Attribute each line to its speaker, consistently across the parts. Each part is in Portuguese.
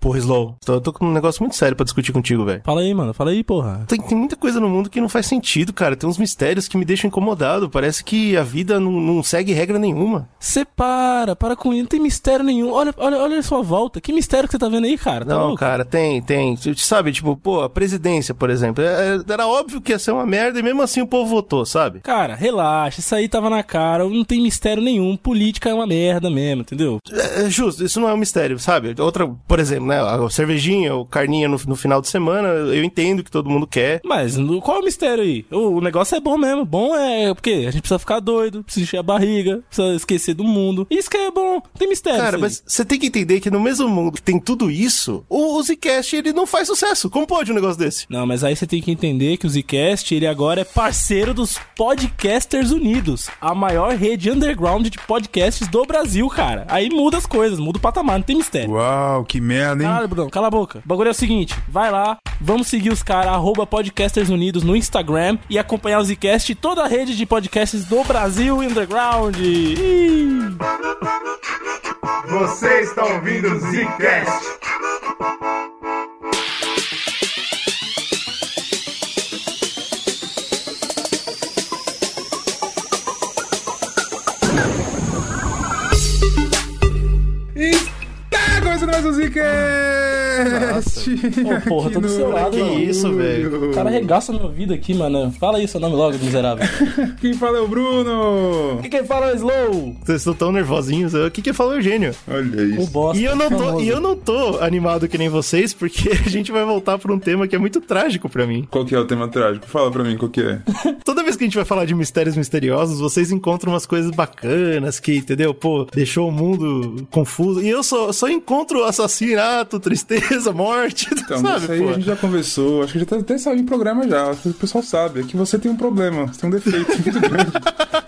Speaker 1: Porra, Slow. Tô, tô com um negócio muito sério pra discutir contigo, velho.
Speaker 2: Fala aí, mano. Fala aí, porra.
Speaker 1: Tem, tem muita coisa no mundo que não faz sentido, cara. Tem uns mistérios que me deixam incomodado. Parece que a vida não, não segue regra nenhuma.
Speaker 2: Separa, para com isso. Não tem mistério nenhum. Olha, olha, olha a sua volta. Que mistério que você tá vendo aí, cara? Tá
Speaker 1: não,
Speaker 2: louco?
Speaker 1: cara, tem, tem. Você Sabe, tipo, pô, a presidência, por exemplo. é- é- Era óbvio que ia ser uma merda e mesmo assim o povo votou, sabe?
Speaker 2: Cara, relaxa, isso aí tava na cara, não tem mistério nenhum, política é uma merda mesmo, entendeu?
Speaker 1: É justo, isso não é um mistério, sabe? Outra, por exemplo, né? A cervejinha, o carninha no, no final de semana, eu entendo que todo mundo quer.
Speaker 2: Mas no- qual é o mistério aí? O, o negócio é bom mesmo, bom é porque a gente precisa ficar doido, precisa encher a barriga, precisa esquecer do mundo, isso que é bom, não tem mistério.
Speaker 1: Cara,
Speaker 2: isso aí.
Speaker 1: mas você tem que entender que no mesmo mundo que tem tudo isso, o, o Zcast ele não faz sucesso. Como pode um negócio desse?
Speaker 2: Não, mas aí você tem que entender que o Zcast, ele agora é parceiro dos Podcasters Unidos, a maior rede underground de podcasts do Brasil, cara. Aí muda as coisas, muda o patamar, não tem mistério.
Speaker 3: Uau, que merda, hein?
Speaker 2: Caralho, Bruno, cala a boca. O bagulho é o seguinte: vai lá, vamos seguir os caras, arroba Podcasters Unidos no Instagram e acompanhar o Zcast e toda a rede de podcasts do Brasil Underground. Ih!
Speaker 4: Você está ouvindo o Zcast.
Speaker 3: Está começando mais um Zcast!
Speaker 2: Ô, porra, tô do seu lado,
Speaker 1: Que
Speaker 2: mano.
Speaker 1: isso, velho.
Speaker 2: O cara arregaça meu ouvido aqui, mano. Fala aí seu nome logo, miserável.
Speaker 3: Quem fala é o Bruno!
Speaker 2: E quem fala é o Slow?
Speaker 1: Vocês estão tão nervosinhos. O que que fala o Eugênio?
Speaker 3: Olha
Speaker 2: O
Speaker 3: isso.
Speaker 2: bosta.
Speaker 1: E eu, não tô,
Speaker 2: famoso.
Speaker 1: e eu não tô animado que nem vocês, porque a gente vai voltar pra um tema que é muito trágico pra mim.
Speaker 3: Qual que é o tema trágico? Fala pra mim qual que é.
Speaker 1: Toda vez que a gente vai falar de mistérios misteriosos, vocês encontram umas coisas bacanas que, entendeu? Pô, deixou o mundo confuso. E eu só, só encontro assassinato, tristeza, morte,
Speaker 3: Então,
Speaker 1: sabe?
Speaker 3: isso aí
Speaker 1: pô?
Speaker 3: a gente já conversou, acho que já tá- até saiu em programa já, acho que o pessoal sabe, é que você tem um problema, você tem um defeito muito grande,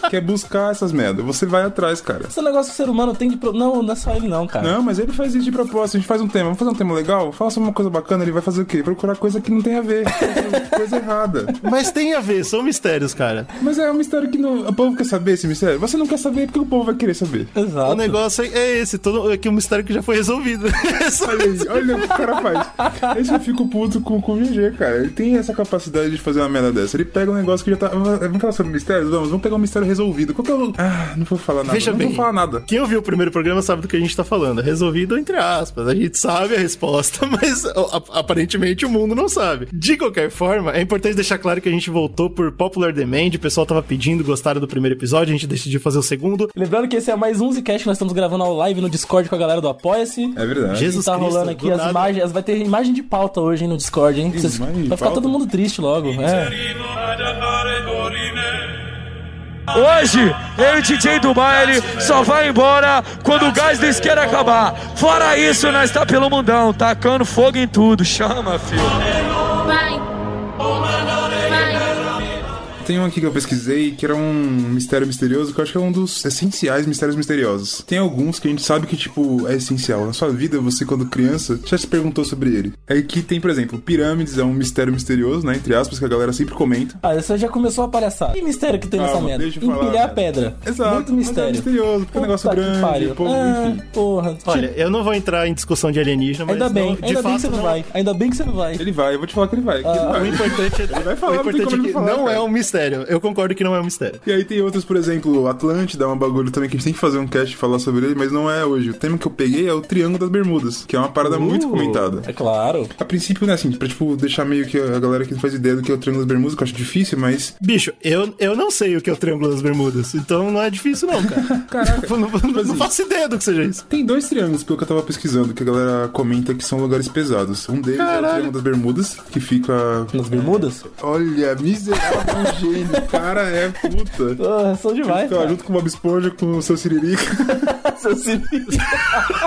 Speaker 3: que é buscar essas merdas, você vai atrás, cara.
Speaker 2: Esse negócio que o ser humano tem de. Pro... Não, não é só ele, não, cara.
Speaker 3: Não, mas ele faz isso de propósito, a gente faz um tema, vamos fazer um tema legal, fala sobre uma coisa bacana, ele vai fazer o quê? Procurar coisa que não tem a ver, coisa errada.
Speaker 1: Mas tem a ver, são mistérios, cara.
Speaker 3: Mas é um mistério que não, o povo quer saber esse mistério, você não quer saber porque o povo vai querer saber.
Speaker 2: Exato.
Speaker 1: O negócio é- é esse, todo, é que um mistério que já foi resolvido. É só
Speaker 3: Olha aí, olha o que o cara faz. Esse eu fico puto com, com o GG, cara. Ele tem essa capacidade de fazer uma merda dessa. Ele pega um negócio que já tá. Vamos falar sobre mistérios? Vamos, vamos pegar um mistério resolvido. Qual que é o. Ah, não vou falar nada.
Speaker 1: Veja
Speaker 3: não
Speaker 1: bem,
Speaker 3: vou falar nada.
Speaker 1: quem ouviu o primeiro programa sabe do que a gente tá falando. É Resolvido entre aspas. A gente sabe a resposta, mas ó, ap- aparentemente o mundo não sabe. De qualquer forma, é importante deixar claro que a gente voltou por popular demand. O pessoal tava pedindo, gostaram do primeiro episódio, a gente decidiu fazer o segundo.
Speaker 2: Lembrando que esse é mais um Zcast que nós estamos gravando ao live no Discord com a galera do Apoia-se.
Speaker 3: É verdade.
Speaker 1: Jesus
Speaker 2: tá
Speaker 1: Cristo,
Speaker 2: rolando
Speaker 1: do
Speaker 2: aqui as
Speaker 1: nada.
Speaker 2: imagens. as- Vai ter imagem de pauta hoje hein, no Discord, hein? Vocês-
Speaker 3: Imagem de
Speaker 2: vai ficar
Speaker 3: pauta?
Speaker 2: todo mundo triste logo. É.
Speaker 5: Hoje, eu e o DJ do baile só vai embora quando o gás do isqueiro acabar. Fora isso, nós tá pelo mundão, tacando fogo em tudo. Chama, filho.
Speaker 6: Vai. Vai.
Speaker 3: Tem um aqui que eu pesquisei que era um mistério misterioso que eu acho que é um dos essenciais mistérios misteriosos. Tem alguns que a gente sabe que, tipo, é essencial. Na sua vida, você, quando criança, já se perguntou sobre ele. Aí que tem, por exemplo, pirâmides é um mistério misterioso, né? Entre aspas, que a galera sempre comenta.
Speaker 2: Ah, você já começou a palhaçar. Que mistério que tem nessa
Speaker 3: Calma,
Speaker 2: merda?
Speaker 3: deixa eu falar,
Speaker 2: Empilhar
Speaker 3: né?
Speaker 2: pedra.
Speaker 3: Exato,
Speaker 2: Muito
Speaker 3: mas é
Speaker 2: mistério.
Speaker 3: misterioso, porque é um negócio
Speaker 2: Puta que
Speaker 3: grande,
Speaker 2: pariu.
Speaker 3: pô,
Speaker 2: Ah,
Speaker 3: enfim.
Speaker 2: Porra.
Speaker 1: Olha, eu não vou entrar em discussão de alienígena, mas
Speaker 2: ainda bem,
Speaker 1: não- de
Speaker 2: ainda bem
Speaker 1: fato
Speaker 2: que você não vai. Ainda bem que você não vai.
Speaker 3: Ele vai, eu vou te falar que ele vai. que ele
Speaker 2: Ah.
Speaker 3: vai.
Speaker 1: O importante, é-
Speaker 3: vai falar,
Speaker 1: o
Speaker 3: não tem
Speaker 1: importante
Speaker 3: como
Speaker 1: é
Speaker 3: ele
Speaker 1: que
Speaker 3: falar,
Speaker 1: não
Speaker 3: cara.
Speaker 1: é um mistério. Eu concordo que não é um mistério.
Speaker 3: E aí tem outros, por exemplo, Atlântida é um bagulho também que a gente tem que fazer um cast e falar sobre ele, mas não é hoje. O tema que eu peguei é o Triângulo das Bermudas, que é uma parada muito comentada.
Speaker 2: Uh, É claro.
Speaker 3: A princípio, né, assim, pra, tipo, deixar meio que a galera que não faz ideia do que é o Triângulo das Bermudas, que eu acho difícil, mas...
Speaker 1: Bicho, eu, eu não sei o que é o Triângulo das Bermudas, então não é difícil não, cara. Caraca. não,
Speaker 2: Tipo
Speaker 1: não-
Speaker 2: assim.
Speaker 1: não faço ideia do que seja isso.
Speaker 3: Tem dois triângulos, pelo que eu tava pesquisando, que a galera comenta que são lugares pesados. Um deles é o Triângulo das Bermudas, que fica...
Speaker 2: Nas bermudas?
Speaker 3: Olha, miserável gênio, cara é puta.
Speaker 2: Ah, são demais.
Speaker 3: Fica lá
Speaker 2: cara.
Speaker 3: junto com o Bob Esponja, com o seu Siririca.
Speaker 2: Seu Siririca.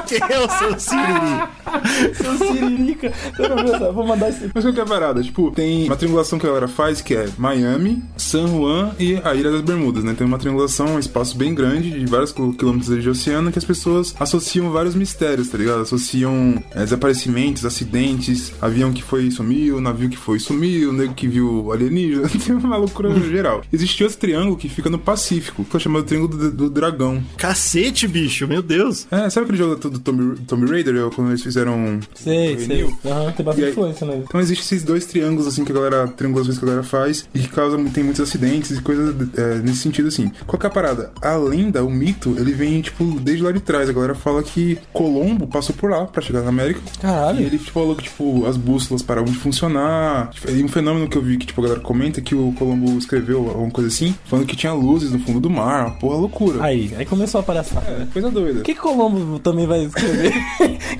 Speaker 1: Quem é o seu Siriri?
Speaker 2: Seu Siririca. Eu não vi essa- Vou mandar esse.
Speaker 3: Mas qual que é a parada? Tipo, tem uma triangulação que a galera faz que é Miami, San Juan e a Ilha das Bermudas, né? Tem uma triangulação, um espaço bem grande, de vários quil- quilômetros de oceano, que as pessoas associam vários mistérios, tá ligado? Associam é, desaparecimentos, acidentes, avião que foi e sumiu, navio que foi e sumiu, nego que viu alienígena, tem uma loucura geral. Existe outro triângulo que fica no Pacífico, que é chamado Triângulo do, do Dragão.
Speaker 1: Cacete, bicho, meu Deus.
Speaker 3: É, sabe aquele jogo do, do Tomb, Tomb Raider, eu- quando eles fizeram fizeram.
Speaker 2: Sei, sei.
Speaker 3: Juvenil.
Speaker 2: Aham, tem
Speaker 3: E
Speaker 2: bastante
Speaker 3: aí-
Speaker 2: influência nele.
Speaker 3: Então existe esses dois triângulos assim que a galera, triangulações que a galera faz e que causa tem muitos acidentes e coisas é, nesse sentido assim. Qual que é a parada? A lenda, o mito, ele vem tipo desde lá de trás. A galera fala que Colombo passou por lá pra chegar na América.
Speaker 2: Caralho.
Speaker 3: E ele tipo, falou que tipo as bússolas paravam de funcionar. Tipo, E um fenômeno que eu vi que tipo a galera comenta que o Colombo escreveu alguma coisa assim, falando que tinha luzes no fundo do mar, uma porra loucura.
Speaker 2: Aí, aí começou a palhaçada.
Speaker 3: É,
Speaker 2: né?
Speaker 3: coisa doida.
Speaker 2: O que que Colombo também vai escrever?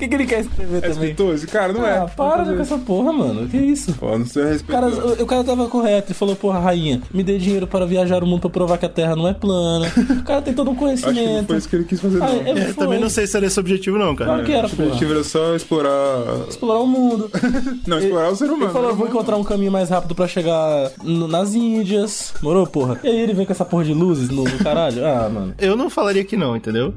Speaker 2: O que, que ele quer escrever
Speaker 3: é
Speaker 2: também?
Speaker 3: escritor esse cara, não é?
Speaker 2: Ah, para com essa porra, mano. Que isso?
Speaker 3: Ó, não sei a
Speaker 2: O
Speaker 3: respeito.
Speaker 2: cara,
Speaker 3: não.
Speaker 2: o, o cara tava correto e falou, porra, rainha, me dê dinheiro para viajar o mundo pra provar que a terra não é plana. O cara tem todo um
Speaker 3: Acho que não
Speaker 2: conhecimento.
Speaker 3: foi isso que ele quis fazer, não. Tipo,
Speaker 2: Ah, é-
Speaker 1: É,
Speaker 2: foi.
Speaker 1: também não sei se era esse o objetivo, não, cara.
Speaker 2: Claro que era,
Speaker 3: O objetivo
Speaker 2: porra.
Speaker 3: era só explorar.
Speaker 2: Explorar o mundo.
Speaker 3: Não, explorar o ser humano.
Speaker 2: Ele falou,
Speaker 3: né?
Speaker 2: vou encontrar um caminho mais rápido pra chegar no- nas Índias. Morou, porra? E aí ele vem com essa porra de luzes no, no caralho? Ah, mano.
Speaker 1: Eu não falaria que não, entendeu?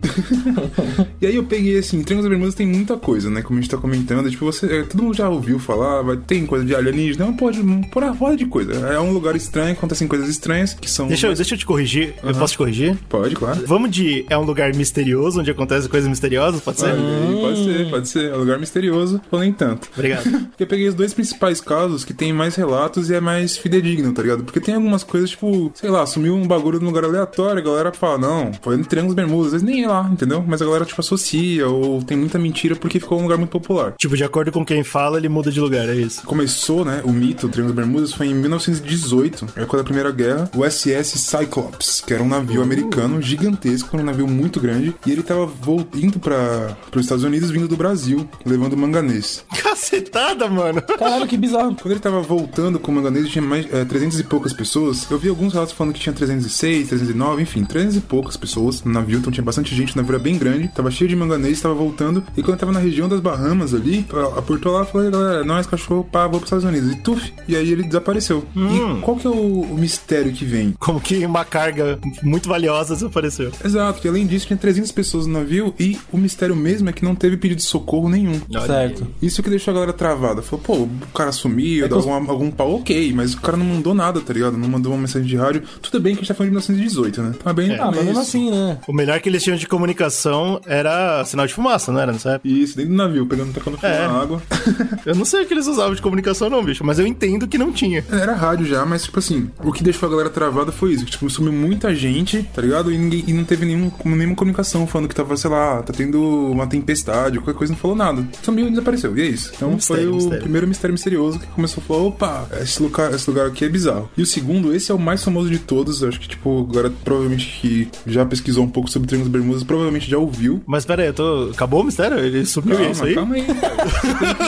Speaker 3: E aí eu peguei assim, Triângulo das Bermudas tem muita coisa, né? Como a gente tá comentando, tipo, você. é, todo mundo já ouviu falar, vai, tem coisa de alienígena, é uma porra de, uma porra de coisa. É um lugar estranho, acontecem coisas estranhas que são.
Speaker 1: Deixa eu, deixa eu te corrigir. Eu posso te corrigir?
Speaker 3: Pode, claro.
Speaker 1: Vamos de. É um lugar misterioso onde acontecem coisas misteriosas, pode ser?
Speaker 3: Olha aí, Pode ser, pode ser. É um lugar misterioso, ou nem tanto.
Speaker 1: Obrigado.
Speaker 3: Eu peguei os dois principais casos que tem mais relatos e é mais fidedigno, tá ligado? Porque tem algumas coisas, tipo, sei lá, sumiu um bagulho num lugar aleatório, a galera fala, não, foi no Triângulo dos Bermudas, às vezes nem é lá, entendeu? Mas a galera, tipo, associa ou tem muita mentira porque ficou um lugar muito popular.
Speaker 1: Tipo, de acordo com quem fala, ele muda de lugar, é isso.
Speaker 3: Começou, né, o mito do Triângulo das Bermudas foi em 1918, época da É Primeira Guerra, o SS Cyclops, que era um navio americano gigantesco, um navio muito grande, e ele tava vol- indo para os Estados Unidos vindo do Brasil, levando manganês.
Speaker 1: Cacetada, mano.
Speaker 2: Caralho, que bizarro.
Speaker 3: Quando ele tava voltando com o manganês, tinha mais é, 300 e poucas pessoas. Eu vi alguns relatos falando que tinha 306, 309, enfim, 300 e poucas pessoas no navio, então tinha bastante gente, o navio era bem grande, tava cheio de manganês, tava voltando. E quando tava na região das Bahamas ali, a- aportou lá e falou: "E aí, galera, nós cachorro, pá, vou pros Estados Unidos. E tuf, e aí ele desapareceu. E qual que é o, o mistério que vem?
Speaker 1: Como que uma carga muito valiosa desapareceu.
Speaker 3: Exato, que além disso tinha 300 pessoas no navio e o mistério mesmo é que não teve pedido de socorro nenhum.
Speaker 2: Certo.
Speaker 3: Isso que deixou a galera travada. Falou, pô, o cara
Speaker 2: É
Speaker 3: sumiu, deu alguma- algum pau, ok, mas o cara não mandou nada, tá ligado? Não mandou uma mensagem de rádio. Tudo bem que a gente tá falando de 1918, né? Tá bem,
Speaker 2: Ah, mas mesmo assim, né?
Speaker 1: O melhor que eles tinham de comunicação era sinal de fumaça, não era nessa época?
Speaker 3: Isso, dentro do navio, pegando, um tacando fogo
Speaker 1: É.
Speaker 3: na água.
Speaker 1: Eu não sei o que eles usavam de comunicação, não, bicho, mas eu entendo que não tinha.
Speaker 3: Era rádio já, mas tipo assim, o que deixou a galera travada foi isso. que, Tipo, sumiu muita gente, tá ligado? E, ninguém, e não teve nenhum, nenhuma comunicação falando que tava, sei lá, tá tendo uma tempestade, qualquer coisa, não falou nada. Sumiu e desapareceu. E é isso. Então
Speaker 1: Um mistério,
Speaker 3: foi o
Speaker 1: mistério.
Speaker 3: primeiro mistério misterioso que começou a falar: opa, esse lugar, esse lugar aqui é bizarro. E o segundo, esse é o mais famoso de todos. Eu acho que, tipo, a galera provavelmente que já pesquisou um pouco sobre o Triângulo das Bermudas, provavelmente já ouviu.
Speaker 1: Mas pera aí, eu tô. Acabou o mistério? Ele sumiu é
Speaker 3: Calma,
Speaker 1: isso aí?
Speaker 3: calma aí.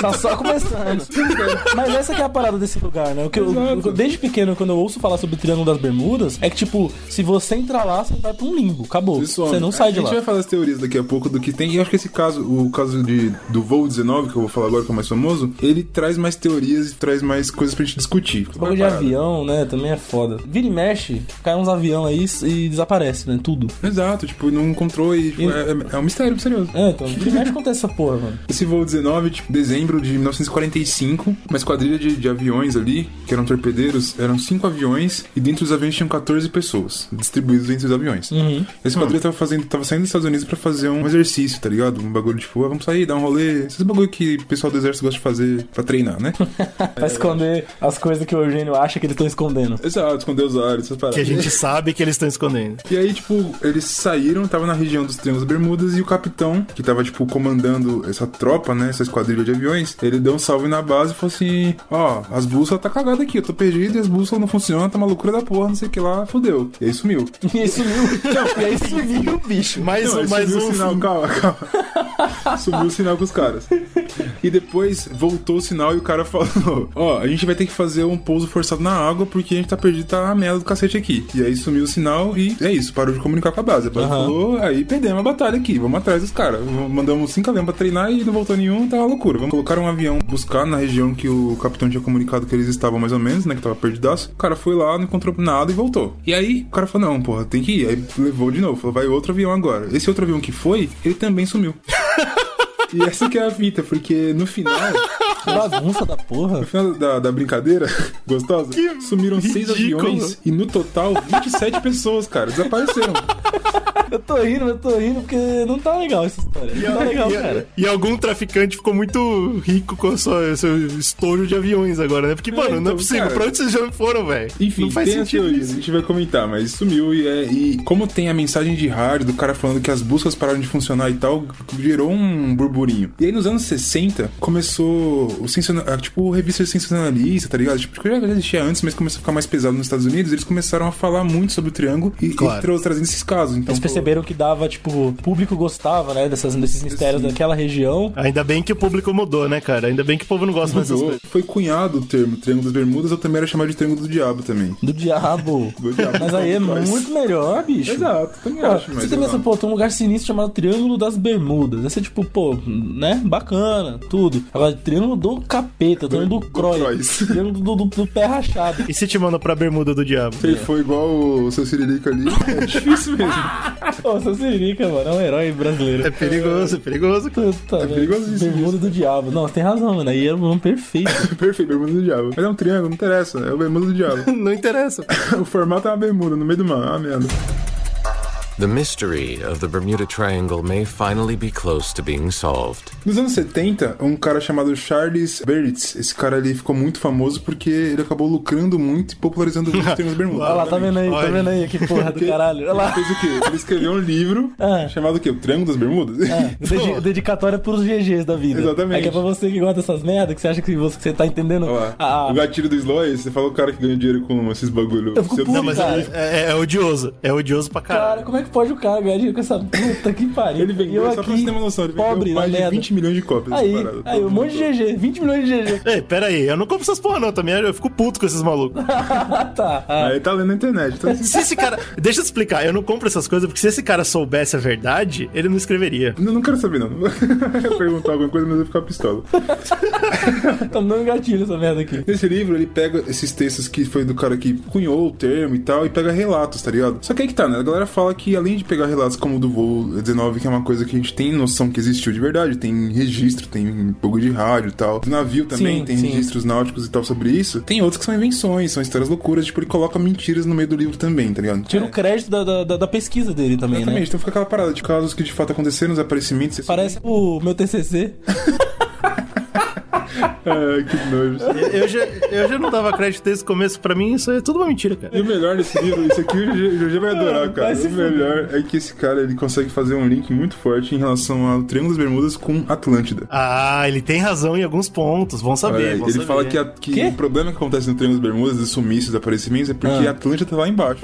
Speaker 2: Tá só começando. Mas essa que é a parada desse lugar, né? O que eu-
Speaker 3: Exato.
Speaker 2: desde pequeno, quando eu ouço falar sobre o Triângulo das Bermudas, é que, tipo, se você entrar lá, você vai pra um limbo. Acabou.
Speaker 3: Isso, homem.
Speaker 2: Você não sai de
Speaker 3: A
Speaker 2: lá.
Speaker 3: gente vai falar as teorias daqui a pouco do que tem. E eu acho que esse caso, o caso de, do voo 19, que eu vou falar agora, que é o mais famoso, ele traz mais teorias e traz mais coisas pra gente discutir.
Speaker 2: O bagulho de
Speaker 3: Parada.
Speaker 2: avião, né? Também é foda. Vira e mexe, cai uns avião aí e desaparece, né? Tudo.
Speaker 3: Exato, tipo, não encontrou e tipo,
Speaker 2: E-
Speaker 3: é, é- é um mistério misterioso.
Speaker 2: É, então, vira e mexe acontece essa porra, mano.
Speaker 3: Esse voo 19, tipo, dezembro de 1945, uma esquadrilha de, de aviões ali, que eram torpedeiros, eram cinco aviões, e dentro dos aviões tinham 14 pessoas, distribuídos entre os aviões.
Speaker 1: Uhum.
Speaker 3: Essa esquadrilha tava, fazendo, tava saindo dos Estados Unidos pra fazer um exercício, tá ligado? Um bagulho tipo, ah, vamos sair, dar um rolê. Esses bagulho que o pessoal do exército gosta de fazer pra treinar, né?
Speaker 2: Pra esconder as coisas que o Eugênio acha que eles estão escondendo.
Speaker 3: Exato, esconder os ares, essas paradas.
Speaker 1: Que a gente sabe que eles estão escondendo.
Speaker 3: E aí, tipo, eles saíram, tava na região dos Triângulos Bermudas e o capitão, que tava, tipo, comandando essa tropa, né, essa esquadrilha de aviões, ele deu um salve na base e falou assim, ó, as bússolas tá cagada aqui, eu tô perdido e as bússolas não funcionam, tá uma loucura da porra, não sei o que lá, fudeu. E aí sumiu.
Speaker 2: E aí sumiu. e aí sumiu, bicho.
Speaker 1: Mais
Speaker 3: Não,
Speaker 1: um,
Speaker 3: ele
Speaker 1: mais
Speaker 3: subiu
Speaker 1: um.
Speaker 3: o sinal, calma, calma. subiu o sinal com os caras. E depois voltou o sinal e o cara falou: Ó, a gente vai ter que fazer um pouso forçado na água porque a gente tá perdido, tá a merda do cacete aqui. E aí sumiu o sinal e é isso, parou de comunicar com a base. A base falou: aí perdemos a batalha aqui, vamos atrás dos caras. Mandamos cinco aviões pra treinar e não voltou nenhum, tá uma loucura. Vamos colocar um avião buscar na região que o capitão tinha comunicado que eles estavam mais ou menos, né, que tava perdidaço. O cara foi lá, não encontrou nada e voltou. E aí o cara falou: não, porra, tem que ir. Aí levou de novo, falou: vai outro avião agora. Esse outro avião que foi, ele também sumiu. E essa que é a fita, porque no final
Speaker 2: Que bagunça da porra.
Speaker 3: No final da, da brincadeira, gostosa,
Speaker 1: Que
Speaker 3: sumiram seis
Speaker 1: ridículo.
Speaker 3: aviões e no total 27 pessoas, cara, desapareceram.
Speaker 2: Eu tô rindo, eu tô rindo, porque não tá legal essa história. Não tá legal,
Speaker 1: e,
Speaker 2: cara.
Speaker 1: e algum traficante ficou muito rico com o seu, seu estouro de aviões agora, né? Porque, mano, não
Speaker 3: então,
Speaker 1: é possível.
Speaker 3: cara.
Speaker 1: Pra onde vocês já foram, velho?
Speaker 3: Enfim,
Speaker 1: não faz
Speaker 3: tem a
Speaker 1: sentido
Speaker 3: teoria,
Speaker 1: isso.
Speaker 3: a gente vai comentar, mas sumiu e, é- e como tem a mensagem de rádio do cara falando que as buscas pararam de funcionar e tal, gerou um burburinho. E aí nos anos 60 começou o sensaciona- ah, tipo revista sensacionalista, tá ligado? Tipo, que já existia antes, mas começou a ficar mais pesado nos Estados Unidos, eles começaram a falar muito sobre o triângulo e,
Speaker 1: Claro.
Speaker 3: e tra- trazendo esses casos. Então,
Speaker 2: Eles perceberam que dava, tipo, o público gostava, né, dessas, desses mistérios
Speaker 3: Sim.
Speaker 2: daquela região.
Speaker 1: Ainda bem que o público mudou, né, cara? Ainda bem que o povo não gosta mais dessas
Speaker 3: Mudou.
Speaker 1: coisas.
Speaker 3: Foi cunhado o termo Triângulo das Bermudas, eu também era chamado de Triângulo do Diabo também.
Speaker 2: Do diabo.
Speaker 3: Do diabo.
Speaker 2: Mas aí é
Speaker 3: Mas-
Speaker 2: muito melhor, bicho.
Speaker 3: Exato, também
Speaker 2: Pô,
Speaker 3: acho, mas
Speaker 2: você tem
Speaker 3: sei
Speaker 2: essa,
Speaker 3: lá.
Speaker 2: pô, tem um lugar sinistro chamado Triângulo das Bermudas. Esse é tipo, pô, né? Bacana, tudo. Agora, Triângulo do Capeta, Triângulo do,
Speaker 3: do
Speaker 2: Croy,
Speaker 3: Croix.
Speaker 2: Triângulo do, do- do Pé Rachado.
Speaker 1: E se te mandam pra bermuda do diabo?
Speaker 3: Se ele for igual o seu Siririca ali, é difícil mesmo.
Speaker 2: Pô, seu Sirica, mano, é um herói brasileiro.
Speaker 1: É perigoso, é perigoso. cara.
Speaker 2: Puta,
Speaker 3: é
Speaker 2: velho.
Speaker 3: perigosíssimo né?
Speaker 2: Bermuda do Diabo. Não, você tem razão, mano. Aí é um nome perfeito.
Speaker 3: Perfeito, bermuda do diabo. Mas é um triângulo, não interessa. É o bermuda do diabo.
Speaker 1: Não interessa.
Speaker 3: o formato é uma bermuda no meio do mar. Ah, merda.
Speaker 7: The mystery of the Bermuda Triangle may finally be close to being solved.
Speaker 3: Nos anos 70, um cara chamado Charles Berlitz, esse cara ali ficou muito famoso porque ele acabou lucrando muito e popularizando muito os termos bermuda.
Speaker 2: Olha lá, tá vendo aí, tá
Speaker 1: Olha.
Speaker 2: vendo aí que porra do caralho. Olha lá.
Speaker 3: Ele fez o quê? Ele escreveu um livro
Speaker 2: Ah.
Speaker 3: chamado o quê? O Triângulo das Bermudas?
Speaker 2: Dedi dedicatória é pros GGs da vida.
Speaker 3: Exatamente.
Speaker 2: É que é pra você que gosta dessas merdas, que você acha que você, que você tá entendendo.
Speaker 3: Olha lá.
Speaker 2: a- a-
Speaker 3: O gatilho do Slow é esse. Você fala o cara que ganha dinheiro com esses bagulho.
Speaker 2: Eu fico
Speaker 3: Seu-
Speaker 2: puto,
Speaker 3: Não,
Speaker 1: Mas
Speaker 3: mas
Speaker 2: cara.
Speaker 1: é, é- é odioso. É odioso pra
Speaker 2: Cara,
Speaker 1: caralho.
Speaker 2: como é que pode o cara ganhar dinheiro com essa puta que pariu?
Speaker 3: Ele
Speaker 2: E eu
Speaker 3: vendeu, é só pra
Speaker 2: aqui,
Speaker 3: você ter uma noção, ele
Speaker 2: pobre
Speaker 3: vendeu
Speaker 2: na
Speaker 3: mais de
Speaker 2: merda.
Speaker 3: 20 milhões de cópias.
Speaker 2: Aí,
Speaker 3: dessa parada.
Speaker 2: aí, um
Speaker 3: Todo
Speaker 2: monte
Speaker 3: mundo-
Speaker 2: de GG, 20 milhões de GG.
Speaker 1: Ei, pera aí, eu não compro essas porra não, também eu fico puto com esses malucos.
Speaker 2: Ah, tá. Ah,
Speaker 3: Aí tá lendo na internet. Tá
Speaker 1: Se esse cara... Deixa eu explicar, eu não compro essas coisas porque se esse cara soubesse a verdade, ele não escreveria.
Speaker 3: Não, não quero saber, não. Eu perguntar alguma coisa, mas eu vou ficar pistola.
Speaker 2: tá me dando gatilho essa merda aqui.
Speaker 3: Nesse livro, ele pega esses textos que foi do cara que cunhou o termo e tal, e pega relatos, tá ligado? Só que aí que tá, né? A galera fala que além de pegar relatos como o do voo 19, que é uma coisa que a gente tem noção que existiu de verdade, tem registro, tem um pouco de rádio e tal, do navio também,
Speaker 2: Sim,
Speaker 3: tem
Speaker 2: sim.
Speaker 3: registros náuticos e tal sobre isso, tem outros que são invenções, são histórias loucuras, tipo, ele coloca mentiras no meio do livro também, tá ligado?
Speaker 2: Tira o crédito da, da, da- da pesquisa dele também,
Speaker 3: Exatamente,
Speaker 2: né?
Speaker 3: então fica aquela parada de casos que de fato aconteceram, desaparecimentos. isso-
Speaker 2: Parece o meu TCC.
Speaker 3: Ai, que nojo.
Speaker 1: Eu já, eu já não dava crédito desde o começo, pra mim isso é tudo uma mentira, cara.
Speaker 3: E o melhor desse livro, isso aqui o G- o GG vai adorar,
Speaker 2: Ah, Vai
Speaker 3: cara.
Speaker 2: se
Speaker 3: O
Speaker 2: fuder.
Speaker 3: melhor é que esse cara ele consegue fazer um link muito forte em relação ao Triângulo das Bermudas com Atlântida.
Speaker 1: Ah, ele tem razão em alguns pontos, vão
Speaker 3: Olha
Speaker 1: saber.
Speaker 3: aí,
Speaker 1: vão
Speaker 3: ele
Speaker 1: saber.
Speaker 3: fala que, a- que
Speaker 2: Quê?
Speaker 3: o problema que acontece no Triângulo das Bermudas, dos sumiços, dos aparecimentos, é
Speaker 2: Ah.
Speaker 3: porque a Atlântida tá lá embaixo.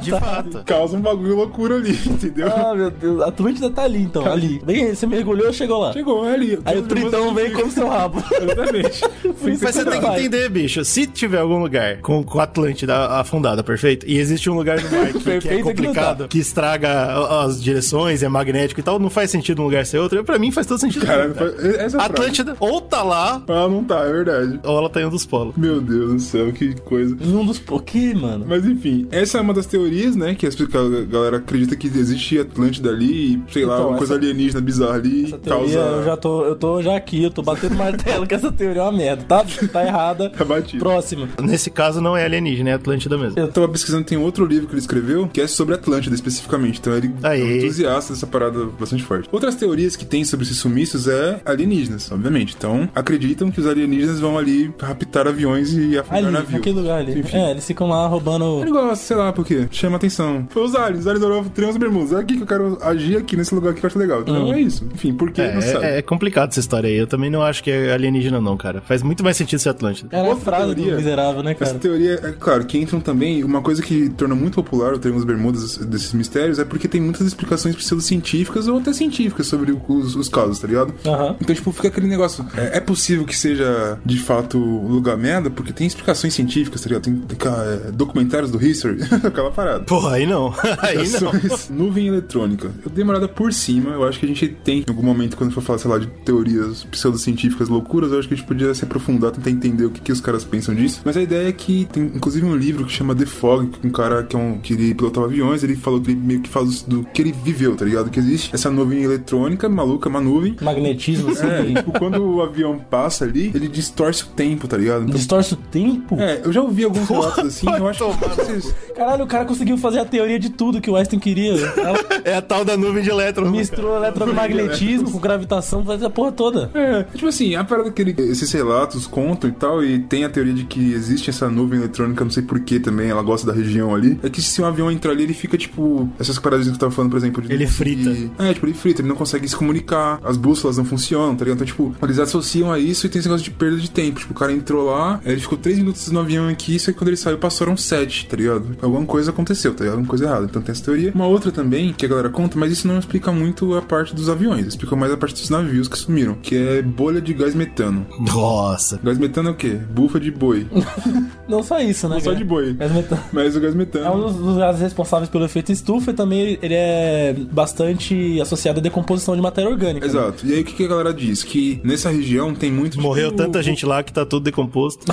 Speaker 1: de fato.
Speaker 3: Causa um bagulho loucura ali, entendeu?
Speaker 2: Ah, meu Deus. A Atlântida tá ali, então. ali. Bem, você mergulhou, chegou lá.
Speaker 3: Chegou é ali.
Speaker 2: Aí o
Speaker 3: Triângulo das
Speaker 2: Tritão
Speaker 3: Bermudas
Speaker 2: vem e come seu rabo.
Speaker 3: Exatamente.
Speaker 2: Por isso
Speaker 1: Mas você
Speaker 2: que
Speaker 1: tem que
Speaker 2: vai.
Speaker 1: entender, bicho. Se tiver algum lugar com, com Atlântida afundada, perfeito? E existe um lugar no mar que- que,
Speaker 2: Perfeito é que
Speaker 1: é
Speaker 2: não
Speaker 1: complicado,
Speaker 2: tá.
Speaker 1: que, estraga a- as direções, é magnético e tal, não faz sentido um lugar ser outro. Eu, Pra mim faz todo sentido.
Speaker 3: Cara,
Speaker 1: Cara.
Speaker 3: essa é a frase.
Speaker 1: Atlântida ou tá lá,
Speaker 3: Ah, não tá, é verdade.
Speaker 1: ou ela tá em um dos polos.
Speaker 3: Meu Deus do céu, que coisa.
Speaker 2: Em um dos. O quê, mano?
Speaker 3: Mas enfim, essa é uma das teorias, né? Que as- que a galera acredita que existe Atlântida ali, e, sei lá,
Speaker 2: Então,
Speaker 3: uma coisa
Speaker 2: essa-
Speaker 3: alienígena bizarra ali
Speaker 2: Essa
Speaker 3: e
Speaker 2: teoria,
Speaker 3: causa.
Speaker 2: eu já tô, eu tô já aqui, eu tô batendo martelo que essa teoria é uma merda, tá? Tá errada.
Speaker 3: Tá batido.
Speaker 2: Próximo.
Speaker 1: Nesse caso não é alienígena, é Atlântida mesmo.
Speaker 3: Eu tava pesquisando, tem outro livro que ele escreveu que é sobre Atlântida especificamente. Então ele
Speaker 1: Aí.
Speaker 3: é um entusiasta dessa parada bastante forte. Outras teorias que tem sobre esses sumiços é alienígenas, obviamente. Então acreditam que os alienígenas vão ali raptar aviões e afundar
Speaker 2: Ali,
Speaker 3: navio.
Speaker 2: naquele lugar ali.
Speaker 3: Enfim.
Speaker 2: É, eles ficam lá roubando.
Speaker 3: Ele gosta, sei lá por quê. Chama atenção. Foi os aliens, os aliens olharam triângulos bermudas. É aqui que eu quero agir aqui nesse lugar aqui que eu acho legal. Então é isso. Enfim, por quê?
Speaker 1: É,
Speaker 3: não sabe.
Speaker 1: é- é complicado essa história aí. Eu também não acho que é alienígena, não, cara. Faz muito mais sentido ser Atlântida.
Speaker 2: Cara, é a
Speaker 3: outra
Speaker 2: frase do
Speaker 3: teoria.
Speaker 2: miserável, né,
Speaker 3: Essa
Speaker 2: cara?
Speaker 3: teoria, é claro, que entram também. Uma coisa que torna muito popular o termo dos Bermudas desses mistérios é porque tem muitas explicações pseudocientíficas ou até científicas sobre o- os, os casos, tá ligado?
Speaker 2: Aham.
Speaker 3: Então, tipo, fica aquele negócio. É, é possível que seja de fato um lugar merda, porque tem explicações científicas, tá ligado? Tem, tem ca- é, documentários do History, aquela parada.
Speaker 1: Porra, aí não. aí não.
Speaker 3: Explicações. Então, Nuvem eletrônica. Eu dei uma olhada por cima. Eu acho que a gente tem, em algum momento, quando for falar, sei lá, de teorias pseudocientíficas loucuras, culturas, eu acho que a gente podia se aprofundar, tentar entender o que, que os caras pensam disso. Mas a ideia é que tem inclusive um livro que chama The Fog, que um cara que, é um, que ele pilotava aviões, ele falou que ele meio que fala do que ele viveu, tá ligado? Que existe essa nuvem eletrônica maluca, uma nuvem.
Speaker 2: Magnetismo, assim.
Speaker 3: É, e, tipo, quando o avião passa ali, ele distorce o tempo, tá ligado? Então,
Speaker 2: Distorce o tempo?
Speaker 3: é, eu já ouvi alguns relatos assim, eu acho que não sei se vocês-
Speaker 2: Caralho, o cara conseguiu fazer a teoria de tudo que o Einstein queria. Ela
Speaker 1: É a tal da nuvem de elétrons. né, cara?
Speaker 2: Misturou eletromagnetismo com gravitação, faz a porra toda.
Speaker 3: É, tipo assim, a parada que ele, esses relatos contam e tal, e tem a teoria de que existe essa nuvem eletrônica, não sei porquê também, ela gosta da região ali, é que se um avião entrar ali, ele fica tipo. Essas paradas que eu tava falando, por exemplo. De
Speaker 1: Ele
Speaker 3: não conseguir- É, tipo, ele frita, ele não consegue se comunicar, as bússolas não funcionam, tá ligado? Então, tipo, eles associam a isso e tem esse negócio de perda de tempo. Tipo, o cara entrou lá, aí ele ficou três minutos no avião aqui, só que quando ele saiu passaram sete, tá ligado? Alguma coisa aconteceu, tá ligado? Alguma coisa errada. Então tem essa teoria. Uma outra também, que a galera conta, mas isso não explica muito a parte dos aviões, explica mais a parte dos navios que sumiram, que é bolha de gás metano.
Speaker 1: Nossa.
Speaker 3: Gás metano é o quê? Bufa de boi. É
Speaker 2: Não só isso, né?
Speaker 3: Só
Speaker 2: cara?
Speaker 3: de boi.
Speaker 2: Mas meta-
Speaker 3: Mas o gás
Speaker 2: É um
Speaker 3: metano.
Speaker 2: dos, dos gases responsáveis pelo efeito estufa e também ele é bastante associado à decomposição de matéria orgânica. né?
Speaker 3: Exato. E aí o que que a galera diz? Que nessa região tem muito. tipo,
Speaker 1: Morreu tanta gente lá que tá tudo decomposto.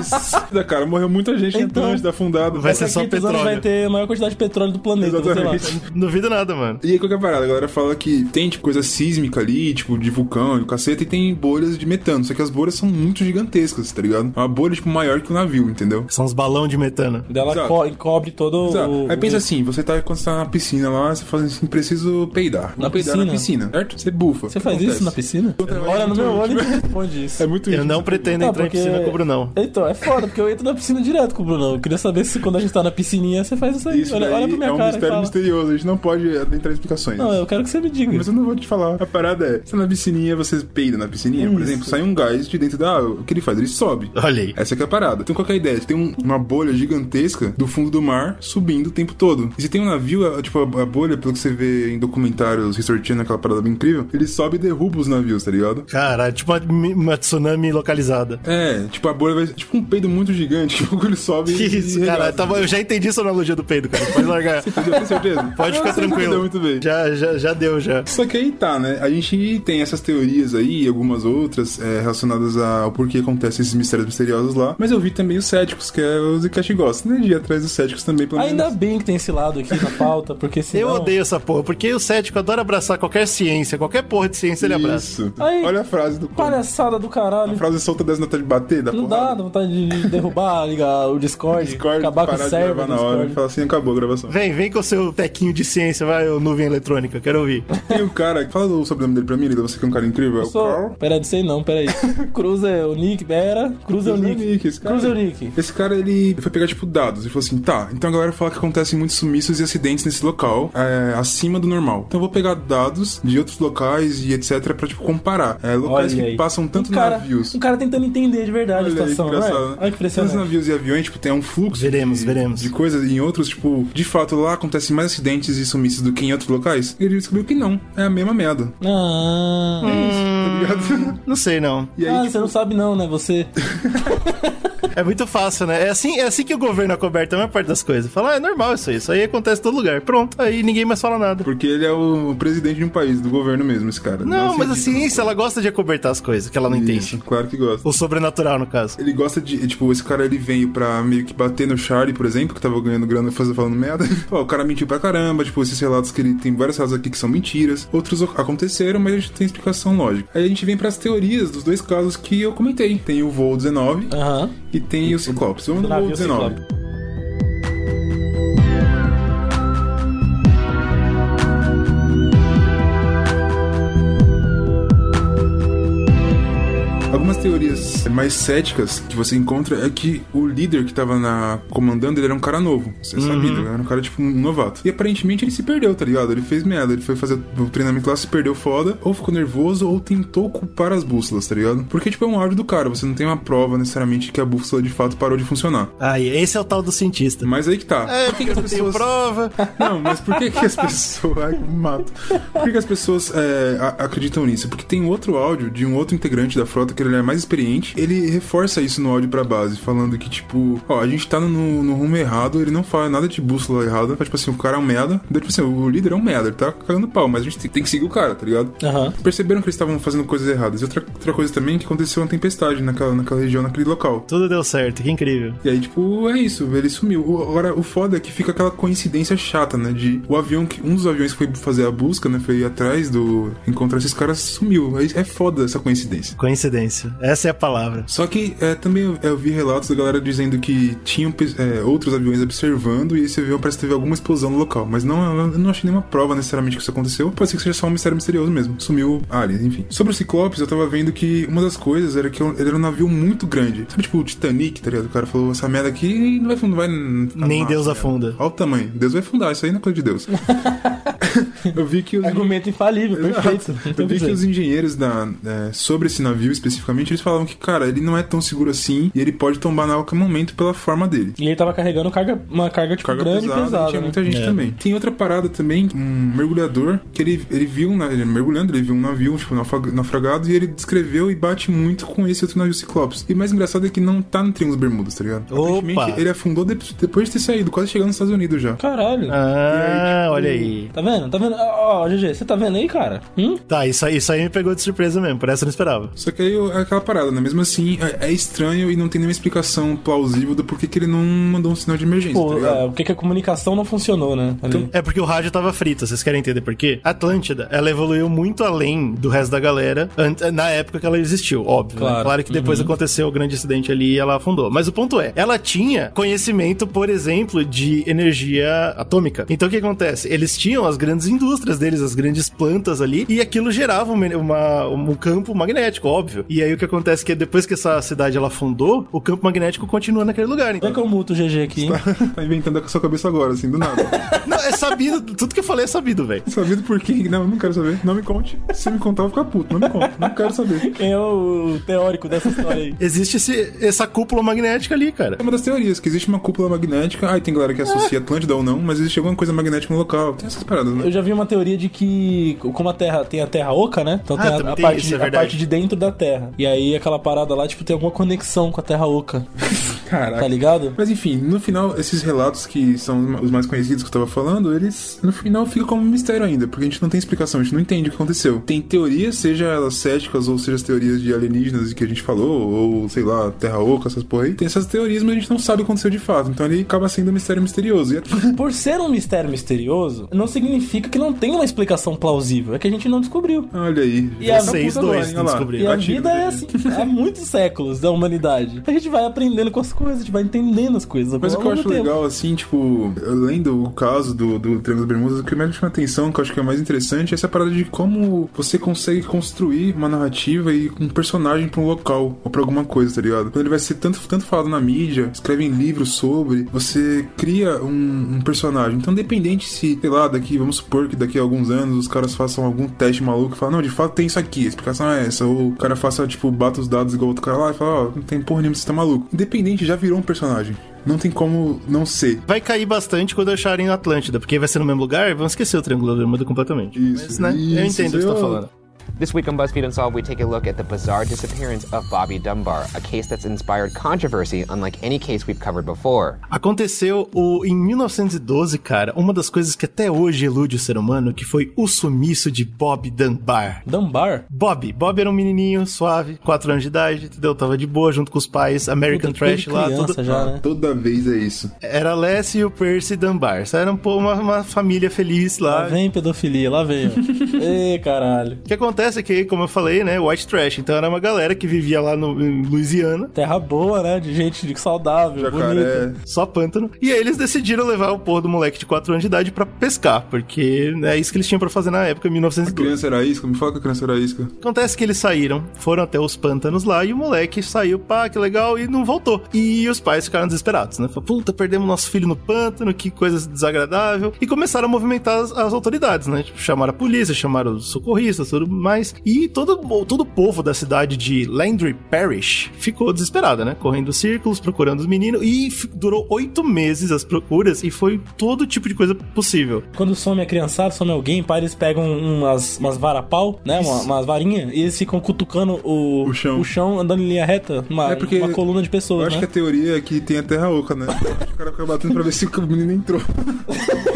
Speaker 3: Isso. Da cara, morreu muita gente na
Speaker 2: Então,
Speaker 3: Atlântida afundada.
Speaker 1: vai
Speaker 2: Daqui
Speaker 1: ser
Speaker 2: a
Speaker 1: só
Speaker 2: 500 anos
Speaker 1: petróleo.
Speaker 2: vai ter a maior quantidade de petróleo do planeta, então, sei lá.
Speaker 3: Exatamente.
Speaker 1: Duvido nada, mano.
Speaker 3: E aí, qual que é a parada? A galera fala que tem, tipo, coisa sísmica ali, tipo, de vulcão e o cacete, e tem bolhas de metano. Só que as bolhas são muito gigantescas, tá ligado? É Uma bolha, tipo, maior que o navio, entendeu?
Speaker 1: São uns balão de metano.
Speaker 2: Dela
Speaker 3: Exato.
Speaker 2: co encobre todo
Speaker 3: Exato.
Speaker 2: o...
Speaker 3: Aí pensa
Speaker 2: o-
Speaker 3: assim, você tá quando você tá na piscina lá, você fala assim, preciso peidar.
Speaker 2: Na
Speaker 3: Vou peidar na
Speaker 2: piscina?
Speaker 3: piscina, certo? Você bufa.
Speaker 2: Você faz isso na piscina? Olha no meu olho e responde isso.
Speaker 3: É muito
Speaker 1: Eu
Speaker 3: íntimo.
Speaker 1: não pretendo
Speaker 3: Ah,
Speaker 1: entrar em piscina com o Brunão.
Speaker 2: Então, é foda, porque eu entro na piscina direto com o Brunão. Eu queria saber se quando a gente tá na piscininha você faz isso aí.
Speaker 3: Isso
Speaker 2: olha,
Speaker 3: daí
Speaker 2: olha pra minha
Speaker 3: é um
Speaker 2: cara e
Speaker 3: mistério
Speaker 2: fala.
Speaker 3: misterioso, a gente não pode adentrar em explicações.
Speaker 2: Não, eu quero que você me diga.
Speaker 3: Mas eu não vou te falar. A parada é, você tá na piscininha, você peida na piscininha, por exemplo, sai um gás de dentro da água. O que ele faz? Ele sobe.
Speaker 1: Olha aí.
Speaker 3: Essa que é a parada. Então qual que é a ideia? Tem um- uma bolha gigantesca do fundo do mar subindo o tempo todo. E se tem um navio, a- tipo, a, a bolha, pelo que você vê em documentários, ressortindo aquela parada bem incrível, ele sobe e derruba os navios, tá ligado?
Speaker 1: Cara, tipo uma, uma tsunami localizada.
Speaker 3: É, tipo, a bolha vai. Tipo um peido muito gigante, que o bagulho sobe
Speaker 1: Que
Speaker 3: e-
Speaker 1: isso,
Speaker 3: e
Speaker 1: cara.
Speaker 3: regaça.
Speaker 1: tá bom, eu já entendi essa analogia do peido, cara. Pode largar.
Speaker 3: Entendeu? Tem certeza?
Speaker 1: Pode
Speaker 3: Eu
Speaker 1: ficar
Speaker 3: sei que
Speaker 1: tranquilo.
Speaker 3: deu Muito bem.
Speaker 1: Já, já, já deu, já.
Speaker 3: Só que aí tá, né? A gente tem essas teorias aí, e algumas outras é, relacionadas ao porquê acontecem esses mistérios misteriosos lá. Mas eu vi também os céticos, que é o Zikashi gosta, né? De ir atrás dos céticos também, pelo menos.
Speaker 2: Ainda bem que tem esse lado aqui na pauta, porque senão...
Speaker 1: Eu um odeio essa porra, porque o cético adora abraçar qualquer ciência, qualquer porra de ciência ele abraça.
Speaker 3: Isso.
Speaker 2: Aí-
Speaker 3: Olha a frase do Conan.
Speaker 2: Palhaçada do caralho.
Speaker 3: A frase solta das notas de bater, da
Speaker 2: Não dá,
Speaker 3: porrada.
Speaker 2: dá vontade de derrubar, ligar o Discord,
Speaker 3: Discord,
Speaker 2: acabar com o
Speaker 3: parar de gravar
Speaker 2: server do
Speaker 3: na hora e
Speaker 2: Discord.
Speaker 3: falar assim, acabou a gravação.
Speaker 1: Vem, vem com o seu tequinho de ciência, vai, ô nuvem eletrônica, quero ouvir.
Speaker 3: Tem um cara, fala o sobrenome dele pra mim, Lida, você que é um cara incrível. É o
Speaker 2: Sou...
Speaker 3: Carl.
Speaker 2: Pera, não sei não, pera aí. Cruz é o Nick, pera. Cruz é o
Speaker 3: Cruz é o
Speaker 2: Nick.
Speaker 3: Nick, esse cara.
Speaker 2: Cruz é o Nick.
Speaker 3: Esse cara, ele foi pegar, tipo, dados e falou assim: tá, então a galera fala que acontecem muitos sumiços e acidentes nesse local, é, acima do normal. Então eu vou pegar dados de outros locais e etc pra, tipo, comparar. É, locais
Speaker 2: Olha
Speaker 3: que
Speaker 2: aí.
Speaker 3: passam tanto
Speaker 2: um cara,
Speaker 3: navios.
Speaker 2: Um cara tentando entender de verdade a
Speaker 3: Olha aí,
Speaker 2: situação, né?
Speaker 3: engraçado, né?
Speaker 2: Olha que impressionante.
Speaker 3: Tantos navios e aviões, tipo, tem um fluxo
Speaker 1: Veremos,
Speaker 3: de,
Speaker 1: veremos.
Speaker 3: de coisas. E em outros, tipo, de fato, lá acontecem mais acidentes e sumiços do que em outros locais. E ele descobriu que não. É a mesma merda.
Speaker 2: Ah,
Speaker 3: Tá
Speaker 2: Hum.
Speaker 3: ligado?
Speaker 1: Não sei, não.
Speaker 3: E aí,
Speaker 2: Ah,
Speaker 3: tipo,
Speaker 2: você não sabe não, né? Você...
Speaker 1: É muito fácil, né? É assim, é assim que o governo acoberta a maior parte das coisas. Fala, ah, é normal isso aí, isso aí acontece em todo lugar. Pronto, aí ninguém mais fala nada.
Speaker 3: Porque ele é o presidente de um país, do governo mesmo, esse cara.
Speaker 1: Não, mas a
Speaker 3: cientista.
Speaker 1: ciência, ela gosta de acobertar as coisas que ela não
Speaker 2: assim,
Speaker 3: Isso,
Speaker 1: entende.
Speaker 3: claro que gosta.
Speaker 1: O sobrenatural, no caso.
Speaker 3: Ele gosta de. Tipo, esse cara ele veio pra meio que bater no Charlie, por exemplo, que tava ganhando grana fazendo falando merda. Ó, o cara mentiu pra caramba, tipo, esses relatos que ele tem vários relatos aqui que são mentiras. Outros ac- aconteceram, mas a gente tem explicação lógica. Aí a gente vem pras teorias dos dois casos que eu comentei. Tem o voo 19
Speaker 2: Aham.
Speaker 3: e tem o Ciclopes. Vamos no voo
Speaker 2: navio
Speaker 3: 19. Algumas teorias mais céticas que você encontra é que o líder que tava na comandando, ele era um cara novo. Você sabia, ele era um cara tipo um novato. E aparentemente ele se perdeu, tá ligado? Ele fez merda, ele foi fazer o treinamento lá, se perdeu foda, ou ficou nervoso, ou tentou culpar as bússolas, tá ligado? Porque, tipo, é um áudio do cara, você não tem uma prova necessariamente que a bússola de fato parou de funcionar.
Speaker 1: Aí, esse é o tal do cientista.
Speaker 3: Mas aí que tá.
Speaker 1: É,
Speaker 3: Por
Speaker 1: porque eu não tenho prova.
Speaker 3: Não, mas por que, que as pessoas. Ai, que mato. Por que, que as pessoas é, a- acreditam nisso? Porque tem um outro áudio de um outro integrante da frota, aquele olhar mais experiente, ele reforça isso no áudio pra base, falando que, tipo, ó, a gente tá no, no rumo errado, ele não fala nada de bússola errada, mas, tipo assim, o cara é um merda, daí, tipo assim, o líder é um merda, ele tá cagando pau, mas a gente tem, tem que seguir o cara, tá ligado?
Speaker 2: Aham.
Speaker 3: Perceberam que eles estavam fazendo coisas erradas. E outra, outra coisa também é que aconteceu uma tempestade naquela, naquela região, naquele local.
Speaker 1: Tudo deu certo, que incrível.
Speaker 3: E aí, tipo, é isso, ele sumiu. O- Agora, o foda é que fica aquela coincidência chata, né? De o avião, que um dos aviões que foi fazer a busca, né? Foi ir atrás do. encontrar esses caras, sumiu. Aí É foda essa coincidência.
Speaker 1: Coincidência. Essa é a palavra.
Speaker 3: Só que é, também eu, eu vi relatos da galera dizendo que tinham pe- é, outros aviões observando e esse avião parece que teve alguma explosão no local. Mas não, é, eu não achei nenhuma prova necessariamente que isso aconteceu. Pode ser que seja só um mistério misterioso mesmo. Sumiu aliens, enfim. Sobre o Ciclopes, eu tava vendo que uma das coisas era que ele era um navio muito grande. Sabe, tipo o Titanic, tá ligado? O cara falou essa merda aqui não vai afundar. Vai,
Speaker 1: Nem Deus
Speaker 3: merda.
Speaker 1: afunda.
Speaker 3: Olha o tamanho. Deus vai afundar, isso aí não é coisa de Deus. eu vi que os.
Speaker 1: É
Speaker 2: Argumento infalível, perfeito. Então,
Speaker 3: Eu vi que os engenheiros da, é, sobre esse navio especificamente, eles falavam que, cara, ele não é tão seguro assim e ele pode tombar na qualquer momento pela forma dele.
Speaker 2: E ele tava carregando carga, uma carga, tipo,
Speaker 3: Carga
Speaker 2: grande
Speaker 3: pesada,
Speaker 2: e pesada.
Speaker 3: tinha
Speaker 2: né?
Speaker 3: muita gente também. Tem outra parada também, um mergulhador, que ele, ele viu, um na- ele mergulhando, ele viu um navio, tipo, naufra- naufragado, e ele descreveu e bate muito com esse outro navio Ciclopes. E o mais engraçado é que não tá no Triângulo dos Bermudas, tá ligado?
Speaker 1: Opa!
Speaker 3: Aparentemente, ele afundou de- depois de ter saído, quase chegando nos Estados Unidos já.
Speaker 2: Caralho.
Speaker 3: É.
Speaker 1: Ah, olha aí.
Speaker 2: Tá vendo? Tá vendo? Ó, ó, GG, você tá vendo aí, cara? Hum?
Speaker 1: Tá, isso aí, isso aí me pegou de surpresa mesmo, por essa eu não esperava.
Speaker 3: Só que aí eu- é aquela parada, né? Mesmo assim, é, é estranho e não tem nenhuma explicação plausível do porquê que ele não mandou um sinal de emergência, tá
Speaker 2: Pô,
Speaker 3: ligado? Então-
Speaker 2: é, o que que a comunicação não funcionou, né? Ali.
Speaker 1: É porque o rádio tava frito, vocês querem entender por quê? Atlântida, ela evoluiu muito além do resto da galera an- na época que ela existiu, óbvio. né? Claro,
Speaker 2: Claro.
Speaker 1: que depois aconteceu o grande acidente ali e ela afundou. Mas o ponto é, ela tinha conhecimento, por exemplo, de energia atômica. Então o que acontece? Eles tinham as grandes indústrias deles, as grandes plantas ali, e aquilo gerava uma- uma- um campo magnético, óbvio. E aí o que acontece é que depois que essa cidade ela afundou, o campo magnético continua naquele lugar.
Speaker 2: Como é
Speaker 1: Então,
Speaker 2: que eu muto o GG aqui, hein?
Speaker 3: tá inventando com a sua cabeça agora, assim, do nada.
Speaker 1: não, é sabido, tudo que eu falei é sabido, velho.
Speaker 3: Sabido por quem? Não, não quero saber. Não me conte. Se me contar, eu vou ficar puto. Não me conte. Não quero saber.
Speaker 2: Quem é o teórico dessa história aí?
Speaker 1: Existe esse- essa cúpula magnética ali, cara.
Speaker 3: É uma das teorias, que existe uma cúpula magnética. Aí tem galera que associa Atlântida ou não, mas existe alguma coisa magnética no local. Tem essas paradas, né?
Speaker 2: Eu já vi uma teoria de que, como a Terra tem a Terra oca, né? Então
Speaker 1: Ah,
Speaker 2: tem, a,
Speaker 1: também
Speaker 2: a
Speaker 1: tem
Speaker 2: parte,
Speaker 1: isso, é
Speaker 2: a
Speaker 1: verdade.
Speaker 2: parte de dentro da Terra. E aí aquela parada lá, tipo, tem alguma conexão com a Terra oca,
Speaker 3: Caraca.
Speaker 2: tá ligado?
Speaker 3: Mas enfim, no final, esses relatos que são os mais conhecidos que eu tava falando, eles no final ficam como um mistério ainda, porque a gente não tem explicação, a gente não entende o que aconteceu. Tem teorias, seja elas céticas ou seja as teorias de alienígenas que a gente falou, ou sei lá, terra oca, essas porra aí. Tem essas teorias, mas a gente não sabe o que aconteceu de fato, então ele acaba sendo um mistério misterioso. E é-
Speaker 2: Por ser um mistério misterioso, não significa que não tem uma explicação plausível. É que a gente não descobriu.
Speaker 3: Olha aí. Tá
Speaker 2: E a-
Speaker 1: Vocês
Speaker 3: puta agora,
Speaker 1: dois
Speaker 3: hein,
Speaker 1: têm
Speaker 3: olha lá.
Speaker 1: descobrir.
Speaker 2: E a
Speaker 3: Atira,
Speaker 2: vida é
Speaker 3: né?
Speaker 2: assim, há muitos séculos da humanidade. A gente vai aprendendo com as coisas, a gente vai entendendo as coisas.
Speaker 3: Mas o
Speaker 2: Tá ao
Speaker 3: que eu
Speaker 2: longo
Speaker 3: acho
Speaker 2: do tempo.
Speaker 3: legal, assim, tipo, além do caso do, do Triângulo das Bermudas, o que mais me chama atenção, que eu acho que é o mais interessante, é essa parada de como você consegue construir uma narrativa e um personagem pra um local ou pra alguma coisa, tá ligado? Quando ele vai ser tanto, tanto falado na mídia, escreve em livros sobre, você cria um, um personagem. Então, dependente se, sei lá, daqui, vamos supor que daqui a alguns anos os caras façam algum teste maluco e falam, não, de fato tem isso aqui, a explicação é essa. Ou o cara faça, tipo, bata os dados igual outro cara lá e fala, ó, não tem porra nenhuma, você tá maluco. Independente, já virou um personagem. Não tem como não ser.
Speaker 1: Vai cair bastante quando acharem Atlântida, porque vai ser no mesmo lugar e vão esquecer o Triângulo da Bermuda completamente.
Speaker 3: Isso,
Speaker 1: Mas, né, eu
Speaker 3: isso,
Speaker 1: entendo o que você tá
Speaker 3: eu-
Speaker 1: falando.
Speaker 8: This week on BuzzFeed Unsolved, we take a look at the bizarre disappearance of Bobby Dunbar, a case that's inspired controversy unlike any case we've covered before.
Speaker 1: Aconteceu o, em 1912, cara, uma das coisas que até hoje elude o ser humano, que foi o sumiço de Bob Dunbar.
Speaker 2: Dunbar?
Speaker 1: Bob, Bob era um menininho suave, 4 anos de idade, entendeu? Tava de boa junto com os pais, American
Speaker 2: Puta,
Speaker 1: Trash
Speaker 2: desde
Speaker 1: lá,
Speaker 2: criança
Speaker 1: tudo.
Speaker 3: Ah,
Speaker 2: já, né?
Speaker 3: Toda vez é isso.
Speaker 1: Era Lessie e o Percy Dunbar. Isso Era um, pô, uma, uma família feliz lá.
Speaker 2: Lá vem pedofilia, lá vem. ó. Ê, caralho.
Speaker 1: O que acontece é que, como eu falei, né, white trash. Então era uma galera que vivia lá no, em Louisiana,
Speaker 2: Terra boa, né? De gente saudável, bonita.
Speaker 3: Jacaré.
Speaker 1: só pântano. E aí eles decidiram levar o porra do moleque de 4 anos de idade pra pescar, porque né, é isso que eles tinham pra fazer na época, em
Speaker 3: A
Speaker 1: 1912.
Speaker 3: é criança era isca? Me fala que a criança era isca.
Speaker 1: Acontece que eles saíram, foram até os pântanos lá e o moleque saiu, pá, que legal, e não voltou. E os pais ficaram desesperados, né? Falaram, puta, perdemos nosso filho no pântano, que coisa desagradável. E começaram a movimentar as, as autoridades, né? Tipo, chamaram a polícia, chamaram os socorristas, tudo mais. E todo, todo o povo da cidade de Landry Parish ficou desesperada, né? Correndo círculos, procurando os meninos. E f- durou oito meses as procuras e foi todo tipo de coisa possível.
Speaker 2: Quando some a criançada, some alguém, pá, eles pegam umas, umas varapau, né? Uma, umas varinhas, e eles ficam cutucando o,
Speaker 3: O chão.
Speaker 2: andando em linha reta, uma,
Speaker 3: É porque-
Speaker 2: uma coluna de
Speaker 3: Eu
Speaker 2: pessoas,
Speaker 3: acho
Speaker 2: né?
Speaker 3: que a teoria é que tem a terra oca, né? o cara fica batendo pra ver se o menino entrou.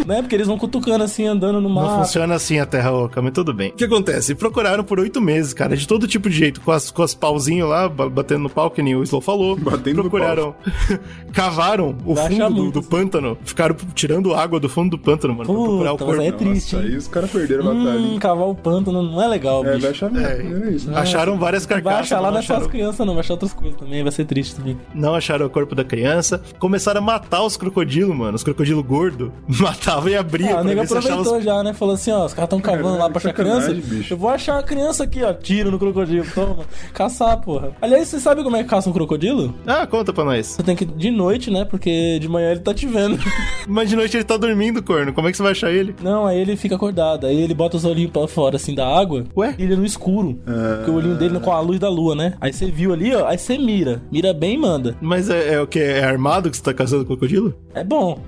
Speaker 2: Não é porque eles vão cutucando assim, andando no
Speaker 1: Não
Speaker 2: mato.
Speaker 1: funciona assim a Terra Oca, mas tudo bem. O que acontece? Procuraram por oito meses, cara, de todo tipo de jeito, com as, com as pauzinhos lá, ba- batendo no pau, que nem o Slow falou.
Speaker 3: Batendo no
Speaker 1: Procuraram. cavaram o
Speaker 2: Vai achar
Speaker 1: fundo do,
Speaker 2: muito. assim.
Speaker 1: do pântano. Ficaram tirando água do fundo do pântano, mano, pra procurar o
Speaker 2: Puta, mas
Speaker 1: corpo.
Speaker 2: aí é triste,
Speaker 3: Nossa,
Speaker 2: hein?
Speaker 3: aí os caras perderam a batalha.
Speaker 2: Hum,
Speaker 3: hein?
Speaker 2: cavar o pântano não é legal,
Speaker 3: É,
Speaker 2: bicho.
Speaker 3: vai achar mesmo. Era isso.
Speaker 1: Acharam várias
Speaker 2: Não né? Vai
Speaker 1: carcaças.
Speaker 2: achar lá
Speaker 1: não
Speaker 2: não é só as
Speaker 1: acharam-
Speaker 2: crianças, não. Vai achar outras coisas também. Vai ser triste também.
Speaker 1: não acharam o corpo da criança. Começaram a matar os crocodilos, mano. Os crocodilos gordo Matava e abria
Speaker 2: Ah, o
Speaker 1: pra
Speaker 2: nego
Speaker 1: ver se achava os...
Speaker 2: aproveitou já, né? Falou assim, ó, os caras tão cavando lá pra achar
Speaker 3: é sacanagem,
Speaker 2: criança.
Speaker 3: bicho.
Speaker 2: Eu vou achar a criança aqui, ó. Tiro no crocodilo, toma. Caçar, porra. Aliás, você sabe como é que caça um crocodilo?
Speaker 1: Ah, conta pra nós.
Speaker 2: Você tem que ir de noite, né? Porque de manhã ele tá te vendo.
Speaker 1: Mas de noite ele tá dormindo, corno. Como é que você vai achar ele?
Speaker 2: Não, aí ele fica acordado. Aí ele bota os olhinhos pra fora, assim, da água.
Speaker 1: Ué?
Speaker 2: E ele é no escuro.
Speaker 3: Ah.
Speaker 2: Porque o olhinho dele é com a luz da lua, né? Aí você viu ali, ó. Aí você mira. Mira bem e manda.
Speaker 1: Mas é, é o que? É armado que você tá caçando crocodilo?
Speaker 2: É bom.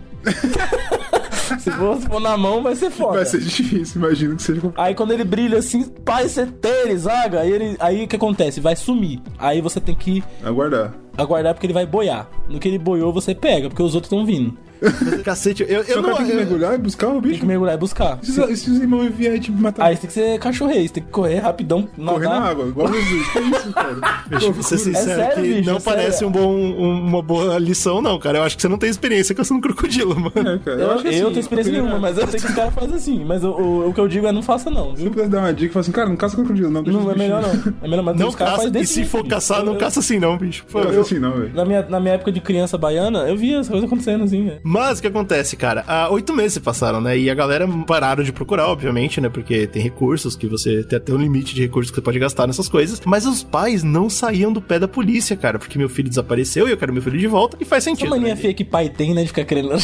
Speaker 2: se, for, se for na mão, vai ser foda.
Speaker 3: Vai ser difícil, imagino que seja complicado.
Speaker 2: Aí quando ele brilha assim, pai, você tênis, zaga. Aí, ele, aí o que acontece? Vai sumir. Aí você tem que
Speaker 3: Aguardar.
Speaker 2: aguardar porque ele vai boiar. No que ele boiou, você pega, porque os outros estão vindo.
Speaker 1: Cacete, eu, eu
Speaker 3: Então o
Speaker 1: não...
Speaker 3: cara tem que
Speaker 1: eu-
Speaker 3: mergulhar e buscar o
Speaker 2: é- Tem que
Speaker 3: bicho?
Speaker 2: mergulhar e buscar.
Speaker 3: E se os- e se os irmãos vierem te matar?
Speaker 2: Aí você tem que ser cachorreiro, você tem que correr rapidão,
Speaker 3: Correr na
Speaker 2: nadar.
Speaker 3: água, igual Jesus. Que isso, cara?
Speaker 1: Bicho, vou ser sincero
Speaker 2: É sério,
Speaker 1: que
Speaker 2: bicho,
Speaker 1: não
Speaker 2: é
Speaker 1: parece
Speaker 2: sério.
Speaker 1: um bom, um- uma boa lição, não, cara. Eu acho que você não tem experiência caçando crocodilo, mano.
Speaker 3: É, cara,
Speaker 2: Eu, eu,
Speaker 3: que
Speaker 2: não
Speaker 3: assim,
Speaker 2: tenho experiência
Speaker 3: primeira-
Speaker 2: nenhuma, mas eu sei que os caras fazem assim. Mas o, o, o que eu digo é não faça não,
Speaker 3: Se eu
Speaker 2: viu?
Speaker 3: pudesse dar uma dica, eu falo assim, cara, não caça crocodilo, não. deixa
Speaker 2: Não, é
Speaker 3: os
Speaker 2: melhor
Speaker 3: bichinhos.
Speaker 2: não. É melhor, mas
Speaker 1: Não
Speaker 2: os caras
Speaker 1: caça,
Speaker 2: fazem
Speaker 1: e
Speaker 2: desse
Speaker 1: se
Speaker 2: jeito,
Speaker 1: for
Speaker 2: filho.
Speaker 1: caçar,
Speaker 2: Eu-
Speaker 1: não
Speaker 2: eu-
Speaker 1: caça assim não, bicho. Pô,
Speaker 3: Não caça assim, não, velho.
Speaker 2: Na minha, na minha época de criança baiana, eu via essa coisa acontecendo assim, né?
Speaker 1: Mas o que acontece, cara? Há oito meses se passaram, né? E a galera pararam de procurar, obviamente, né? Porque tem recursos que você tem até um limite de recursos que você pode gastar nessas coisas. Mas os pais não saíam do pé da polícia, cara. Porque meu filho desapareceu e eu quero meu filho de volta. E faz
Speaker 2: Essa
Speaker 1: sentido.
Speaker 2: mania
Speaker 1: né?
Speaker 2: feia que pai tem, né? De ficar querendo.
Speaker 3: Tá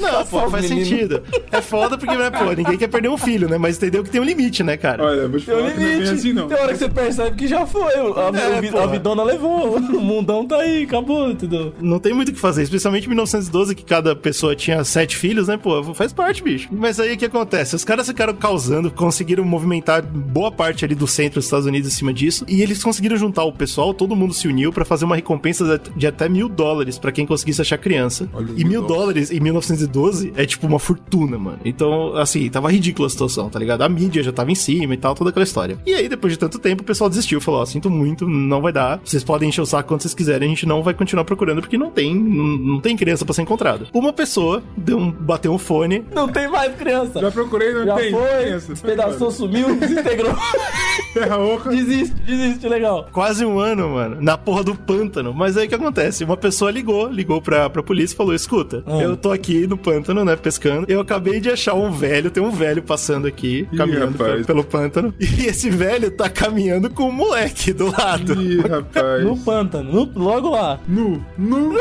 Speaker 1: Não, Tá, pô,
Speaker 2: os
Speaker 1: faz
Speaker 2: meninos.
Speaker 1: sentido. É foda porque, né, pô, ninguém quer perder um filho, né? Mas entendeu que tem um limite, né, cara?
Speaker 3: Olha, eu vou te
Speaker 2: Tem um
Speaker 3: falar que não é bem
Speaker 2: limite.
Speaker 3: assim, não.
Speaker 2: Tem hora que você percebe que já foi. o- A,
Speaker 1: É,
Speaker 2: o vi-
Speaker 1: porra.
Speaker 2: a vidona levou. O mundão tá aí, acabou, entendeu?
Speaker 1: Não tem muito o que fazer, especialmente em 1912, que cada pessoa tinha sete filhos, né? Pô, faz parte, bicho. Mas aí o que acontece? Os caras ficaram causando, conseguiram movimentar boa parte ali do centro dos Estados Unidos em cima disso, e eles conseguiram juntar o pessoal, todo mundo se uniu pra fazer uma recompensa de- de até mil dólares pra quem conseguisse achar criança.
Speaker 3: Olha,
Speaker 1: e
Speaker 3: mil
Speaker 1: mil dólares em 1912 é tipo uma fortuna, mano. Então, assim, tava ridícula a situação, tá ligado? A mídia já tava em cima e tal, toda aquela história. E aí, depois de tanto tempo, o pessoal desistiu, falou: Ó, sinto muito, não vai dar. Vocês podem encher o saco quando vocês quiserem, a gente não vai continuar procurando porque não tem, não, não tem criança pra ser encontrada. Uma pessoa deu um, bateu um fone.
Speaker 2: Não tem mais criança.
Speaker 3: Já procurei, não
Speaker 2: Já
Speaker 3: tem.
Speaker 2: foi,
Speaker 3: Pensa,
Speaker 2: despedaçou,
Speaker 3: embora.
Speaker 2: sumiu, desintegrou.
Speaker 3: Terra oca.
Speaker 2: desiste, desiste, legal.
Speaker 1: Quase um ano, mano, na porra do pântano. Mas aí o que acontece? Uma pessoa ligou, ligou pra, pra polícia e falou: escuta,
Speaker 3: Hum.
Speaker 2: Ah.
Speaker 1: eu tô aqui no pântano, né, pescando. Eu acabei de achar um velho, tem um velho passando aqui,
Speaker 3: Ih,
Speaker 1: caminhando
Speaker 3: rapaz.
Speaker 1: pe- pelo pântano. E esse velho tá caminhando com um moleque do lado.
Speaker 3: Ih, rapaz.
Speaker 2: No pântano, no- logo lá.
Speaker 3: Nu, nu.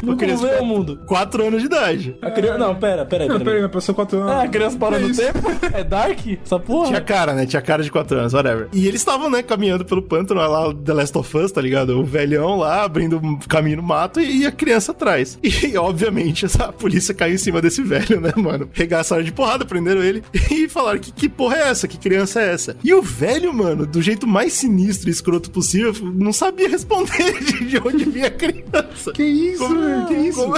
Speaker 2: No
Speaker 1: queria
Speaker 2: como vê o mundo.
Speaker 1: Quatro anos de idade.
Speaker 2: A criança. Não, pera, pera aí.
Speaker 3: Não,
Speaker 2: Pera
Speaker 3: peraí,
Speaker 2: aí.
Speaker 3: mas passou quatro anos.
Speaker 2: Ah, a criança parou
Speaker 3: Que
Speaker 2: no
Speaker 3: isso?
Speaker 2: tempo? É Dark? Essa
Speaker 1: Tinha
Speaker 2: porra?
Speaker 1: cara, né? Tinha cara de 4 anos, whatever. E eles estavam, né, caminhando pelo pântano olha lá, The Last of Us, tá ligado? O velhão lá, abrindo um caminho no mato e, e a criança atrás. E, obviamente, essa- a polícia caiu em cima desse velho, né, mano? Regaçaram de porrada, prenderam ele e falaram: que, que porra é essa? Que criança é essa? E o velho, mano, do jeito mais sinistro e escroto possível, não sabia responder de, de onde vinha a criança.
Speaker 3: Que isso,
Speaker 1: Como-
Speaker 3: velho? Que isso?
Speaker 1: como-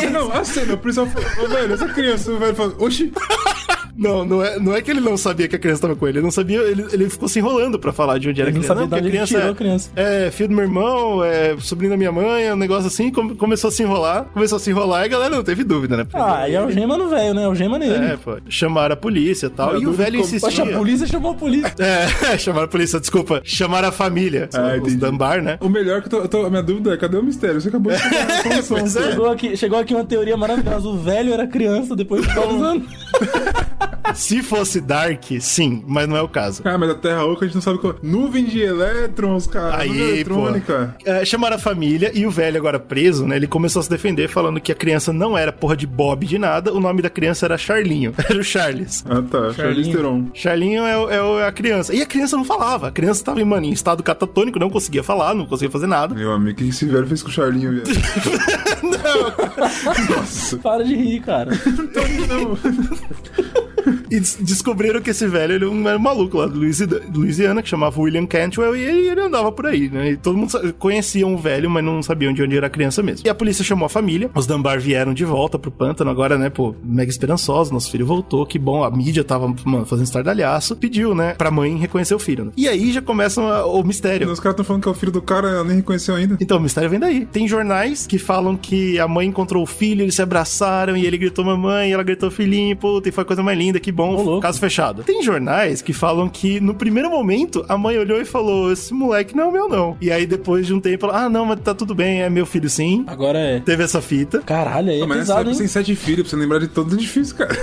Speaker 1: é
Speaker 3: Não, a cena, o policial falou, "Ô, velho, essa criança, o velho falou, oxi,
Speaker 1: Não, não é, não é que ele não sabia que a criança tava com ele. Ele não sabia, ele, ele ficou se enrolando pra falar de onde era
Speaker 2: Ele
Speaker 1: a
Speaker 2: não
Speaker 1: criança.
Speaker 2: sabia de
Speaker 1: porque
Speaker 2: onde ele tirou a criança.
Speaker 1: é, é filho do meu irmão, é sobrinho da minha mãe, é um negócio assim. come- começou a se enrolar, começou a se enrolar e a galera não teve dúvida, né?
Speaker 2: Ah, aí é o gema no velho, né? O gema nele.
Speaker 1: É, pô. Chamaram a polícia e tal.
Speaker 3: Não,
Speaker 1: e o
Speaker 3: dúvida
Speaker 1: velho
Speaker 3: como-
Speaker 2: Poxa,
Speaker 1: insistia.
Speaker 2: a polícia chamou a polícia.
Speaker 1: É, chamaram a polícia, desculpa. Chamaram a família.
Speaker 3: Ah,
Speaker 1: os
Speaker 3: entendi.
Speaker 1: Dunbar, né?
Speaker 3: O melhor que eu tô, eu tô- A minha dúvida é: cadê o mistério? Você acabou de pegar a
Speaker 1: Pois
Speaker 3: solução.
Speaker 1: é.
Speaker 2: Chegou aqui, chegou aqui uma teoria maravilhosa. O velho era criança depois de todos os anos.
Speaker 1: Se fosse Dark, sim, mas não é o caso.
Speaker 3: Ah, mas a Terra Oca a gente não sabe qual. Nuvem de elétrons, cara. nuvem
Speaker 1: Aí, pô.
Speaker 3: eletrônica.
Speaker 1: É, chamaram a família e o velho agora preso, né? Ele começou a se defender falando que a criança não era porra de Bob de nada, o nome da criança era Charlinho. Era o Charles.
Speaker 3: Ah, tá. Charlize Theron.
Speaker 1: Charlinho é, o- é o- é a criança. E a criança não falava. A criança tava, mano, em estado catatônico, não conseguia falar, não conseguia fazer nada.
Speaker 3: Meu amigo, o que esse velho fez com o Charlinho, velho? não! Nossa!
Speaker 2: Para de rir, cara.
Speaker 1: E des- descobriram que esse velho ele era um era um maluco lá de Luisida- Louisiana, que chamava William Cantwell, e ele, ele andava por aí, né? E todo mundo sa- conhecia um velho, mas não sabiam de onde era a criança mesmo. E a polícia chamou a família, os Dunbar vieram de volta pro pântano, agora, né, pô, mega esperançosos, nosso filho voltou, que bom, a mídia tava, mano, fazendo estardalhaço, pediu, né, pra mãe reconhecer o filho, né? E aí já começa uma- o mistério.
Speaker 3: Os caras estão falando que é o filho do cara, ela nem reconheceu ainda.
Speaker 1: Então, o mistério vem daí. Tem jornais que falam que a mãe encontrou o filho, eles se abraçaram e ele gritou mamãe, e ela gritou filhinho, puta, e foi a coisa mais linda, que bom.
Speaker 2: Ô, louco.
Speaker 1: Caso fechado. Tem jornais que falam que no primeiro momento a mãe olhou e falou: esse moleque não é meu, não. E aí depois de um tempo ela, ah, não, mas tá tudo bem, é meu filho sim.
Speaker 2: Agora é.
Speaker 1: Teve essa fita.
Speaker 2: Caralho,
Speaker 1: Ah,
Speaker 2: aí é
Speaker 3: Ah, Mas nessa
Speaker 2: pesado,
Speaker 3: época você tem
Speaker 2: hein?
Speaker 3: sete filhos, pra você lembrar de todos é difícil, cara.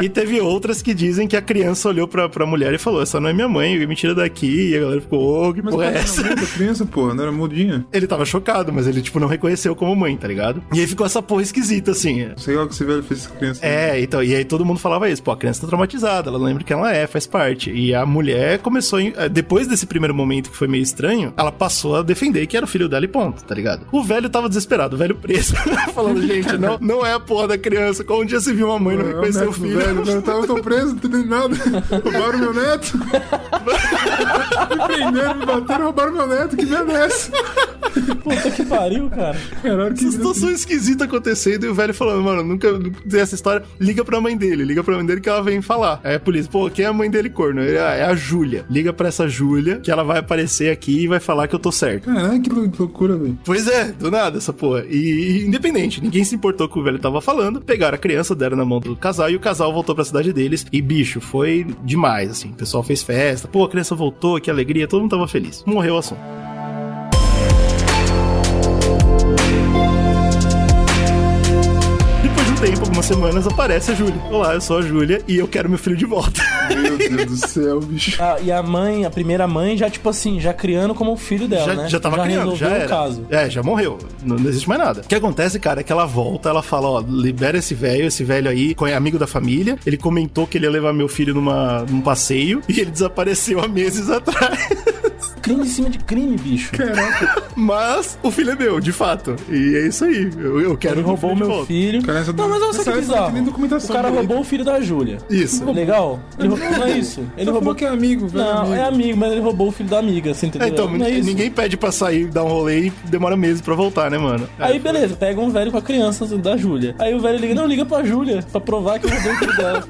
Speaker 1: E teve outras que dizem que a criança olhou pra, pra mulher e falou: essa não é minha mãe, me tira daqui. E a galera ficou: ô, que
Speaker 3: Mas o
Speaker 1: porra é
Speaker 3: cara
Speaker 1: essa?
Speaker 3: era muda, criança, porra, não era mudinha.
Speaker 1: Ele tava chocado, mas ele, tipo, não reconheceu como mãe, tá ligado? E aí ficou essa porra esquisita, assim.
Speaker 3: Sei lá o que esse velho fez com essa criança.
Speaker 1: É, então, e aí todo mundo falava isso, pô, a criança tá traumatizada, ela não lembra quem ela é, faz parte. E a mulher começou, em- eh, depois desse primeiro momento que foi meio estranho, ela passou a defender que era o filho dela e ponto, tá ligado? O velho tava desesperado, o velho preso, falando, gente, não, não é a porra da criança, como um dia se viu uma mãe e não
Speaker 3: Eu
Speaker 1: reconheceu o
Speaker 3: neto,
Speaker 1: filho?
Speaker 3: é velho, eu tava- eu tô preso, não entendi nada. Roubaram meu neto. me prenderam, me bateram, roubaram meu neto. Que merda é essa?
Speaker 2: Puta que pariu, cara.
Speaker 3: Caralho, que
Speaker 1: Essa situação esquisita acontecendo e o velho falando, mano, nunca tem essa história. Liga pra mãe dele, liga pra mãe dele que ela vem falar. Aí a polícia, pô, quem é a mãe dele, corno? Ele, ah, é a Júlia. Liga pra essa Júlia que ela vai aparecer aqui e vai falar que eu tô certo.
Speaker 3: Caralho, que lou- loucura, velho.
Speaker 1: Pois é, do nada essa porra. E, e independente, ninguém se importou com o que o velho tava falando. Pegaram a criança, deram na mão do casal e o casal voltou pra cidade deles. E bicho, foi demais, assim. O pessoal fez festa. Pô, a criança voltou, que alegria, todo mundo tava feliz. Morreu o assunto. Depois de um tempo, algumas semanas, aparece a Júlia. Olá, eu sou a Júlia e eu quero meu filho de volta.
Speaker 3: Meu Deus do céu, bicho.
Speaker 2: Ah, e a mãe, a primeira mãe, já, tipo assim, já criando como o filho dela,
Speaker 1: já,
Speaker 2: né?
Speaker 1: já tava criando,
Speaker 2: resolveu
Speaker 1: já era.
Speaker 2: o caso.
Speaker 1: É, já morreu. Não, não existe mais nada. O que acontece, cara, é que ela volta, ela fala, ó, libera esse velho, esse velho aí, co- é amigo da família. Ele comentou que ele ia levar meu filho numa, num passeio e ele desapareceu há meses atrás.
Speaker 2: Crime em cima de crime, bicho.
Speaker 1: Mas o filho é meu, de fato. E é isso aí. Eu, eu quero
Speaker 2: Ele
Speaker 1: meu
Speaker 2: roubou
Speaker 1: filho de
Speaker 2: meu
Speaker 1: volta.
Speaker 2: filho.
Speaker 3: Cara, essa-
Speaker 2: não, mas olha só
Speaker 3: essa
Speaker 2: que
Speaker 3: época não tem nem
Speaker 2: bizarro.
Speaker 3: documentação
Speaker 2: O cara
Speaker 3: direito.
Speaker 2: roubou o filho da Júlia.
Speaker 1: Isso.
Speaker 2: Legal? Ele roubou, não é isso. Ele
Speaker 3: Só
Speaker 2: roubou
Speaker 3: falou que é amigo, velho.
Speaker 2: Não,
Speaker 3: amigo.
Speaker 2: é amigo, mas ele roubou o filho da amiga, você
Speaker 1: É,
Speaker 2: entendeu?
Speaker 1: então,
Speaker 2: não é isso.
Speaker 1: ninguém pede pra sair, dar um rolê e demora meses pra voltar, né, mano?
Speaker 2: Aí beleza, pega um velho com a criança da Júlia. Aí o velho liga, não, liga pra Júlia, pra provar que eu roubei o filho dela.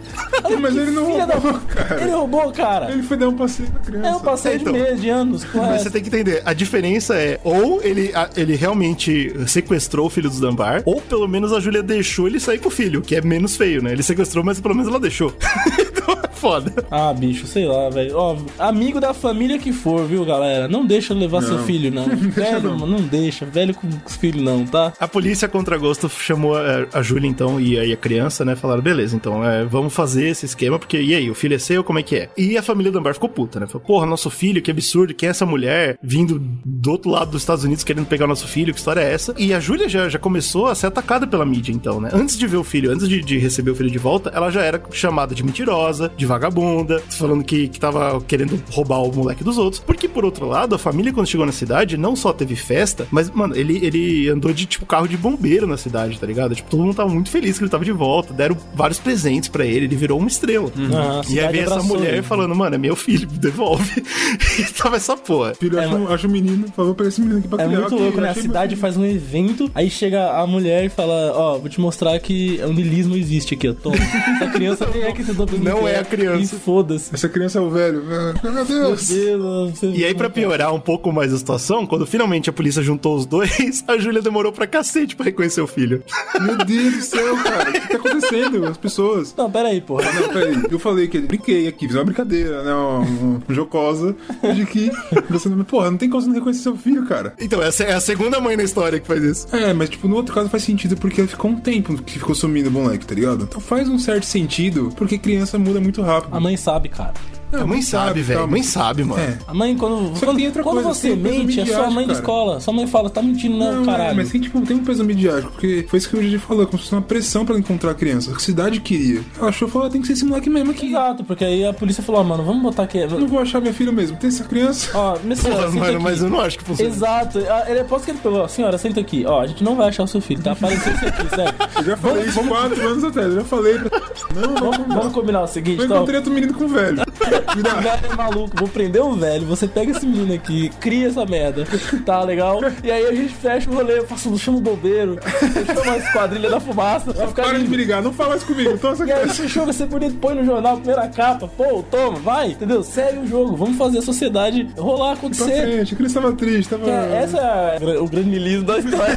Speaker 2: Olha
Speaker 3: Mas
Speaker 2: que
Speaker 3: ele não
Speaker 2: filha
Speaker 3: roubou,
Speaker 2: da...
Speaker 3: cara.
Speaker 2: Ele roubou, cara.
Speaker 3: Ele foi dar um passeio pra criança.
Speaker 2: É um passeio
Speaker 1: Então.
Speaker 2: de meses, de anos. porra,
Speaker 1: Mas
Speaker 2: essa.
Speaker 1: você tem que entender, a diferença é ou ele, a- ele realmente sequestrou o filho dos Dunbar, ou pelo menos a Júlia deixou ele sair com o filho, que é menos feio, né? Ele sequestrou, mas pelo menos ela deixou. então é foda.
Speaker 2: Ah, bicho, sei lá, velho. Ó, amigo da família que for, viu, galera? Não deixa levar seu filho, não. Velho, mano, não deixa. Velho com os filhos, não, tá?
Speaker 1: A polícia contra gosto chamou a, a Júlia então e aí a criança, né? Falaram, beleza, então é, vamos fazer esse esquema, porque e aí, o filho é seu, como é que é? E a família Dunbar ficou puta, né? Falou, porra, nosso filho, que absurdo, quem é essa mulher vindo do outro lado dos Estados Unidos querendo pegar o nosso filho, que história é essa? E a Júlia já, já começou a ser atacada pela mídia, então, né? Antes de ver o filho, antes de, de receber o filho de volta, ela já era chamada de mentirosa, de vagabunda, falando que, que tava querendo roubar o moleque dos outros. Porque, por outro lado, a família, quando chegou na cidade, não só teve festa, mas, mano, ele, ele andou de, tipo, carro de bombeiro na cidade, tá ligado? Tipo, todo mundo tava muito feliz que ele tava de volta, deram vários presentes pra ele, ele virou uma estrela.
Speaker 2: Ah, a
Speaker 1: E aí
Speaker 2: cidade
Speaker 1: vem essa
Speaker 2: abraçou
Speaker 1: mulher
Speaker 2: ele.
Speaker 1: falando, mano, é meu filho, devolve. e tava essa porra.
Speaker 3: Filho, acha, um, acha um menino, falou pra esse menino aqui pra
Speaker 2: É
Speaker 3: criar.
Speaker 2: muito
Speaker 3: ok,
Speaker 2: louco, né? A
Speaker 3: achei
Speaker 2: cidade faz um evento, aí chega a mulher e fala, ó, vou te mostrar que o nilismo existe aqui, ó. Toma. Essa criança nem é que você
Speaker 1: Não é a criança.
Speaker 2: E foda-se.
Speaker 3: Essa criança é o velho. Meu
Speaker 2: Meu
Speaker 3: Deus.
Speaker 2: Deus, você-
Speaker 1: E aí, pra piorar um pouco mais a situação, quando finalmente a polícia juntou os dois, a Júlia demorou pra cacete pra reconhecer o filho.
Speaker 3: Meu Deus do céu, cara. O que tá acontecendo? As pessoas.
Speaker 2: Não, pera aí, porra.
Speaker 3: Não, peraí. Eu falei que brinquei aqui, fiz uma brincadeira, né? Uma, uma jocosa. De que você não. Porra, não tem como você não reconhecer seu filho, cara.
Speaker 1: Então, essa é a segunda mãe na história que faz isso.
Speaker 3: É, mas tipo, no outro caso faz sentido porque ficou um tempo que ficou sumindo o moleque, tá ligado? Então faz um certo sentido porque criança muda muda muito rápido.
Speaker 2: A mãe sabe, cara.
Speaker 3: É,
Speaker 1: A mãe sabe, velho. A
Speaker 3: tal,
Speaker 1: mãe
Speaker 3: mas-
Speaker 1: sabe, mano.
Speaker 3: É.
Speaker 2: A mãe, quando,
Speaker 3: Só que
Speaker 2: quando,
Speaker 3: tem outra
Speaker 2: quando
Speaker 3: coisa,
Speaker 2: você
Speaker 3: tem o peso
Speaker 2: mente, é sua
Speaker 3: midiático,
Speaker 2: mãe de
Speaker 3: cara.
Speaker 2: escola. Sua mãe fala, tá mentindo não, caralho.
Speaker 3: Mas tem, tipo, tem um peso midiático, porque foi isso que o Gigi falou, como se fosse uma pressão pra ela encontrar a criança. A cidade queria. Ela achou e falou, "Ah, tem que ser esse moleque mesmo aqui.
Speaker 2: Exato, porque aí a polícia falou, ó, mano, vamos botar aqui.
Speaker 3: Não vou achar minha filha mesmo. Tem essa criança.
Speaker 2: Ó, minha senhora,
Speaker 1: Porra,
Speaker 2: senta
Speaker 1: mano,
Speaker 2: aqui.
Speaker 1: mas eu não acho que funciona.
Speaker 2: Exato. Ah, Ele, posso que ele pegou, ó, senhora, senta aqui. Ó, a gente não vai achar o seu filho, tá? Apareceu isso aqui,
Speaker 3: Eu
Speaker 2: sério.
Speaker 3: já falei isso quatro anos atrás. Eu já falei pra... Não, não,
Speaker 2: Vamos, vamos combinar o seguinte,
Speaker 3: Eu
Speaker 2: então.
Speaker 3: encontrei outro menino com um velho.
Speaker 2: O
Speaker 3: Vira-
Speaker 2: velho é maluco, vou prender o velho, você pega esse menino aqui, cria essa merda, tá legal? E aí a gente fecha o rolê, eu faço, chama o bombeiro, eu chamo a esquadrilha da fumaça, vai ficar
Speaker 3: Para de
Speaker 2: lindo.
Speaker 3: brigar, não fala mais comigo. Tô essa
Speaker 2: E aí,
Speaker 3: criança.
Speaker 2: fechou, vai ser bonito, põe no jornal, a primeira capa, pô, toma, vai, entendeu? Segue o jogo, vamos fazer a sociedade rolar,
Speaker 3: Pra
Speaker 2: acontecer.
Speaker 3: frente, a criança tava triste, tava...
Speaker 2: É, essa é a gra- o grande nilismo da história.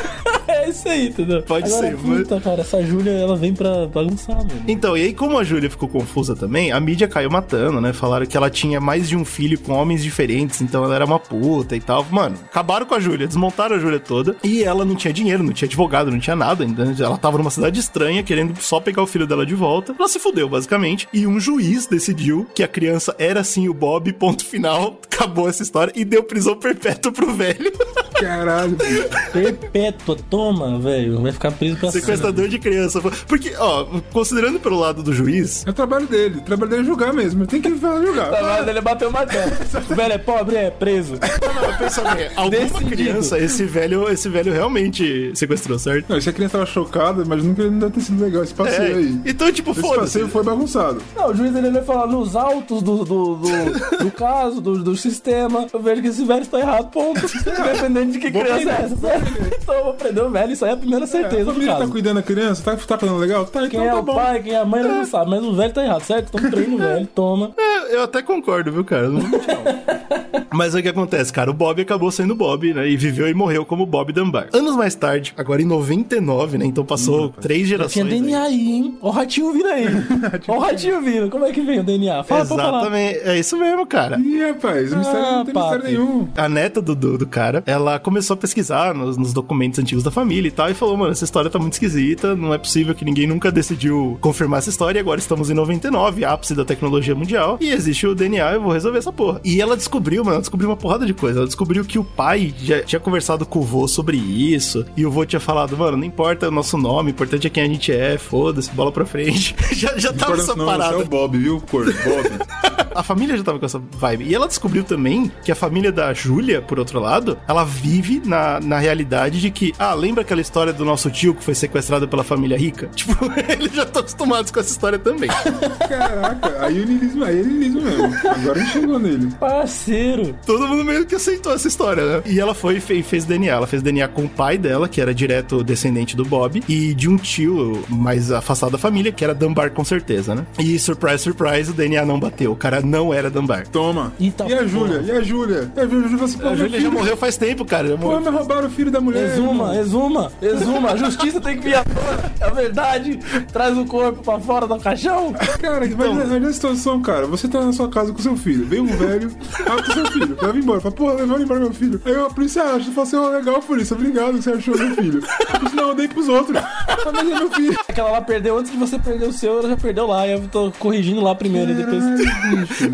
Speaker 2: é isso aí, entendeu?
Speaker 1: Pode
Speaker 2: Agora,
Speaker 1: ser, mas-
Speaker 2: puta, cara, essa Júlia, ela vem pra bagunçar, mano.
Speaker 1: Então, e aí, como a Júlia ficou confusa também, a mídia caiu matando, né? Falaram que ela tinha mais de um filho com homens diferentes, então ela era uma puta e tal. Mano, acabaram com a Júlia, desmontaram a Júlia toda. E ela não tinha dinheiro, não tinha advogado, não tinha nada ainda. né? Ela tava numa cidade estranha, querendo só pegar o filho dela de volta. Ela se fudeu, basicamente. E um juiz decidiu que a criança era sim o Bob, ponto final. Acabou essa história e deu prisão perpétua pro velho.
Speaker 3: Caralho.
Speaker 2: Perpétua, toma, velho, vai ficar preso pra sempre.
Speaker 1: Sequestrador de criança. Porque, ó, considerando pelo lado do juiz,
Speaker 3: É o trabalho dele. O trabalho dele é julgar mesmo. Tem que julgar.
Speaker 2: Mas ele bateu o martelo. O velho é pobre, é preso.
Speaker 1: Não, pensa bem, alguma
Speaker 2: Decidido.
Speaker 1: criança esse velho, esse velho realmente sequestrou, certo?
Speaker 3: Não, e se a criança tava chocada, imagino que ele não deve ter sido legal esse passeio
Speaker 1: É,
Speaker 3: aí.
Speaker 1: então, tipo,
Speaker 3: Esse passeio
Speaker 1: foda-se.
Speaker 3: foi bagunçado.
Speaker 2: Não, o juiz ele vai falar nos autos do, do, do, do caso, do, do sistema. Eu vejo que esse velho está errado, ponto. Independente de que criança é essa. sério. Então eu vou prender o velho, isso aí é a primeira
Speaker 3: É, a
Speaker 2: certeza do
Speaker 3: família tá
Speaker 2: caso.
Speaker 3: cuidando da criança? Tá, tá fazendo legal? Tá,
Speaker 2: Quem
Speaker 3: então
Speaker 2: é
Speaker 3: tá
Speaker 2: o
Speaker 3: bom.
Speaker 2: pai, quem é a mãe, ele não sabe, mas o velho tá errado, certo? Então treina o velho, toma.
Speaker 1: É, Eu até concordo, viu, cara? Não vou te falar. Mas o que acontece, cara? O Bob acabou sendo Bob, né? E viveu e morreu como Bob Dunbar. Anos mais tarde, agora em 99, né? Então passou três
Speaker 2: Tinha
Speaker 1: gerações.
Speaker 2: DNA aí, hein? Ó o ratinho vindo aí. Ó é. o ratinho vindo. Como é que vem o DNA?
Speaker 1: aí.
Speaker 2: Fala pra falar.
Speaker 1: Exatamente. É isso mesmo, cara.
Speaker 3: Ih, rapaz, o mistério
Speaker 2: Ah,
Speaker 3: não tem
Speaker 2: papi.
Speaker 3: mistério nenhum.
Speaker 1: a neta do, do, do cara, ela começou a pesquisar nos, nos documentos antigos da família e tal, e falou, mano, essa história tá muito esquisita, não é possível que ninguém nunca decidiu confirmar essa história, e agora estamos em 99, ápice da tecnologia mundial, e existe o DNA, eu vou resolver essa porra. E ela descobriu, mano, ela descobriu uma porrada de coisa, ela descobriu que o pai já tinha conversado com o vô sobre isso, e o vô tinha falado, mano, não importa o nosso nome, o importante é quem a gente é, foda-se, bola pra frente. já já tava
Speaker 3: Agora,
Speaker 1: Tá essa
Speaker 3: não,
Speaker 1: parada.
Speaker 3: você é o Bob, viu? Cor, Bob.
Speaker 1: A família já tava com essa vibe. E ela descobriu também que a família da Júlia, por outro lado, ela vive na, na realidade de que, ah, lembra aquela história do nosso tio que foi sequestrado pela família rica? Tipo, eles já estão acostumados com essa história também.
Speaker 3: Caraca, aí o nilismo, aí é nilismo mesmo. Agora a gente chegou nele.
Speaker 2: Parceiro.
Speaker 1: Todo mundo meio que aceitou essa história, né? E ela foi e fe- fez DNA. Ela fez DNA com o pai dela, que era direto descendente do Bob, e de um tio mais afastado da família, que era Dunbar com certeza, né? E surprise, surprise, o DNA não bateu. O cara não era Dunbar.
Speaker 3: Toma.
Speaker 2: Eita,
Speaker 3: e a
Speaker 2: porra.
Speaker 3: Júlia? E a Júlia? E a Júlia? A Júlia falou assim, pô,
Speaker 1: A
Speaker 3: meu
Speaker 1: Júlia já
Speaker 3: filho-
Speaker 1: morreu faz tempo, cara. Já
Speaker 3: Pô,
Speaker 1: morreu.
Speaker 3: mas roubaram o filho da mulher.
Speaker 2: Exuma,
Speaker 3: irmão.
Speaker 2: exuma, exuma. A justiça tem que vir à tona. É a verdade. Traz o corpo pra fora do caixão.
Speaker 3: Cara,
Speaker 2: Então.
Speaker 3: imagina, imagina a situação, cara. Você tá na sua casa com seu filho, vem um velho, mata seu filho, leva embora. Fala, porra, levou embora meu filho. Aí a polícia acha, fala assim, ó, legal, polícia, obrigado que você achou meu filho. Isso não, eu dei pros outros. Ah, Mas é meu filho.
Speaker 2: Aquela lá perdeu antes de você perder o seu, ela já perdeu lá. E eu tô corrigindo lá primeiro. E depois.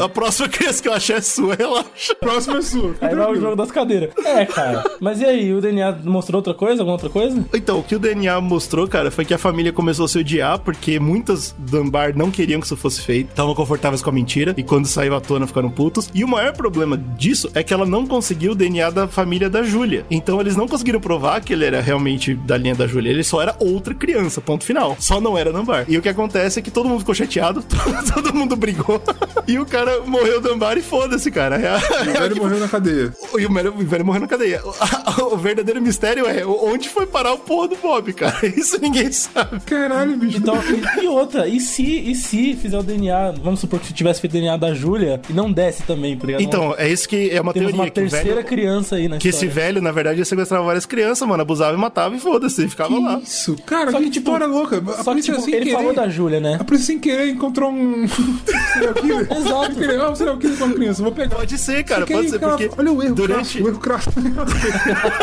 Speaker 1: A próxima criança que eu achar é sua, relaxa.
Speaker 3: Próximo é sua.
Speaker 2: Aí vai o
Speaker 3: Tranquilo.
Speaker 2: jogo das cadeiras. É, cara. Mas e aí, o DNA mostrou outra coisa? Alguma outra coisa?
Speaker 1: Então, o que o DNA mostrou, cara, foi que a família começou a se odiar porque muitas Dunbar não queriam que isso fosse feito, estavam confortáveis com a mentira e quando saiu à tona ficaram putos. E o maior problema disso é que ela não conseguiu o DNA da família da Júlia. Então, eles não conseguiram provar que ele era realmente da linha da Júlia, ele só era outra criança, ponto final. Só não era Dunbar. E o que acontece é que todo mundo ficou chateado, todo mundo brigou e o cara morreu Dunbar e foda-se, cara.
Speaker 3: O
Speaker 1: é
Speaker 3: velho morreu na cadeia.
Speaker 1: E o velho, o velho morreu na cadeia. O, o verdadeiro mistério é onde foi parar o porra do Bob, cara. Isso ninguém sabe.
Speaker 3: Caralho, bicho.
Speaker 2: Então, e, e outra, e se, e se fizer o DNA, vamos supor que tivesse feito o DNA da Júlia e não desse também, porque
Speaker 1: Então, é isso que é uma
Speaker 2: temos
Speaker 1: teoria
Speaker 2: uma
Speaker 1: que o
Speaker 2: terceira
Speaker 1: velho.
Speaker 2: criança aí na
Speaker 1: Que esse
Speaker 2: história.
Speaker 1: velho, na verdade, ia sequestrar várias crianças, mano. Abusava e matava e foda-se, e ficava lá.
Speaker 3: Isso, cara,
Speaker 2: Só
Speaker 3: que,
Speaker 2: que, tipo,
Speaker 3: história louca. A
Speaker 2: Só que,
Speaker 3: polícia
Speaker 2: tipo,
Speaker 3: sem
Speaker 2: ele
Speaker 3: querer-
Speaker 2: falou da Júlia, né?
Speaker 3: A polícia sem querer encontrou um. serial killer. Exato. Ah, será o que é uma criança? Eu Vou pegar.
Speaker 1: Pode ser, cara,
Speaker 3: Fica
Speaker 1: pode
Speaker 3: aí,
Speaker 1: ser,
Speaker 3: cara.
Speaker 1: porque.
Speaker 3: Olha o erro,
Speaker 1: durante-
Speaker 3: durante... o erro crasso.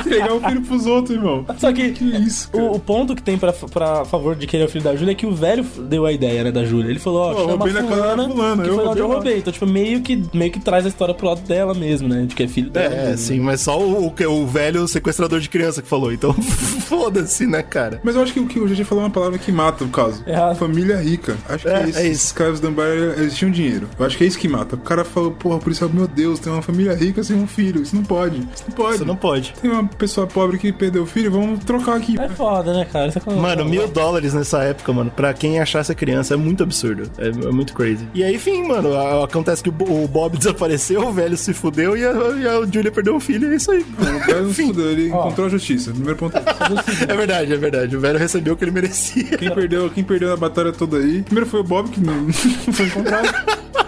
Speaker 3: Entregar o filho pros outros, irmão.
Speaker 2: Só que,
Speaker 3: Que isso, cara.
Speaker 2: o, o ponto que tem pra, pra favor de querer o filho da Júlia é que o velho deu a ideia, né, da Júlia. Ele falou, ó,
Speaker 3: Pô,
Speaker 2: chama
Speaker 1: é
Speaker 3: roubei na casa da
Speaker 2: fulana,
Speaker 3: fulana,
Speaker 2: que
Speaker 3: eu
Speaker 2: foi lá onde eu
Speaker 3: roubei lá.
Speaker 2: roubei. Então, tipo, meio que, meio que traz a história pro lado dela mesmo, né, de que é filho dela.
Speaker 1: É, sim, mas só o, o que- o velho sequestrador de criança que falou. Então, foda-se, né, cara?
Speaker 3: Mas eu acho que o que o GG falou é uma palavra que mata o caso.
Speaker 2: Errado.
Speaker 3: Família rica. Acho que
Speaker 1: É,
Speaker 3: esses
Speaker 1: é isso.
Speaker 3: caras do Dunbar, eles tinham dinheiro. Eu acho que é isso que mata. O cara falou, porra, por isso, meu Deus, tem uma família rica sem um filho. Isso não pode. Isso não pode.
Speaker 1: Você não pode.
Speaker 3: Tem uma pessoa pobre que perdeu o filho, vamos trocar aqui.
Speaker 2: É foda, né, cara? Isso é como-
Speaker 1: Mano, mil dólares nessa época, mano, pra quem achasse a criança é muito absurdo. É, é muito crazy. E aí, enfim, mano, a- acontece que o, Bo- o Bob desapareceu, o velho se fudeu e a, e a Julia perdeu o filho, e é isso aí.
Speaker 3: O cara não se fudeu, ele encontrou a justiça. Primeiro ponto. é esse.
Speaker 1: É verdade, é verdade. O velho recebeu o que ele merecia.
Speaker 3: Quem perdeu, quem perdeu a batalha toda aí? Primeiro foi o Bob, que não não foi encontrado.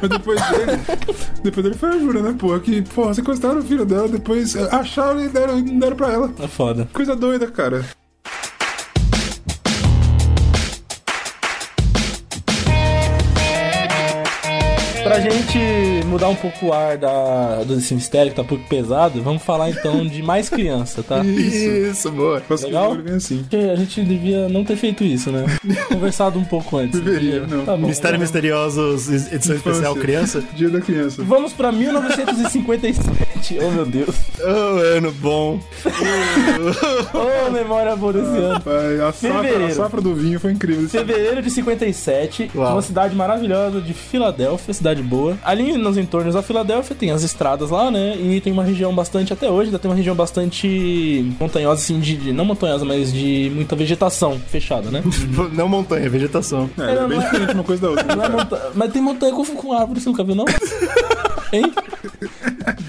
Speaker 3: Mas depois dele, depois dele foi a Júlia, né, porra? Que, porra, sequestraram o filho dela, depois eh, acharam e deram, não deram pra ela.
Speaker 2: É foda.
Speaker 3: Coisa doida, cara.
Speaker 2: Pra gente mudar um pouco o ar da, desse mistério que tá um pouco pesado, vamos falar então de mais criança, tá?
Speaker 1: Isso, boa.
Speaker 3: Faço
Speaker 2: Legal?
Speaker 3: que o jogo vem assim.
Speaker 2: Porque a gente devia não ter feito isso, né? Conversado um pouco antes.
Speaker 3: Deveria,
Speaker 2: Devia.
Speaker 3: não.
Speaker 2: Tá bom.
Speaker 1: Mistério Misteriosos, edição especial
Speaker 3: Infância.
Speaker 1: criança.
Speaker 3: Dia da criança.
Speaker 2: Vamos pra 1957. Oh, meu Deus.
Speaker 1: Oh, ano bom.
Speaker 2: Oh, memória boa desse ano.
Speaker 3: Pai, a, safra, a
Speaker 2: Fevereiro.
Speaker 3: safra do vinho foi incrível.
Speaker 2: Fevereiro de 57,
Speaker 1: Uau.
Speaker 2: uma cidade maravilhosa de Filadélfia, cidade boa. Ali nos entornos da Filadélfia tem as estradas lá, né? E tem uma região bastante, até hoje, ainda tem uma região bastante montanhosa, assim, de. de- não montanhosa, mas de muita vegetação fechada, né?
Speaker 1: Não montanha, vegetação.
Speaker 3: É, era bem diferente uma coisa da outra. né,
Speaker 2: Não é
Speaker 3: cara.
Speaker 2: monta- Mas tem montanha com, com árvore, você nunca viu, não? Hein?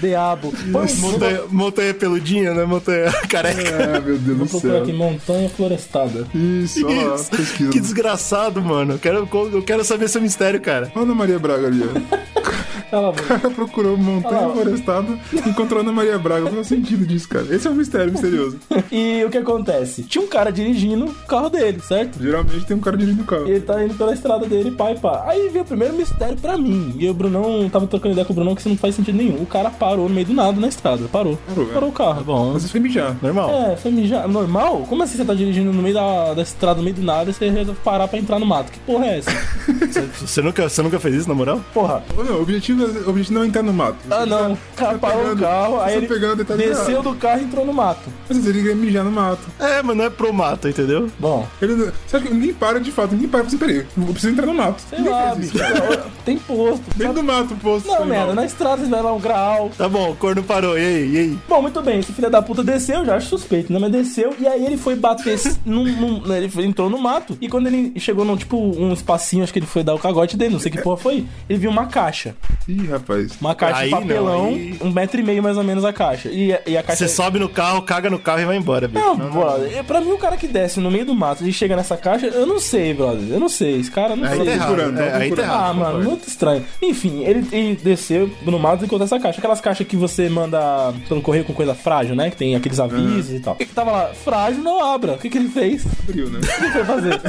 Speaker 2: Diabo. um Pois,
Speaker 1: Montanha, montanha peludinha, né? Montanha careca.
Speaker 3: Ah, meu Deus do
Speaker 2: Vou procurar
Speaker 3: céu.
Speaker 2: aqui, montanha florestada.
Speaker 3: Isso, olha lá,
Speaker 1: Isso.
Speaker 3: pesquisa.
Speaker 1: Que desgraçado, mano. Eu quero, eu quero saber seu mistério, cara.
Speaker 3: Olha a Ana Maria Braga ali, ó.
Speaker 2: Ela vai.
Speaker 3: O cara procurou um montanha
Speaker 2: Olha lá.
Speaker 3: florestada, encontrou a Ana Maria Braga. Qual é o sentido disso, cara? Esse é um mistério misterioso.
Speaker 2: E o que acontece? Tinha um cara dirigindo o carro dele, certo?
Speaker 3: Geralmente tem um cara dirigindo o carro.
Speaker 2: Ele tá indo pela estrada dele, pai, pá. Aí veio o primeiro mistério pra mim. E o Brunão, tava trocando ideia com o Brunão que isso não faz sentido nenhum. O cara parou no meio do nada na estrada. Parou.
Speaker 3: Parou, né? velho.
Speaker 2: Parou o carro. bom.
Speaker 3: Mas isso foi mijar.
Speaker 1: Normal.
Speaker 2: É, foi mijar. Normal? Como assim você tá dirigindo no meio da, da estrada, no meio do nada, e você resolve parar pra entrar no mato? Que porra é essa?
Speaker 1: Você nunca, você nunca fez isso, na moral?
Speaker 2: Porra.
Speaker 3: Ô, meu, o objetivo, o objetivo não é entrar no mato.
Speaker 2: Ah, não. O cara
Speaker 3: tá
Speaker 2: parou o
Speaker 3: pegando-
Speaker 2: carro, aí
Speaker 3: tá
Speaker 2: ele
Speaker 3: pegando e tá
Speaker 2: desceu
Speaker 3: ligado.
Speaker 2: do carro e entrou no mato.
Speaker 3: Mas ele queria mijar no mato.
Speaker 1: É, mas não é pro mato, entendeu?
Speaker 2: Bom,
Speaker 3: Ele não... Sabe que ninguém para de fato, ninguém para pra você, peraí, eu preciso entrar no mato.
Speaker 2: sei
Speaker 3: ninguém
Speaker 2: lá,
Speaker 3: faz
Speaker 2: bicho. é
Speaker 3: isso, cara.
Speaker 2: Tem posto.
Speaker 3: Dentro do mato, poço.
Speaker 2: Não, merda, na estrada você vai lá um graal.
Speaker 1: Tá bom, o corno parou. E aí? E aí?
Speaker 2: Bom, muito bem, esse filho da puta desceu, eu já acho suspeito, né? Mas desceu, e aí ele foi bater s- num, num- né, Ele foi- entrou no mato, e quando ele chegou num, tipo, um espacinho, acho que ele foi dar o cagote dele, não sei que porra foi, ele viu uma caixa.
Speaker 3: Ih, rapaz.
Speaker 2: Uma caixa
Speaker 1: Aí
Speaker 2: de
Speaker 1: não,
Speaker 2: papelão,
Speaker 1: aí-
Speaker 2: um metro e meio mais ou menos a caixa. E, a- e a
Speaker 3: É
Speaker 2: caixa...
Speaker 1: Você sobe no carro, caga no carro e vai embora, bicho.
Speaker 2: Não, brother, eu- pra mim o cara que desce no meio do mato e chega nessa caixa, eu não sei, brother, eu não sei, esse cara não
Speaker 1: Aí
Speaker 2: sei.
Speaker 1: tá errado.
Speaker 3: procurando,
Speaker 1: é,
Speaker 3: tava
Speaker 1: aí tá
Speaker 3: procurando.
Speaker 1: errado.
Speaker 2: Ah, mano,
Speaker 1: concordo.
Speaker 2: muito estranho. Enfim, ele, ele desceu no mato e encontrou essa caixa. Aquelas caixas que você manda pelo correio com coisa frágil, né? Que tem aqueles avisos e tal. E que tava lá, frágil não abra. O que, que ele fez? O
Speaker 3: Frio, né?
Speaker 2: que ele foi fazer?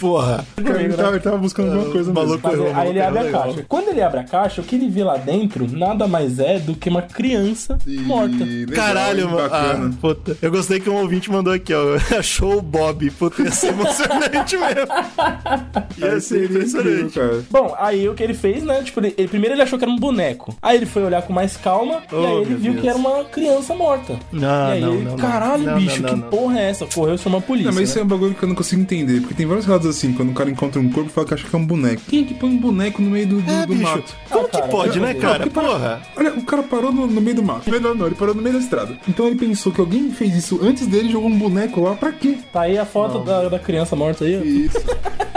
Speaker 1: Porra.
Speaker 2: é
Speaker 3: Cara, ele, tava, ele tava buscando alguma coisa
Speaker 1: maluco.
Speaker 3: mesmo.
Speaker 2: Fazer-
Speaker 1: errou,
Speaker 2: Aí ele abre a
Speaker 1: errou,
Speaker 2: caixa.
Speaker 1: errou.
Speaker 2: Quando ele abre a caixa, o que ele vê lá dentro nada mais é do que uma criança
Speaker 3: Ih,
Speaker 2: é morta.
Speaker 3: legal,
Speaker 1: Caralho,
Speaker 3: hein,
Speaker 1: mano.
Speaker 3: Bacana.
Speaker 1: Ah, puta. Eu gostei que um ouvinte mandou aqui, ó. Achou o Bob. Puta, ia ser emocionante mesmo. Ah, Ia ser
Speaker 3: Aí seria incrível,
Speaker 1: impressionante.
Speaker 3: cara.
Speaker 2: Bom, aí o que ele fez, né? Tipo, ele, ele- primeiro ele achou que era um boneco. Aí ele foi olhar com mais calma e
Speaker 1: Oh,
Speaker 2: aí ele
Speaker 1: meu
Speaker 2: viu
Speaker 1: Deus.
Speaker 2: que era uma criança morta.
Speaker 1: Não,
Speaker 2: e aí
Speaker 1: não,
Speaker 2: ele,
Speaker 1: não, não.
Speaker 2: caralho,
Speaker 1: Não,
Speaker 2: bicho,
Speaker 1: não,
Speaker 2: que
Speaker 1: não, não.
Speaker 2: porra é essa? Correu, chamou a polícia.
Speaker 3: Não, mas
Speaker 2: né?
Speaker 3: isso é um bagulho que eu não consigo entender, porque tem vários relatos assim, quando o cara encontra um corpo e fala que acha que é um boneco. Quem é que põe um boneco no meio do, do,
Speaker 1: É,
Speaker 3: do
Speaker 1: bicho.
Speaker 3: mato?
Speaker 1: Como
Speaker 2: Ah, cara,
Speaker 1: que pode,
Speaker 2: eu-
Speaker 1: né,
Speaker 2: eu-
Speaker 1: cara?
Speaker 3: que para-
Speaker 1: Porra.
Speaker 3: Olha, o cara parou no, no meio do mato. Melhor não, ele parou no meio da estrada. Então ele pensou que alguém fez isso antes dele e jogou um boneco lá pra quê?
Speaker 2: Tá aí a foto da, da criança morta aí. ó.
Speaker 3: Isso.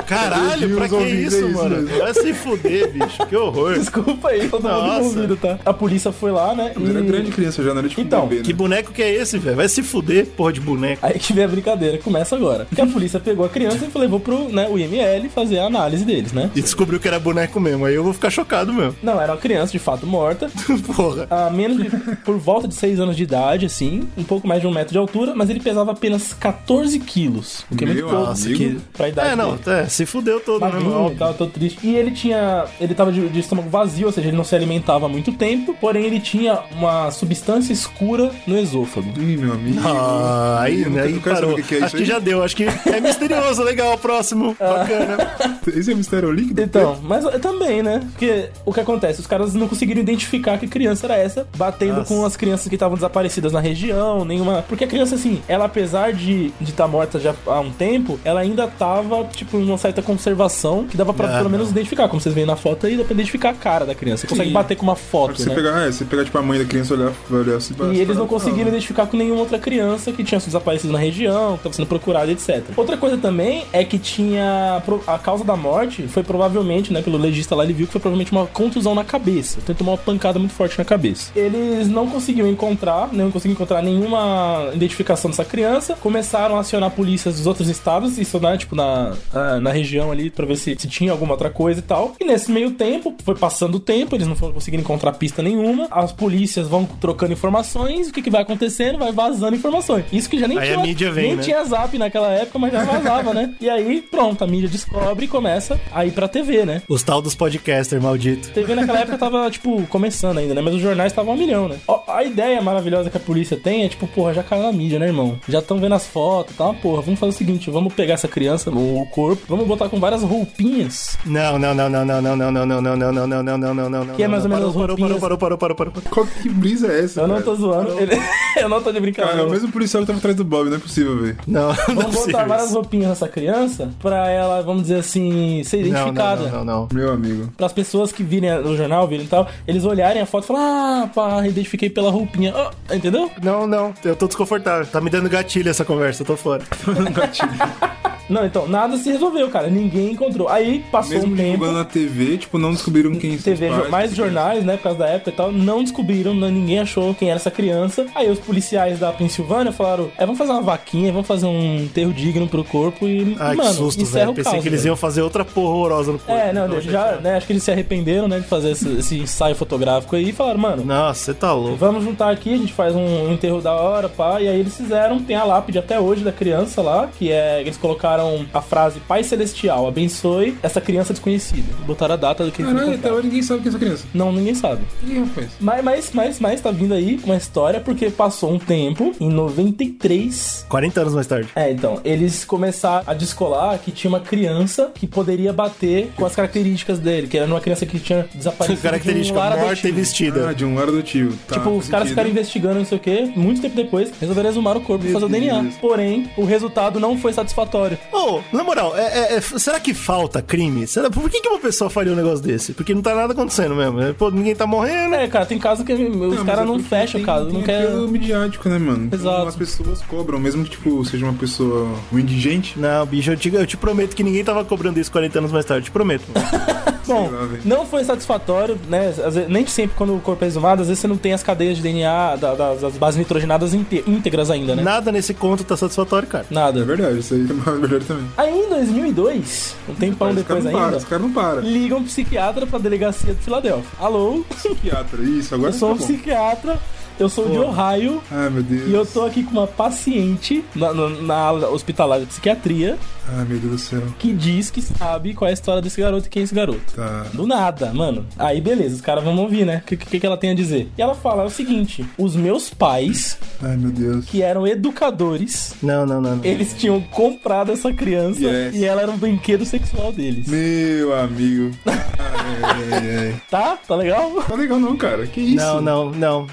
Speaker 1: Caralho,
Speaker 3: Deus,
Speaker 1: pra que
Speaker 3: ouvintes, é
Speaker 1: isso,
Speaker 3: isso
Speaker 1: mano?
Speaker 3: mesmo.
Speaker 1: Vai se fuder, bicho. Que horror.
Speaker 2: Desculpa aí, todo
Speaker 1: Nossa.
Speaker 2: mundo envolvido, tá? A polícia foi lá, né?
Speaker 3: Mas era
Speaker 2: e-
Speaker 3: grande criança já, não era tipo
Speaker 2: Então,
Speaker 3: um bebê, né?
Speaker 1: Que boneco que é esse, velho? Vai se fuder, porra de boneco.
Speaker 2: Aí que vem a brincadeira, começa agora. Que a polícia pegou a criança e levou pro né, o IML fazer a análise deles, né?
Speaker 1: E descobriu que era boneco mesmo. Aí eu vou ficar chocado mesmo.
Speaker 2: Não, era uma criança de fato morta,
Speaker 1: Porra.
Speaker 2: a menos de, por volta de 6 anos de idade, assim, um pouco mais de um metro de altura, mas ele pesava apenas 14 quilos, o que é muito
Speaker 3: Meu
Speaker 2: pouco
Speaker 3: amigo.
Speaker 2: pra idade
Speaker 1: É, não,
Speaker 2: dele.
Speaker 1: é, se se fudeu todo, né,
Speaker 2: magrinho e
Speaker 1: mano?
Speaker 2: tal, todo triste. E ele tinha. Ele tava de, de estômago vazio, ou seja, ele não se alimentava há muito tempo, porém ele tinha uma substância escura no esôfago.
Speaker 3: Ih, meu amigo.
Speaker 1: Ah, aí,
Speaker 3: Eu nunca-
Speaker 1: aí
Speaker 3: eu quero saber
Speaker 1: parou.
Speaker 3: o que que é isso
Speaker 1: acho que
Speaker 3: aí.
Speaker 1: já deu, acho que é misterioso, legal, próximo.
Speaker 2: Ah.
Speaker 1: Bacana.
Speaker 3: Esse é mistério líquido?
Speaker 2: Então, mas eh, também, né? Porque o que acontece? Os caras não conseguiram identificar que criança era essa, batendo
Speaker 1: Nossa.
Speaker 2: com as crianças que estavam desaparecidas na região, nenhuma. Porque a criança, assim, ela apesar de estar de tá morta já há um tempo, ela ainda tava, tipo, em uma certa conservação que dava pra
Speaker 1: Ah,
Speaker 2: pelo
Speaker 1: não.
Speaker 2: menos identificar. Como vocês veem na foto aí, dá pra identificar a cara da criança. Você consegue
Speaker 3: Sim.
Speaker 2: bater com uma
Speaker 3: Acho que
Speaker 2: foto,
Speaker 3: você
Speaker 2: né?
Speaker 3: pegar, é, você pegar tipo a mãe da criança e olhar, vai olhar assim,
Speaker 2: E eles não conseguiram identificar com nenhuma outra criança que tinha sido desaparecido na região, que estava sendo procurada, etc. Outra coisa também é que tinha. pro- A causa da morte foi provavelmente, né, pelo legista lá, ele viu que foi provavelmente uma contusão na cabeça. Então ele tomou uma pancada muito forte na cabeça. Eles não conseguiam encontrar, não conseguiam encontrar nenhuma identificação dessa criança. Começaram a acionar polícias dos outros estados, isso, né, tipo, na, ah, na região ali, pra ver se, se tinha alguma outra coisa e tal. E nesse meio tempo, foi passando o tempo, eles não foram conseguindo encontrar pista nenhuma. As polícias vão trocando informações, o que, que vai acontecendo? Vai vazando informações. Isso que já nem,
Speaker 1: Aí
Speaker 2: tinha,
Speaker 1: a mídia vem,
Speaker 2: nem
Speaker 1: né?
Speaker 2: tinha zap naquela época, mas já vazava, né? E aí, pronto, a mídia descobre e começa a ir pra TV, né?
Speaker 1: Os tal dos podcasters, maldito.
Speaker 2: TV naquela época tava, tipo, começando ainda, né? Mas os jornais estavam a milhão, né? Ó, A ideia maravilhosa que a polícia tem é, tipo, porra, já caiu na mídia, né, irmão? Já estão vendo as fotos e tal, porra, vamos fazer o seguinte, vamos pegar essa criança, o corpo, vamos botar com várias roupinhas.
Speaker 1: Não, não, não, não, não, não, não, não, não, não, não, não, não, não, não, não, não, não.
Speaker 2: Que é mais ou menos
Speaker 1: Parou, parou,
Speaker 2: roupinhas.
Speaker 1: parou, parou, parou, parou, parou.
Speaker 3: Qual que brisa é essa?
Speaker 2: Eu não tô
Speaker 3: cara?
Speaker 2: zoando, ele- eu não tô de brincadeira.
Speaker 3: Cara, Ah, é o mesmo policial que tava atrás do Bob, não é possível, velho.
Speaker 1: Não, não é
Speaker 2: Vamos
Speaker 1: possível
Speaker 2: botar várias
Speaker 1: isso.
Speaker 2: roupinhas nessa criança pra ela, vamos dizer assim, ser
Speaker 1: Não,
Speaker 2: identificada.
Speaker 1: não, não, não, não.
Speaker 3: Meu amigo.
Speaker 2: Para as pessoas que virem no jornal, virem e tal, eles olharem a foto e falar, ah, pá, identifiquei pela roupinha. Ah, entendeu?
Speaker 1: Não, não, eu tô desconfortável. Tá me dando gatilho essa conversa, eu tô fora.
Speaker 2: Não, então, nada se resolveu, cara. Ninguém encontrou. Aí passou
Speaker 3: Mesmo
Speaker 2: um tempo.
Speaker 3: divulgando na TV, tipo, não descobriram quem são os
Speaker 2: TV,
Speaker 3: pais,
Speaker 2: mais
Speaker 3: quem-
Speaker 2: jornais, né, por causa da época e tal, não descobriram, não- ninguém achou quem era essa criança. Aí os policiais da Pensilvânia falaram: é, vamos fazer uma vaquinha, vamos fazer um enterro digno pro corpo e,
Speaker 1: Ai,
Speaker 2: mano,
Speaker 1: que susto,
Speaker 2: encerra
Speaker 1: velho.
Speaker 2: o
Speaker 1: Pensei
Speaker 2: caso,
Speaker 1: que eles
Speaker 2: velho.
Speaker 1: iam fazer outra porra horrorosa no corpo.
Speaker 2: É, não,
Speaker 1: Então,
Speaker 2: já, né, acho que eles se arrependeram, né, de fazer esse, esse ensaio fotográfico aí e falaram, mano,
Speaker 1: Nossa, você tá louco.
Speaker 2: vamos juntar aqui, a gente faz um, um enterro da hora, pá, e aí eles fizeram, tem a lápide até hoje da criança lá, que é, eles colocaram a frase Pai Celestial, abençoe essa criança desconhecida. Botaram a data do que eles
Speaker 3: Caralho, até
Speaker 2: encontraram.
Speaker 3: hoje ninguém sabe quem é essa criança.
Speaker 2: Não, ninguém sabe.
Speaker 3: Ih, rapaz.
Speaker 2: Mas, mas, mas, mas tá vindo aí uma história, porque passou um tempo, em 93.
Speaker 1: 40 anos mais tarde.
Speaker 2: É, então, eles começaram a descolar que tinha uma criança que poderia bater com as características dele, que era uma criança que tinha desaparecido. de um
Speaker 1: Característica
Speaker 2: lar
Speaker 1: morta e
Speaker 2: adotivo.
Speaker 1: vestida.
Speaker 3: Ah, de um lar adotivo. Tá,
Speaker 2: Tipo, os caras
Speaker 3: faz sentido.
Speaker 2: ficaram investigando, não sei o quê. Muito tempo depois, resolveram exumar o corpo e fazer o DNA.
Speaker 3: Deus.
Speaker 2: Porém, o resultado não foi satisfatório.
Speaker 1: Ô, na moral, é- é- é- f- será que falta crime? Será, por que, que uma pessoa faria um negócio desse? Porque não tá nada acontecendo mesmo. né? Pô, ninguém tá morrendo.
Speaker 2: É, cara, tem caso que os
Speaker 3: mas
Speaker 2: caras
Speaker 3: é
Speaker 2: não
Speaker 3: porque
Speaker 2: fecham o
Speaker 3: tem-
Speaker 2: caso, não
Speaker 3: tem
Speaker 2: quer.
Speaker 3: apelo midiático, né, mano? Então,
Speaker 2: Exato.
Speaker 3: As pessoas cobram, mesmo que, tipo, seja uma pessoa um indigente.
Speaker 1: Não, bicho, eu te, eu te prometo que ninguém tava cobrando isso 40 anos mais tarde. Te prometo.
Speaker 2: Bom,
Speaker 3: lá, velho.
Speaker 2: não foi satisfatório, né? Às vezes- nem sempre quando o corpo é exumado, às vezes você não tem as cadeias de DNA da- das, das bases nitrogenadas inte- íntegras ainda, né?
Speaker 1: Nada nesse conto tá satisfatório, cara.
Speaker 3: É
Speaker 2: Nada.
Speaker 3: verdade, isso aí é verdade também.
Speaker 2: Aí em 2002, um tempão
Speaker 3: Os caras
Speaker 2: depois
Speaker 3: não param,
Speaker 2: ainda,
Speaker 3: os caras não param.
Speaker 2: liga um psiquiatra pra delegacia de Filadélfia. Alô,
Speaker 3: Psiquiatra, isso, agora
Speaker 2: eu sou um
Speaker 3: tá bom.
Speaker 2: psiquiatra, eu sou de Ohio,
Speaker 3: Ai, meu Deus.
Speaker 2: E eu tô aqui com uma paciente na, na, na ala hospitalar de psiquiatria
Speaker 3: Ai, meu Deus do céu.
Speaker 2: que diz que sabe qual é a história desse garoto e quem é esse garoto.
Speaker 3: Tá.
Speaker 2: Do nada, mano. Aí beleza, os caras vão ouvir, né? O que, que, que ela tem a dizer? E ela fala o seguinte: os meus pais,
Speaker 3: Ai, meu Deus.
Speaker 2: que eram educadores,
Speaker 1: Não, não, não. não.
Speaker 2: eles tinham comprado essa criança
Speaker 3: Yes.
Speaker 2: e ela era um brinquedo sexual deles.
Speaker 3: Meu amigo. Ai, ai, ai.
Speaker 2: Tá? Tá legal?
Speaker 3: Tá legal não, cara. Que isso?
Speaker 1: Não, não, não.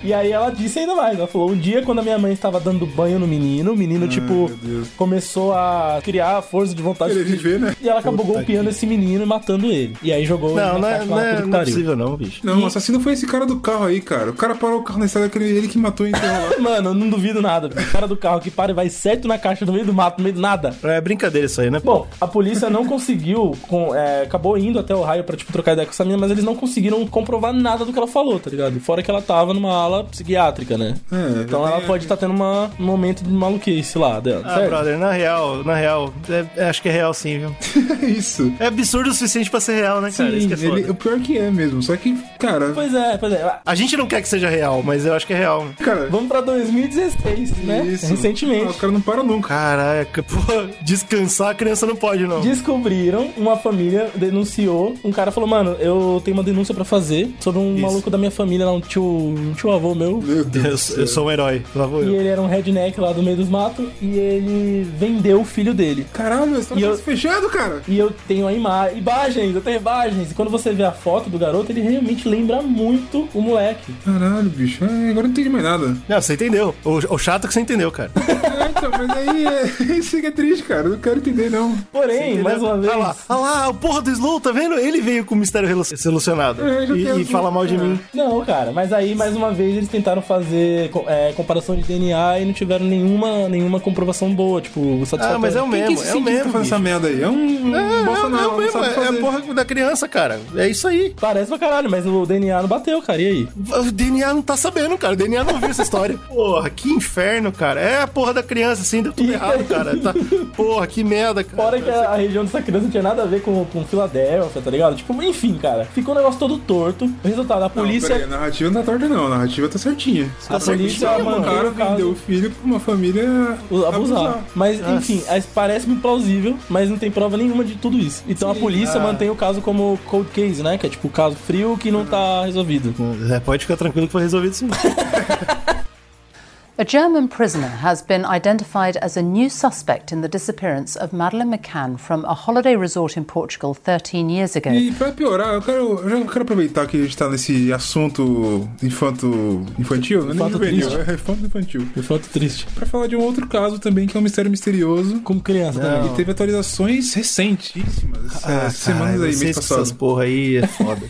Speaker 2: E aí ela disse ainda mais, ela falou, um dia quando a minha mãe estava dando banho no menino, o menino, tipo,
Speaker 3: meu Deus.
Speaker 2: começou a criar força de vontade
Speaker 3: Querer viver, né?
Speaker 2: E ela acabou golpeando esse menino e matando ele. E aí jogou
Speaker 1: Não,
Speaker 2: ele
Speaker 1: não
Speaker 2: na
Speaker 1: é,
Speaker 2: caixa
Speaker 1: não
Speaker 2: lá,
Speaker 1: é,
Speaker 2: puta que
Speaker 1: não é
Speaker 2: tá pariu.
Speaker 1: possível, não, bicho.
Speaker 3: Não, o assassino foi esse cara do carro aí, cara. O cara parou o carro na estrada, aquele- ele que matou então. e enterrou lá.
Speaker 2: Mano, eu não duvido nada. O cara do carro que para e vai certo na caixa no meio do mato, no meio do nada.
Speaker 1: É brincadeira isso aí, né?
Speaker 2: Bom, a polícia não conseguiu, com- é, acabou indo até o raio pra, tipo, trocar ideia com essa mina, mas eles não conseguiram comprovar nada do que ela falou, tá ligado? Fora que ela tava numa sala psiquiátrica, né?
Speaker 3: É,
Speaker 2: então
Speaker 3: eu
Speaker 2: ela
Speaker 3: tenho-
Speaker 2: pode estar tendo uma- um momento de maluquice lá dela.
Speaker 1: Ah,
Speaker 2: sério.
Speaker 1: brother, na real, na real, é- é, acho que é real sim, viu?
Speaker 3: É isso.
Speaker 1: É absurdo o suficiente pra ser real, né, cara? Isso que é foda.
Speaker 3: Ele, o pior que é mesmo, só que, cara.
Speaker 2: Pois é, pois é.
Speaker 1: A gente não quer que seja real, mas eu acho que é real. né?
Speaker 3: Cara,
Speaker 2: Vamos pra 2016, né?
Speaker 3: isso. Ah,
Speaker 2: Recentemente.
Speaker 3: Os caras não param nunca.
Speaker 1: Caraca, pô, descansar a criança não pode, não.
Speaker 2: Descobriram, uma família denunciou, um cara falou, mano, eu tenho uma denúncia pra fazer sobre um maluco da minha família, lá, um tio, um tio avô meu.
Speaker 1: Eu,
Speaker 3: Meu Deus. do
Speaker 1: sou-
Speaker 3: céu.
Speaker 1: eu sou um herói, lá vou
Speaker 2: E
Speaker 1: eu.
Speaker 2: ele era um redneck lá do meio dos matos e ele vendeu o filho dele.
Speaker 3: Caralho, eles estão
Speaker 2: E eu-
Speaker 3: fechado, cara.
Speaker 2: E eu tenho a ima imagens, eu tenho imagens. E quando você vê a foto do garoto, ele realmente lembra muito o moleque.
Speaker 3: Caralho, bicho. É, agora eu não entendi mais nada.
Speaker 1: Não, você entendeu. O, o chato é que você entendeu, cara.
Speaker 3: É, então, mas aí é, isso que é triste, cara. Eu não quero entender, não.
Speaker 2: Porém, mais uma vez.
Speaker 1: Olha lá, olha lá, o porra do Slow, tá vendo? Ele veio com o mistério relu- solucionado.
Speaker 3: É, já tem
Speaker 1: E, e
Speaker 3: alguém-
Speaker 1: fala mal de
Speaker 3: é.
Speaker 1: mim.
Speaker 2: Não, cara, mas aí mais uma vez eles tentaram fazer co- é, comparação de DNA e não tiveram nenhuma, nenhuma comprovação boa, tipo, satisfatória.
Speaker 1: Ah, mas é o
Speaker 3: Quem que
Speaker 1: mesmo,
Speaker 3: esse
Speaker 1: é o
Speaker 3: cientista
Speaker 1: mesmo.
Speaker 3: faz tá essa
Speaker 1: bicho.
Speaker 3: merda aí? É um, um
Speaker 1: É, é,
Speaker 3: Bolsonaro,
Speaker 1: é o
Speaker 3: não
Speaker 1: mesmo,
Speaker 3: sabe
Speaker 1: é
Speaker 3: fazer.
Speaker 1: a porra da criança, cara. É isso aí.
Speaker 2: Parece pra caralho, mas o DNA não bateu, cara. E aí?
Speaker 1: O DNA não tá sabendo, cara. O DNA não viu essa história. Porra, que inferno, cara. É a porra da criança, assim, deu tudo errado, cara. Tá... Porra, que merda, cara.
Speaker 2: Fora que é. a, a região dessa criança não tinha nada a ver com, com Filadélfia, tá ligado? Tipo, enfim, cara. Ficou o negócio todo torto. O resultado, a
Speaker 3: Não,
Speaker 2: polícia.
Speaker 3: peraí, a narrativa não tá torta, não. A narrativa tá certinha.
Speaker 2: A polícia
Speaker 3: O
Speaker 2: mandou
Speaker 3: cara
Speaker 2: o caso.
Speaker 3: vendeu o filho pra uma família
Speaker 2: O- abusar. Mas, enfim, as- parece-me plausível, mas não tem prova nenhuma de tudo isso. Então a polícia mantém o caso como cold case, né? Que é tipo caso frio que não tá resolvido.
Speaker 1: É, pode ficar tranquilo que foi resolvido sim.
Speaker 9: A German prisoner has been identified as a new suspect in the disappearance of Madeleine McCann from a holiday resort in Portugal 13 years ago.
Speaker 3: E pra piorar, eu quero, eu já quero aproveitar que a gente tá nesse assunto infanto. infantil? Não é nem
Speaker 2: Infanto
Speaker 3: juvenil,
Speaker 2: triste.
Speaker 3: é infanto infantil.
Speaker 2: Eu falo triste.
Speaker 3: Pra falar de um outro caso também, que é um mistério misterioso.
Speaker 2: Como criança
Speaker 3: E
Speaker 2: também.
Speaker 3: teve atualizações recentíssimas, essas
Speaker 1: Ah,
Speaker 3: semanas aí, mês passado.
Speaker 1: Essas porra aí é foda.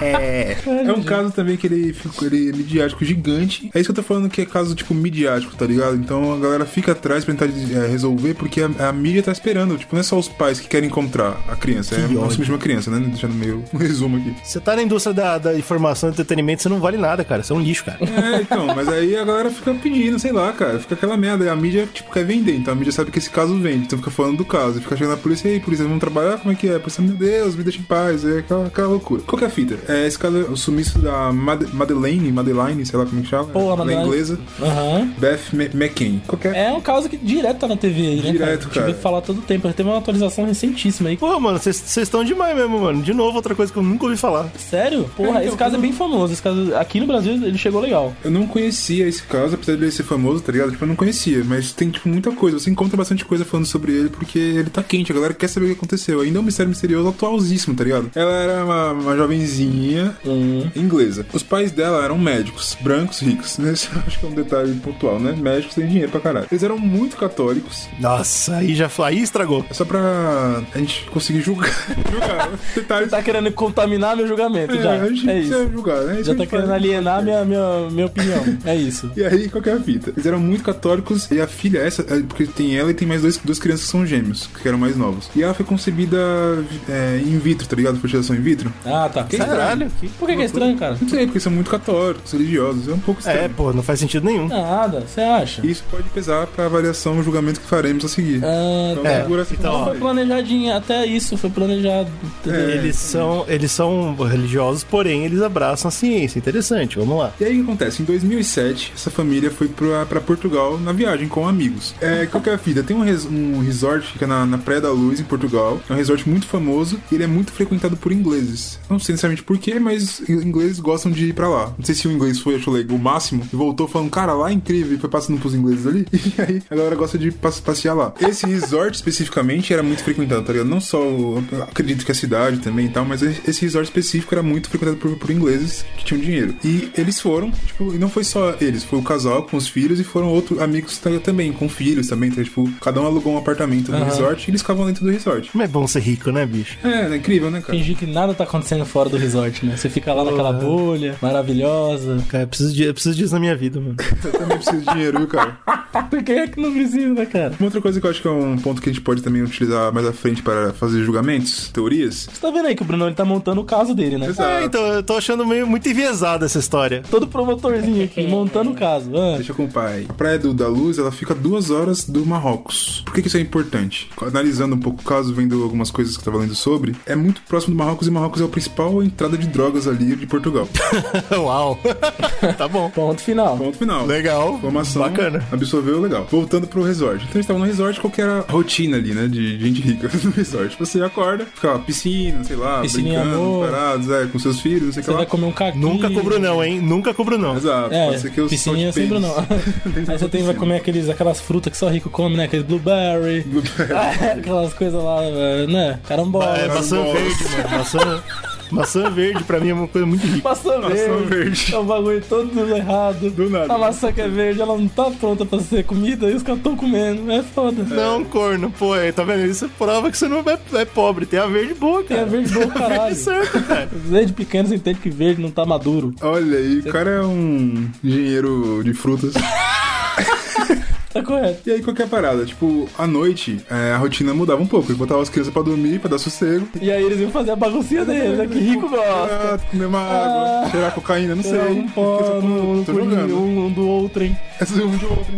Speaker 3: É um caso também que ele ficou ele é midiático gigante. É isso que eu tô falando que é caso, tipo, midiático, tá ligado? Então a galera fica atrás pra tentar é, resolver, porque a, a mídia tá esperando. Tipo, não é só os pais que querem encontrar a criança. é não se chama criança, né? Deixando meio um resumo aqui.
Speaker 1: Você tá na indústria da, da informação e entretenimento, você não vale nada, cara. Você é um lixo, cara.
Speaker 3: É, então, mas aí a galera fica pedindo, sei lá, cara. Fica aquela merda. A mídia, tipo, quer vender. Então a mídia sabe que esse caso vende. Então fica falando do caso. Fica chegando na polícia, e aí, polícia, vamos trabalhar? Como é que é? A polícia, meu Deus, me deixa em paz. É aquela, aquela loucura. Qual que é a fita? É esse caso, é o sumiço da Mad- Madeleine, Madeline, sei lá como é que chama.
Speaker 2: Pô, a
Speaker 3: Ela é
Speaker 2: Madeleine.
Speaker 3: inglesa.
Speaker 2: Aham.
Speaker 3: Beth Ma- McCain. Qual que é?
Speaker 2: É um caso que direto tá na TV aí, né?
Speaker 3: Direto,
Speaker 2: A gente
Speaker 3: cara.
Speaker 2: vê falar todo tempo. Teve uma atualização recentíssima aí.
Speaker 1: Pô, mano, vocês vocês estão demais mesmo, mano. De novo, outra coisa que eu nunca ouvi falar.
Speaker 2: Sério? Porra, esse caso é bem famoso. Esse caso aqui no Brasil ele chegou legal.
Speaker 3: Eu não conhecia esse caso, apesar dele ser famoso, tá ligado? Tipo, eu não conhecia, mas tem, tipo, muita coisa. Você encontra bastante coisa falando sobre ele, porque ele tá quente, a galera quer saber o que aconteceu. Ainda é um mistério misterioso atualzíssimo, tá ligado? Ela era uma, uma jovenzinha
Speaker 2: Hum.
Speaker 3: inglesa. Os pais dela eram médicos, brancos, ricos. Né? Isso eu acho que é um detalhe pontual, né? Médicos têm dinheiro pra caralho. Eles eram muito católicos.
Speaker 1: Nossa, aí já aí estragou.
Speaker 3: É só pra a gente conseguir julgar. julgar. Detalhes.
Speaker 2: Tá querendo contaminar meu julgamento
Speaker 3: É,
Speaker 2: já.
Speaker 3: a gente
Speaker 2: É
Speaker 3: precisa
Speaker 2: isso.
Speaker 3: julgar, né? Isso
Speaker 2: Já
Speaker 3: a
Speaker 2: tá
Speaker 3: gente faz.
Speaker 2: querendo alienar minha, minha, minha opinião. É isso.
Speaker 3: E aí, qual que é a fita? Eles eram muito católicos e a filha, essa, é, porque tem ela e tem mais dois, duas crianças que são gêmeos, que eram mais novos. E ela foi concebida é, in vitro, tá ligado? Fertilização in vitro.
Speaker 2: Ah, tá.
Speaker 1: Caralho.
Speaker 2: Por que, que é estranho, cara?
Speaker 3: Não sei, porque são muito católicos, religiosos, é um pouco
Speaker 1: É,
Speaker 3: estranho.
Speaker 1: pô, não faz sentido nenhum.
Speaker 2: Nada, você acha?
Speaker 3: E Isso pode pesar pra avaliação e julgamento que faremos a seguir.
Speaker 2: Ah,
Speaker 3: Então,
Speaker 1: é,
Speaker 3: segura essa
Speaker 1: então,
Speaker 3: informação
Speaker 1: ó.
Speaker 2: foi planejadinho, até isso foi planejado. entendeu?
Speaker 1: Eles são, eles são religiosos, porém eles abraçam a ciência. Interessante, vamos lá.
Speaker 3: E aí o que acontece? Em 2007, essa família foi pra, pra Portugal na viagem com amigos. É, qual que é a fita? Tem um, res- um resort que fica na, na Praia da Luz, em Portugal. É um resort muito famoso e ele é muito frequentado por ingleses. Não sei necessariamente porquê, mas ingleses gostam de ir pra lá. Não sei se o inglês foi, achou legal, o máximo, e voltou falando, cara, lá é incrível, e foi passando pros ingleses ali. E aí a galera gosta de pas- passear lá. Esse resort, especificamente, era muito frequentado, tá ligado? Não só, o- acredito que a cidade também e tal, mas esse resort específico era muito frequentado por, por ingleses que tinham dinheiro. E eles foram, tipo, e não foi só eles, foi o casal com os filhos e foram outros amigos ta- também, com filhos também, tá? tipo, cada um alugou um apartamento no resort e eles ficavam dentro do resort.
Speaker 1: Como é bom ser rico, né, bicho?
Speaker 3: É, é incrível, né, cara?
Speaker 2: Fingir que nada tá acontecendo fora do resort, né? Você fica lá naquela bolha maravilhosa.
Speaker 1: Cara, eu preciso, de, eu preciso disso na minha vida, mano.
Speaker 3: Eu também preciso de dinheiro, viu, cara?
Speaker 2: Quem é que não precisa, né, cara?
Speaker 3: Uma outra coisa que eu acho que é um ponto que a gente pode também utilizar mais à frente para fazer julgamentos, teorias.
Speaker 2: Você tá vendo aí que o Bruno ele tá montando o caso dele, né?
Speaker 1: É, então, eu tô achando meio muito enviesada essa história.
Speaker 2: Todo promotorzinho aqui, montando o caso. Ah,
Speaker 3: Deixa com o pai. A Praia do, da Luz, ela fica a duas horas do Marrocos. Por que, que isso é importante? Analisando um pouco o caso, vendo algumas coisas que eu tava lendo sobre, é muito próximo do Marrocos e o Marrocos é a principal entrada de drogas ali de Portugal.
Speaker 1: Uau. tá bom.
Speaker 2: ponto final.
Speaker 3: Ponto final.
Speaker 1: Legal.
Speaker 3: Informação
Speaker 1: Bacana.
Speaker 3: Absorveu legal. Voltando pro resort. Então a gente tava no resort, qual que era a rotina ali, né? De gente rica no resort. Você acorda, fica ó, piscina, sei lá,
Speaker 2: Piscininha
Speaker 3: brincando,
Speaker 2: boa.
Speaker 3: parados, é, com seus filhos, não sei o que
Speaker 2: Você
Speaker 3: lá.
Speaker 2: vai comer um caqui.
Speaker 1: Nunca cobro não, hein? Nunca cobro não.
Speaker 3: Exato,
Speaker 2: É,
Speaker 3: pode ser que eu
Speaker 2: piscininha
Speaker 3: solte
Speaker 2: sempre
Speaker 3: pênis.
Speaker 2: não.
Speaker 3: Tem que
Speaker 2: Aí você tem, vai
Speaker 3: ser piscina.
Speaker 2: comer aqueles, aquelas frutas que só rico come, né? Aqueles blueberry, aquelas coisas lá, velho, né? Carambola.
Speaker 1: É, maçã
Speaker 3: bolas.
Speaker 1: verde, mano. Maçã, maçã verde pra mim é uma coisa muito rica.
Speaker 2: Maçã verde.
Speaker 3: verde.
Speaker 2: É um bagulho todo errado.
Speaker 3: Do nada.
Speaker 2: A maçã que é verde, ela não tá pronta pra ser comida e os caras tão comendo. É foda.
Speaker 1: Não, corno, pô, aí, tá vendo? Isso prova que você não é, é pobre. Tem a verde boa,
Speaker 2: Tem
Speaker 1: cara.
Speaker 2: a verde boa, caralho.
Speaker 1: Verde certo, cara.
Speaker 2: Desde pequeno você entende que verde não tá maduro.
Speaker 3: Olha aí, o cara é um engenheiro de frutas.
Speaker 2: Tá correto.
Speaker 3: E aí, qual que é a parada? Tipo, à noite, é, a rotina mudava um pouco. Ele botava as crianças pra dormir, pra dar sossego.
Speaker 2: E aí eles iam fazer a baguncinha deles, né? Que rico gosta.
Speaker 3: Ah, comer uma água,
Speaker 2: Ah.
Speaker 3: cheirar cocaína, não sei.
Speaker 2: Sei, um pó
Speaker 3: Eu tô-
Speaker 2: no, no
Speaker 3: tô
Speaker 2: punho
Speaker 3: jogando.
Speaker 2: um, um do outro, hein?
Speaker 3: Essas eu de outro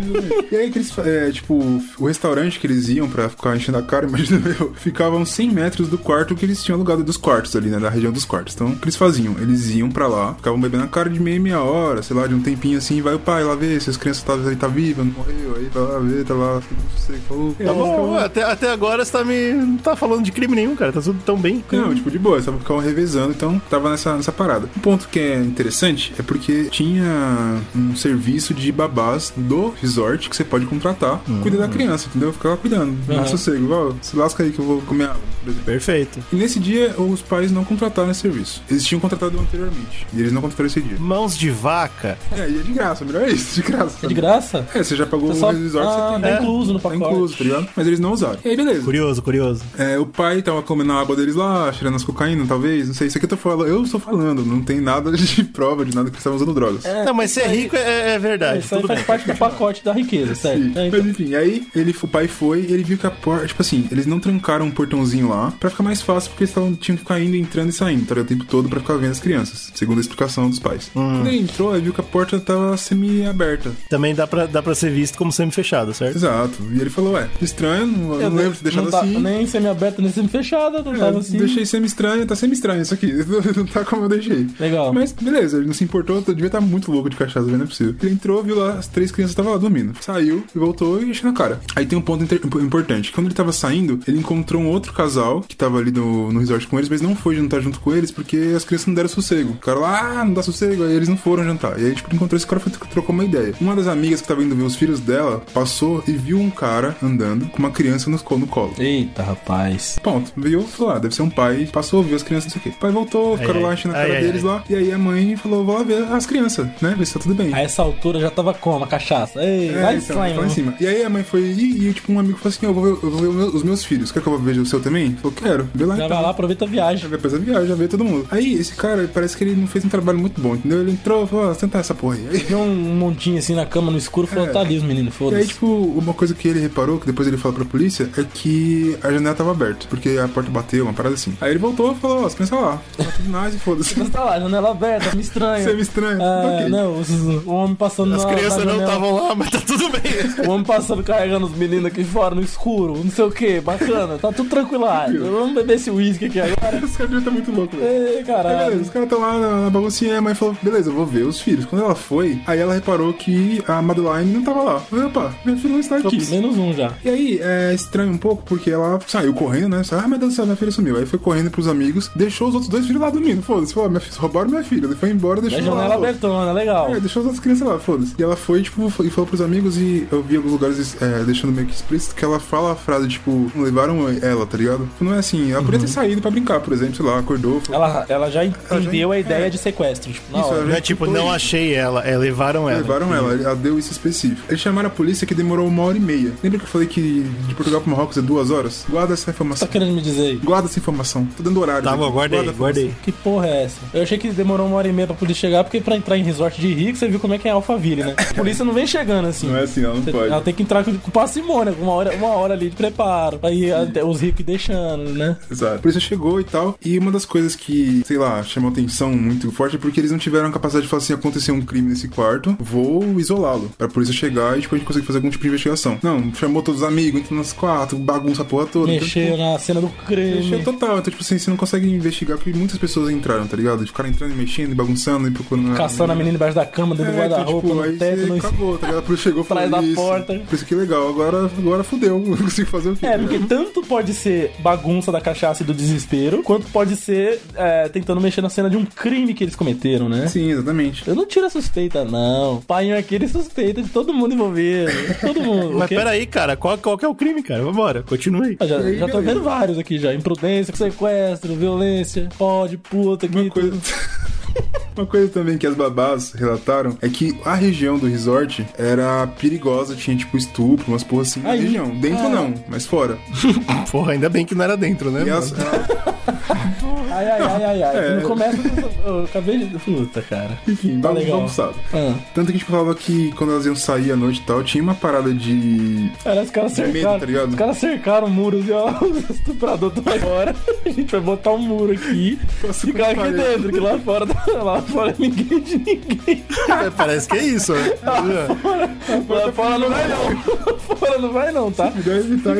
Speaker 3: E aí que eles, é, tipo, o restaurante que eles iam pra ficar enchendo a cara, imagina eu, ficavam 100 metros do quarto que eles tinham alugado dos quartos ali, né, da região dos quartos. Então, o que eles faziam? Eles iam pra lá, ficavam bebendo a cara de meia, meia hora, sei lá, de um tempinho assim, vai o pai lá ver se as crianças tá, tá viva, não morreu, aí vai lá ver, tá lá, não sei, falou.
Speaker 1: Tá bom, até, até agora você tá me. Não tá falando de crime nenhum, cara. Tá tudo tão bem.
Speaker 2: Uhum.
Speaker 3: Não, tipo, de boa, tava ficavam revezando, então tava nessa, nessa parada. Um ponto que é interessante é porque tinha um serviço de babás do resort que você pode contratar, cuida
Speaker 2: Uhum.
Speaker 3: da criança, entendeu? Fica lá cuidando, dá
Speaker 2: Aham.
Speaker 3: sossego, ó, se lasca aí que eu vou comer água, por exemplo.
Speaker 1: Perfeito.
Speaker 3: E nesse dia, os pais não contrataram esse serviço. Eles tinham contratado anteriormente, e eles não contrataram esse dia.
Speaker 1: Mãos de vaca.
Speaker 3: É, e é de graça, melhor é isso, de graça.
Speaker 2: É de
Speaker 3: sabe?
Speaker 2: graça?
Speaker 3: É, você já pagou
Speaker 2: Você só-
Speaker 3: o resort,
Speaker 2: Ah,
Speaker 3: você tem.
Speaker 2: tá
Speaker 3: É,
Speaker 2: incluso no
Speaker 3: Tá
Speaker 2: pacote.
Speaker 3: incluso, tá ligado? Mas eles não usaram. E aí, beleza.
Speaker 1: Curioso, curioso.
Speaker 3: É, o pai tava comendo a aba deles lá, cheirando as cocaína, talvez, não sei. Isso aqui eu tô falando, eu estou falando, não tem nada de prova de nada que eles estavam usando drogas.
Speaker 1: não, mas ser rico é, é verdade.
Speaker 2: Isso aí
Speaker 1: tudo
Speaker 2: faz
Speaker 1: bem.
Speaker 2: parte do pacote da riqueza, sério.
Speaker 3: Sim.
Speaker 2: É, então-
Speaker 3: Mas enfim, aí ele, o pai foi e ele viu que a porta. Tipo assim, eles não trancaram um portãozinho lá pra ficar mais fácil, porque eles tavam, tinham que ficar indo, entrando e saindo, tá ligado? o tempo todo pra ficar vendo as crianças, segundo a explicação dos pais.
Speaker 2: Hum.
Speaker 3: Quando ele entrou, ele viu que a porta tava semi-aberta.
Speaker 1: Também dá pra, dá pra ser visto como semi-fechado, certo?
Speaker 3: Exato. E ele falou, ué, estranho, não,
Speaker 2: Eu
Speaker 3: não lembro de ter deixado
Speaker 2: não tá-
Speaker 3: assim.
Speaker 2: Nem semi-aberta, nem semi-fechada, não
Speaker 3: É,
Speaker 2: tava assim.
Speaker 3: Deixei semi-estranho, tá semi-estranho isso aqui. Não tá como eu deixei.
Speaker 2: Legal.
Speaker 3: Mas beleza, ele não se importou, eu devia estar muito louco de cachaça, não é possível. Ele entrou, viu lá, as três crianças estavam lá dormindo. Saiu, voltou e encheu na cara. Aí tem um ponto inter- imp- importante. Quando ele tava saindo, ele encontrou um outro casal que tava ali no, no resort com eles, mas não foi jantar junto com eles porque as crianças não deram sossego. O cara lá, ah, não dá sossego, aí eles não foram jantar. E aí, tipo, ele encontrou esse cara foi trocou uma ideia. Uma das amigas que tava indo ver os filhos dela passou e viu um cara andando com uma criança no, co- no colo.
Speaker 2: Eita, rapaz.
Speaker 3: Ponto. Viu? Falou, ah, deve ser um pai. Passou, viu as crianças, não sei o quê. O pai voltou, ficaram lá
Speaker 1: ai.
Speaker 3: enchendo a
Speaker 1: Ai,
Speaker 3: cara
Speaker 1: ai,
Speaker 3: deles
Speaker 1: ai.
Speaker 3: lá. E aí a mãe falou, vou lá ver as crianças, né? Ver se tá tudo bem.
Speaker 2: A essa altura já tava como? A cachaça? Ei,
Speaker 3: É,
Speaker 2: vai de slime,
Speaker 3: então, foi em
Speaker 2: mano.
Speaker 3: cima. E aí a mãe foi, e, e, tipo, um amigo falou assim: Eu vou ver, eu vou ver os meus- os meus filhos, quer que eu veja o seu também? Falou, quero, vê lá
Speaker 2: Já
Speaker 3: então.
Speaker 2: vai lá, aproveita a viagem.
Speaker 3: Depois da viagem, já veio todo mundo. Aí, esse cara, parece que ele não fez um trabalho muito bom, entendeu? Ele entrou, falou, ah, tentar essa porra aí. aí.
Speaker 2: Viu um montinho assim na cama, no escuro, falou,
Speaker 3: É.
Speaker 2: tá ali os meninos,
Speaker 3: E aí,
Speaker 2: foda-se.
Speaker 3: tipo, uma coisa que ele reparou, que depois ele fala pra polícia, é que a janela tava aberta, porque a porta bateu, uma parada assim. Aí ele voltou e falou, ó, as crianças lá, tá tudo nice, foda-se.
Speaker 2: Mas tá lá, janela aberta, me estranha.
Speaker 3: Você me estranha.
Speaker 2: É. Ah,
Speaker 3: ok.
Speaker 2: não, os- o homem passando
Speaker 1: As
Speaker 2: na,
Speaker 1: crianças
Speaker 2: na
Speaker 1: não
Speaker 2: janela.
Speaker 1: estavam lá, mas tá tudo bem.
Speaker 2: O homem passando carregando os meninos aqui fora no escuro, não sei o que, bacana, tá tudo tranquilo. lá. Vamos beber esse uísque aqui agora.
Speaker 3: Esse cara tá muito louco, velho.
Speaker 2: Ei,
Speaker 3: Aí, beleza,
Speaker 2: caralho.
Speaker 3: os caras estão lá na, na baguncinha, a mãe falou, beleza, eu vou ver os filhos. Quando ela foi, aí ela reparou que a Madeline não tava lá. Eu falei, Opa, minha filha não está aqui.
Speaker 2: Menos um já.
Speaker 3: E aí, é estranho um pouco, porque ela saiu correndo, né? Saiu, ah, meu Deus do céu, minha filha sumiu. Aí foi correndo pros amigos, deixou os outros dois filhos lá dormindo. Foda-se, falou, ah, minha filha, roubaram minha filha. Ele foi embora,
Speaker 2: E
Speaker 3: deixou
Speaker 2: a
Speaker 3: ela
Speaker 2: É janela
Speaker 3: lá.
Speaker 2: abertona, legal.
Speaker 3: É, deixou as outras crianças lá, foda-se. E ela foi, tipo, e falou pros amigos e eu vi alguns lugares é, deixando meio que explícito que ela fala a frase, tipo, levaram ela, tá ligado? Tipo, Não é assim, ela
Speaker 1: Uhum.
Speaker 3: podia ter saído pra brincar, por exemplo, sei lá, acordou, falou,
Speaker 2: Ela, ela já entendeu a ideia de sequestro. Tipo, na
Speaker 3: é. Isso,
Speaker 2: hora.
Speaker 3: ela
Speaker 1: Não é tipo,
Speaker 3: ficou
Speaker 1: não
Speaker 3: aí.
Speaker 1: achei ela. É, levaram ela.
Speaker 3: Levaram ela, ela deu isso específico. Eles chamaram a polícia que demorou uma hora e meia. Lembra que eu falei que de Portugal pro Marrocos é duas horas? Guarda essa informação.
Speaker 2: tá querendo me dizer aí?
Speaker 3: Guarda essa informação. Tô dando horário.
Speaker 1: Tá bom, guarda aí, guarda aí.
Speaker 2: Que porra é essa? Eu achei que demorou uma hora e meia pra polícia chegar, porque pra entrar em resort de rico, você viu como é que é a Alphaville, né? polícia não vem chegando assim.
Speaker 3: Não é assim, ela não
Speaker 2: Você-
Speaker 3: pode.
Speaker 1: tá
Speaker 2: Ela tem que entrar com, com parcimônia, com uma hora, uma hora ali de preparo. Aí até os ricos deixando, né?
Speaker 3: Exato. A polícia chegou e tal. E uma das coisas que, sei lá, chamou atenção muito forte é porque eles não tiveram a capacidade de falar assim: aconteceu um crime nesse quarto, vou isolá-lo. Pra polícia chegar e tipo, a gente conseguir fazer algum tipo de investigação. Não, chamou todos os amigos, entrou nas quatro, bagunça a porra toda. Então,
Speaker 2: Mexer na cena do crime.
Speaker 3: Mexeu total, então, tipo assim, você não consegue investigar porque muitas pessoas entraram, tá ligado? Ficaram entrando e mexendo e bagunçando e procurando.
Speaker 2: Caçando a menina embaixo da cama, dentro do
Speaker 3: então,
Speaker 2: guarda-roupa,
Speaker 3: tipo,
Speaker 2: no
Speaker 3: aí
Speaker 2: teto,
Speaker 3: você
Speaker 2: no
Speaker 3: acabou, tá ligado? A polícia chegou
Speaker 2: Atrás
Speaker 3: falando
Speaker 2: da
Speaker 3: isso.
Speaker 2: porta.
Speaker 3: Por isso que é legal, agora, agora fudeu, não consigo fazer o quê?
Speaker 2: É,
Speaker 3: tá
Speaker 2: porque
Speaker 3: ligado?
Speaker 2: tanto pode ser bagunça da cachaça e do desespero, quanto pode ser é, tentando mexer na cena de um crime que eles cometeram, né?
Speaker 3: Sim, exatamente.
Speaker 2: Eu não tiro a suspeita, não. O Pai aqui, ele suspeita de todo mundo envolvido. Todo mundo.
Speaker 1: Mas
Speaker 2: porque-
Speaker 1: peraí, cara, qual, qual que é o crime, cara? Vambora, continue aí.
Speaker 2: Ah, já,
Speaker 3: aí,
Speaker 2: já tô
Speaker 3: beleza.
Speaker 2: vendo vários aqui já. Imprudência, sequestro, violência, pode, puta,
Speaker 3: Uma
Speaker 2: grito.
Speaker 3: coisa... Uma coisa também que as babás relataram é que a região do resort era perigosa, tinha tipo estupro, umas porras assim na
Speaker 2: Aí,
Speaker 3: região. Dentro
Speaker 2: ah.
Speaker 3: não, mas fora.
Speaker 1: Porra, ainda bem que não era dentro, né?
Speaker 3: E é
Speaker 1: mano?
Speaker 3: as-
Speaker 2: Tá. Ai, ai, ai, ai, ai.
Speaker 3: É.
Speaker 2: Não começa. Eu acabei de. Puta, cara.
Speaker 3: enfim,
Speaker 2: Tá
Speaker 3: bagun-
Speaker 2: legal.
Speaker 3: bagunçado.
Speaker 2: Ah.
Speaker 3: então, Tanto que a gente falava que quando elas iam sair à noite e tal, tinha uma parada de.
Speaker 2: Cara, os caras
Speaker 3: De medo,
Speaker 2: cercaram.
Speaker 3: tá ligado?
Speaker 2: os caras cercaram o muro e ó, o estuprador tá fora. A gente vai botar um muro aqui.
Speaker 3: Nossa,
Speaker 2: ficar
Speaker 3: que
Speaker 2: aqui
Speaker 3: pariu.
Speaker 2: dentro, que lá fora tá- lá fora ninguém é de ninguém.
Speaker 1: É, Parece que é isso, né?
Speaker 2: Lá fora não vai não. Lá fora não vai não, tá?
Speaker 3: Melhor evitar.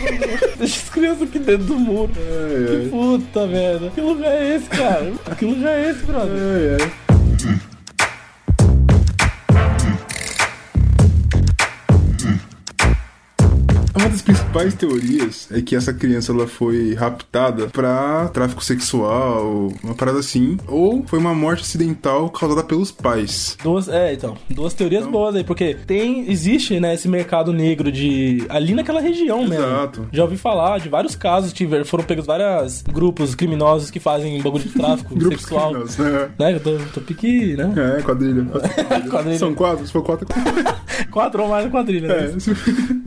Speaker 2: Deixa as crianças aqui dentro do muro.
Speaker 3: É,
Speaker 2: Que puta, velho. Que lugar é esse, cara? Que lugar é esse, brother?
Speaker 3: é, é. Uma das principais teorias é que essa criança ela foi raptada pra tráfico sexual, uma parada assim, ou foi uma morte acidental causada pelos pais.
Speaker 2: Duas, é, então, duas teorias boas aí, porque tem, existe, né, esse mercado negro de ali naquela região mesmo.
Speaker 3: Exato.
Speaker 2: Já ouvi falar de vários casos, tiver, foram pegos vários grupos criminosos que fazem bagulho de tráfico
Speaker 3: Grupos
Speaker 2: sexual.
Speaker 3: criminosos, né?
Speaker 2: Né, eu tô, tô pique, né?
Speaker 3: É, quadrilha.
Speaker 2: Quadrilha.
Speaker 3: São quatro, se for quatro.
Speaker 2: Quatro ou mais na quadrilha.
Speaker 3: É,
Speaker 2: né?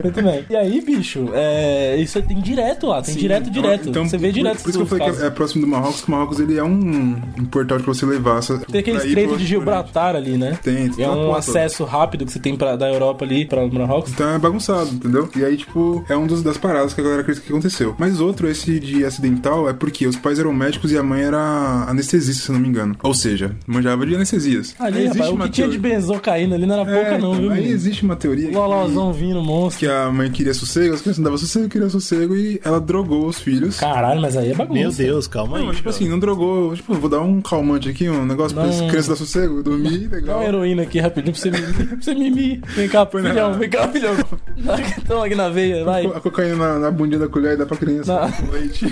Speaker 2: Muito bem. E aí, bicho, é, isso tem direto lá, tem direto, direto. Você vê
Speaker 3: Então, por-
Speaker 2: direto
Speaker 3: Por, isso que eu
Speaker 2: esses
Speaker 3: falei que
Speaker 2: casos.
Speaker 3: é próximo do Marrocos, que o Marrocos ele é um, um portal pra você levar essa.
Speaker 2: Tem aquele
Speaker 3: pra ir
Speaker 2: estreito
Speaker 3: pro-
Speaker 2: de Gibraltar ali, né?
Speaker 3: Tem, tem
Speaker 2: É
Speaker 3: uma
Speaker 2: um
Speaker 3: ponta.
Speaker 2: acesso rápido que você tem pra, da Europa ali pra Marrocos.
Speaker 3: Então é bagunçado, entendeu? E aí, tipo, é um dos, das paradas que a galera acredita que aconteceu. Mas outro, esse de acidental, é porque os pais eram médicos e a mãe era anestesista, se eu não me engano. Ou seja, manjava de anestesias. Aí
Speaker 2: Ali, rapaz, o que tinha de
Speaker 3: teoria-
Speaker 2: benzo caindo ali não era
Speaker 3: É,
Speaker 2: pouca não,
Speaker 3: então,
Speaker 2: viu,
Speaker 3: Aí
Speaker 2: menino?
Speaker 3: existe uma teoria que-
Speaker 2: Lolozão vindo, monstro.
Speaker 3: que a mãe queria sossego, as crianças não davam sossego, queria sossego e ela drogou os filhos.
Speaker 2: Caralho, mas aí é bagunça.
Speaker 1: Meu Deus, calma aí.
Speaker 3: Não, tipo
Speaker 1: cara.
Speaker 3: assim, não drogou. Tipo, vou dar um calmante aqui, um negócio pra
Speaker 2: Não.
Speaker 3: criança dar sossego, dormir,
Speaker 2: Dá
Speaker 3: legal.
Speaker 2: uma heroína aqui rapidinho pra você mimir. pra você mimir. Vem cá,
Speaker 3: na-
Speaker 2: filhão, vem cá, filhão. Toma aqui na veia, vai.
Speaker 3: A cocaína na, na bundinha da colher e dá pra criança.
Speaker 2: Não.
Speaker 3: Leite.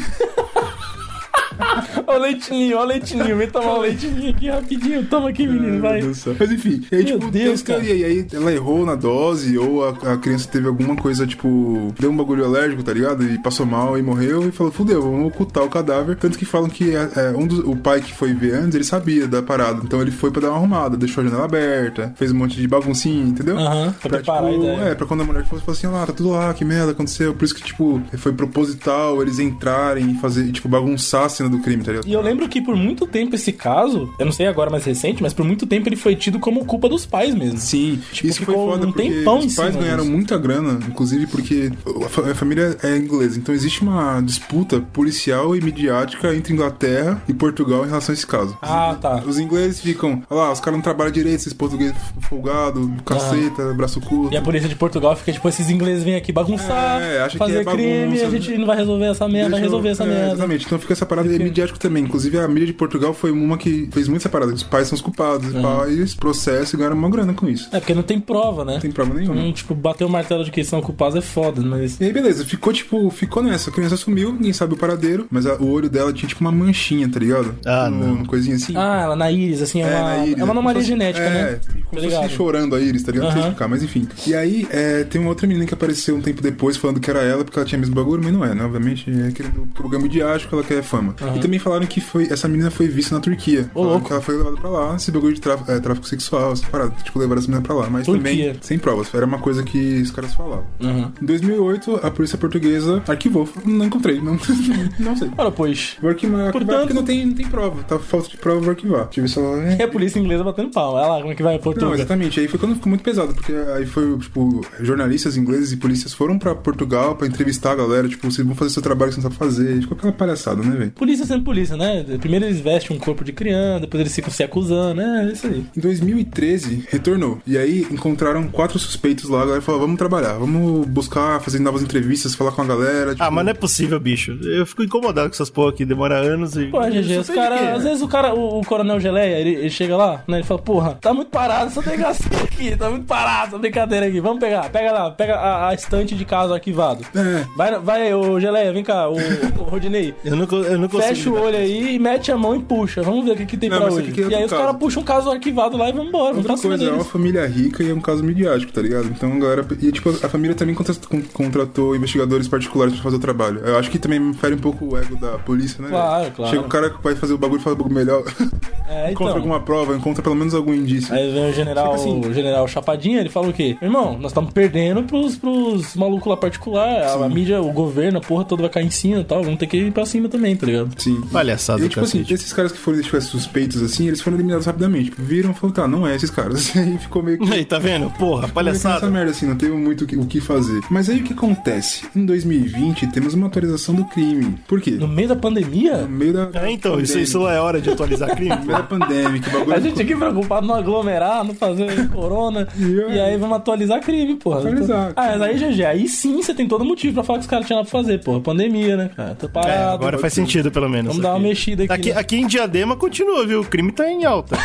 Speaker 2: Ó o leitinho, ó o leitinho. Vem tomar o leitinho aqui rapidinho. Toma aqui, menino, vai.
Speaker 3: Meu Deus do céu. Mas enfim, e aí,
Speaker 2: Meu
Speaker 3: tipo, tem
Speaker 2: Deus,
Speaker 3: essa teoria. E aí ela errou na dose, ou a, a criança teve alguma coisa, tipo, deu um bagulho alérgico, tá ligado? E passou mal e morreu e falou, fudeu, vamos ocultar o cadáver. Tanto que falam que é, é, um dos, o pai que foi ver antes, ele sabia da parada. Então ele foi pra dar uma arrumada, deixou a janela aberta, fez um monte de baguncinha, entendeu?
Speaker 2: Aham, pra preparar a ideia.
Speaker 3: É, pra quando a mulher fosse falar assim, ah, lá, tá tudo lá, que merda aconteceu. Por isso que, tipo, foi proposital eles entrarem e fazer, e, tipo, bagunçar a cena do crime, tá ligado?
Speaker 2: E eu lembro que por muito tempo esse caso, eu não sei agora mais recente, mas por muito tempo ele foi tido como culpa dos pais mesmo.
Speaker 3: Sim,
Speaker 2: Tipo,
Speaker 3: isso foi
Speaker 2: ficou
Speaker 3: foda
Speaker 2: um
Speaker 3: porque
Speaker 2: tempão em
Speaker 3: os pais
Speaker 2: cima
Speaker 3: ganharam
Speaker 2: disso.
Speaker 3: muita grana, inclusive porque a fa- a família é inglesa, então existe uma disputa policial e midiática entre Inglaterra e Portugal em relação a esse caso.
Speaker 2: Ah, tá.
Speaker 3: Os ingleses ficam, olha lá, os caras não trabalham direito, esses portugueses folgado, caceta, braço curto.
Speaker 2: Ah. E a polícia de Portugal fica tipo, esses ingleses vêm aqui bagunçar,
Speaker 3: É, acha que
Speaker 2: fazer
Speaker 3: é bagunça,
Speaker 2: crime, a
Speaker 3: né?
Speaker 2: gente não vai resolver essa merda, vai
Speaker 3: Deixa eu-
Speaker 2: resolver essa
Speaker 3: é,
Speaker 2: merda.
Speaker 3: Exatamente, então fica essa parada e é midiático também. Inclusive, a mídia de Portugal foi uma que fez muito essa parada. Os pais são os culpados, e pá, e eles processam e ganharam uma grana com isso.
Speaker 2: É, porque não tem prova, né?
Speaker 3: Não tem problema nenhuma.
Speaker 2: Então, tipo, bater o martelo de que são culpados é foda, mas.
Speaker 3: E aí, beleza, ficou tipo, ficou nessa. A criança sumiu, ninguém sabe o paradeiro, mas a- o olho dela tinha tipo uma manchinha, tá ligado?
Speaker 1: Ah, não.
Speaker 3: Uma coisinha assim.
Speaker 2: Ah, ela na íris, assim, é, uma,
Speaker 3: na íris.
Speaker 2: é uma anomalia
Speaker 3: Como se-
Speaker 2: genética,
Speaker 3: é,
Speaker 2: né? Tá
Speaker 3: Como se
Speaker 2: ligado?
Speaker 3: fosse chorando a Iris, tá ligado? Não sei
Speaker 2: Aham.
Speaker 3: explicar, mas enfim. E aí, é, tem uma outra menina que apareceu um tempo depois falando que era ela, porque ela tinha o mesmo bagulho, mas não é, né? Obviamente, é querendo programa de que ela quer fama. E também falaram que foi, essa menina foi vista na Turquia. Falaram
Speaker 2: louco.
Speaker 3: que ela foi levada pra lá, esse bagulho de tráfico, é, tráfico sexual, essa parada. Tipo, levaram essa menina pra lá. Mas
Speaker 2: Turquia.
Speaker 3: também, sem provas, era uma coisa que os caras falavam. Em 2008, a polícia portuguesa arquivou. Falou, Não encontrei, não, não sei.
Speaker 2: Ora, pois.
Speaker 3: Vou arquivar, arquivar
Speaker 2: Portanto-
Speaker 3: porque não tem, não tem prova. Tá falta de prova, vou arquivar. Deixa eu ver se ela...
Speaker 2: É a polícia inglesa batendo pau. Olha lá como é que vai. Pô,
Speaker 3: Não,
Speaker 1: Portugal.
Speaker 3: exatamente. Aí foi quando ficou muito pesado, porque aí foi, tipo, jornalistas ingleses e polícias foram pra Portugal pra entrevistar a galera, tipo, vocês vão fazer seu trabalho que vocês não sabem fazer. E Ficou aquela palhaçada, né, velho?
Speaker 2: Polícia sendo polícia, né? Primeiro eles vestem um corpo de criança, depois eles ficam se acusando, é é isso aí.
Speaker 3: Em 2013, retornou. E aí encontraram quatro suspeitos lá, a galera falou, vamos trabalhar, vamos buscar, fazer novas entrevistas, falar com a galera. tipo,
Speaker 1: Ah, mas não é possível, bicho. Eu fico incomodado com essas porra aqui, demora anos e.
Speaker 2: Pô, GG, os caras. Às vezes o cara, o, o Coronel Geleia, ele, ele chega lá, né? Ele fala, porra, tá muito parado essa delegacia aqui, tá muito parado essa brincadeira aqui. Vamos pegar, pega lá, pega a, a estante de caso arquivado.
Speaker 3: É.
Speaker 2: Vai, vai, ô Geleia, vem cá, ô, ô Rodinei.
Speaker 1: Eu não, co- eu não consigo.
Speaker 2: Fecha o olho aí e mete a mão e puxa. Vamos ver o que, que tem
Speaker 3: Não,
Speaker 2: pra
Speaker 3: mas
Speaker 2: hoje.
Speaker 3: aqui é
Speaker 2: E aí
Speaker 3: outro
Speaker 2: os caras
Speaker 3: caso.
Speaker 2: puxam um caso arquivado lá e vão embora. Vão pra
Speaker 1: um
Speaker 3: Outra
Speaker 2: cima
Speaker 3: coisa, é uma
Speaker 2: deles.
Speaker 3: família rica e é um caso midiático, tá ligado? Então a galera. E tipo, a família também contra- con- contratou investigadores particulares pra fazer o trabalho. Eu acho que também fere um pouco o ego da polícia, né?
Speaker 2: Claro,
Speaker 3: velho?
Speaker 2: claro.
Speaker 3: Chega o cara que vai fazer o bagulho e faz o bagulho melhor.
Speaker 2: É,
Speaker 3: encontra
Speaker 2: então.
Speaker 3: alguma prova, encontra pelo menos algum indício.
Speaker 2: Aí vem o general,
Speaker 3: Só que assim-
Speaker 2: o general Chapadinha, ele fala o quê? Irmão, nós estamos perdendo pros, pros malucos lá particular, a, a mídia, o governo, a porra toda vai cair em cima e tal, vamos ter que ir pra cima também, tá ligado?
Speaker 3: Sim.
Speaker 1: Palhaçada
Speaker 3: E
Speaker 1: do
Speaker 3: tipo assim,
Speaker 1: cacete.
Speaker 3: esses caras que foram identificados suspeitos assim, eles foram eliminados rapidamente. Tipo, viram e falaram, tá, não é esses caras. Aí ficou meio que.
Speaker 1: Aí, tá vendo? Porra,
Speaker 3: Essa
Speaker 1: palhaçada.
Speaker 3: merda assim, não teve muito o que- o que fazer. Mas aí o que acontece? Em 2020 temos uma atualização do crime. Por quê?
Speaker 2: No meio da pandemia?
Speaker 3: No meio da.
Speaker 1: Ah, então, isso, isso lá é hora de atualizar crime?
Speaker 3: Primeira pandêmica, o bagulho
Speaker 2: A gente aqui preocupado não aglomerar, não fazer corona.
Speaker 3: E aí?
Speaker 2: e aí vamos atualizar crime, porra.
Speaker 3: Atualizar.
Speaker 2: Ah, mas aí, GG, aí sim você tem todo motivo pra falar que os caras tinham nada pra fazer, porra. Pandemia, né, cara? Tô parado.
Speaker 1: É, agora faz sentido, pelo menos.
Speaker 2: Vamos dar uma mexida aqui,
Speaker 1: Aqui,
Speaker 2: né?
Speaker 1: aqui em Diadema continua, viu? O crime tá em alta.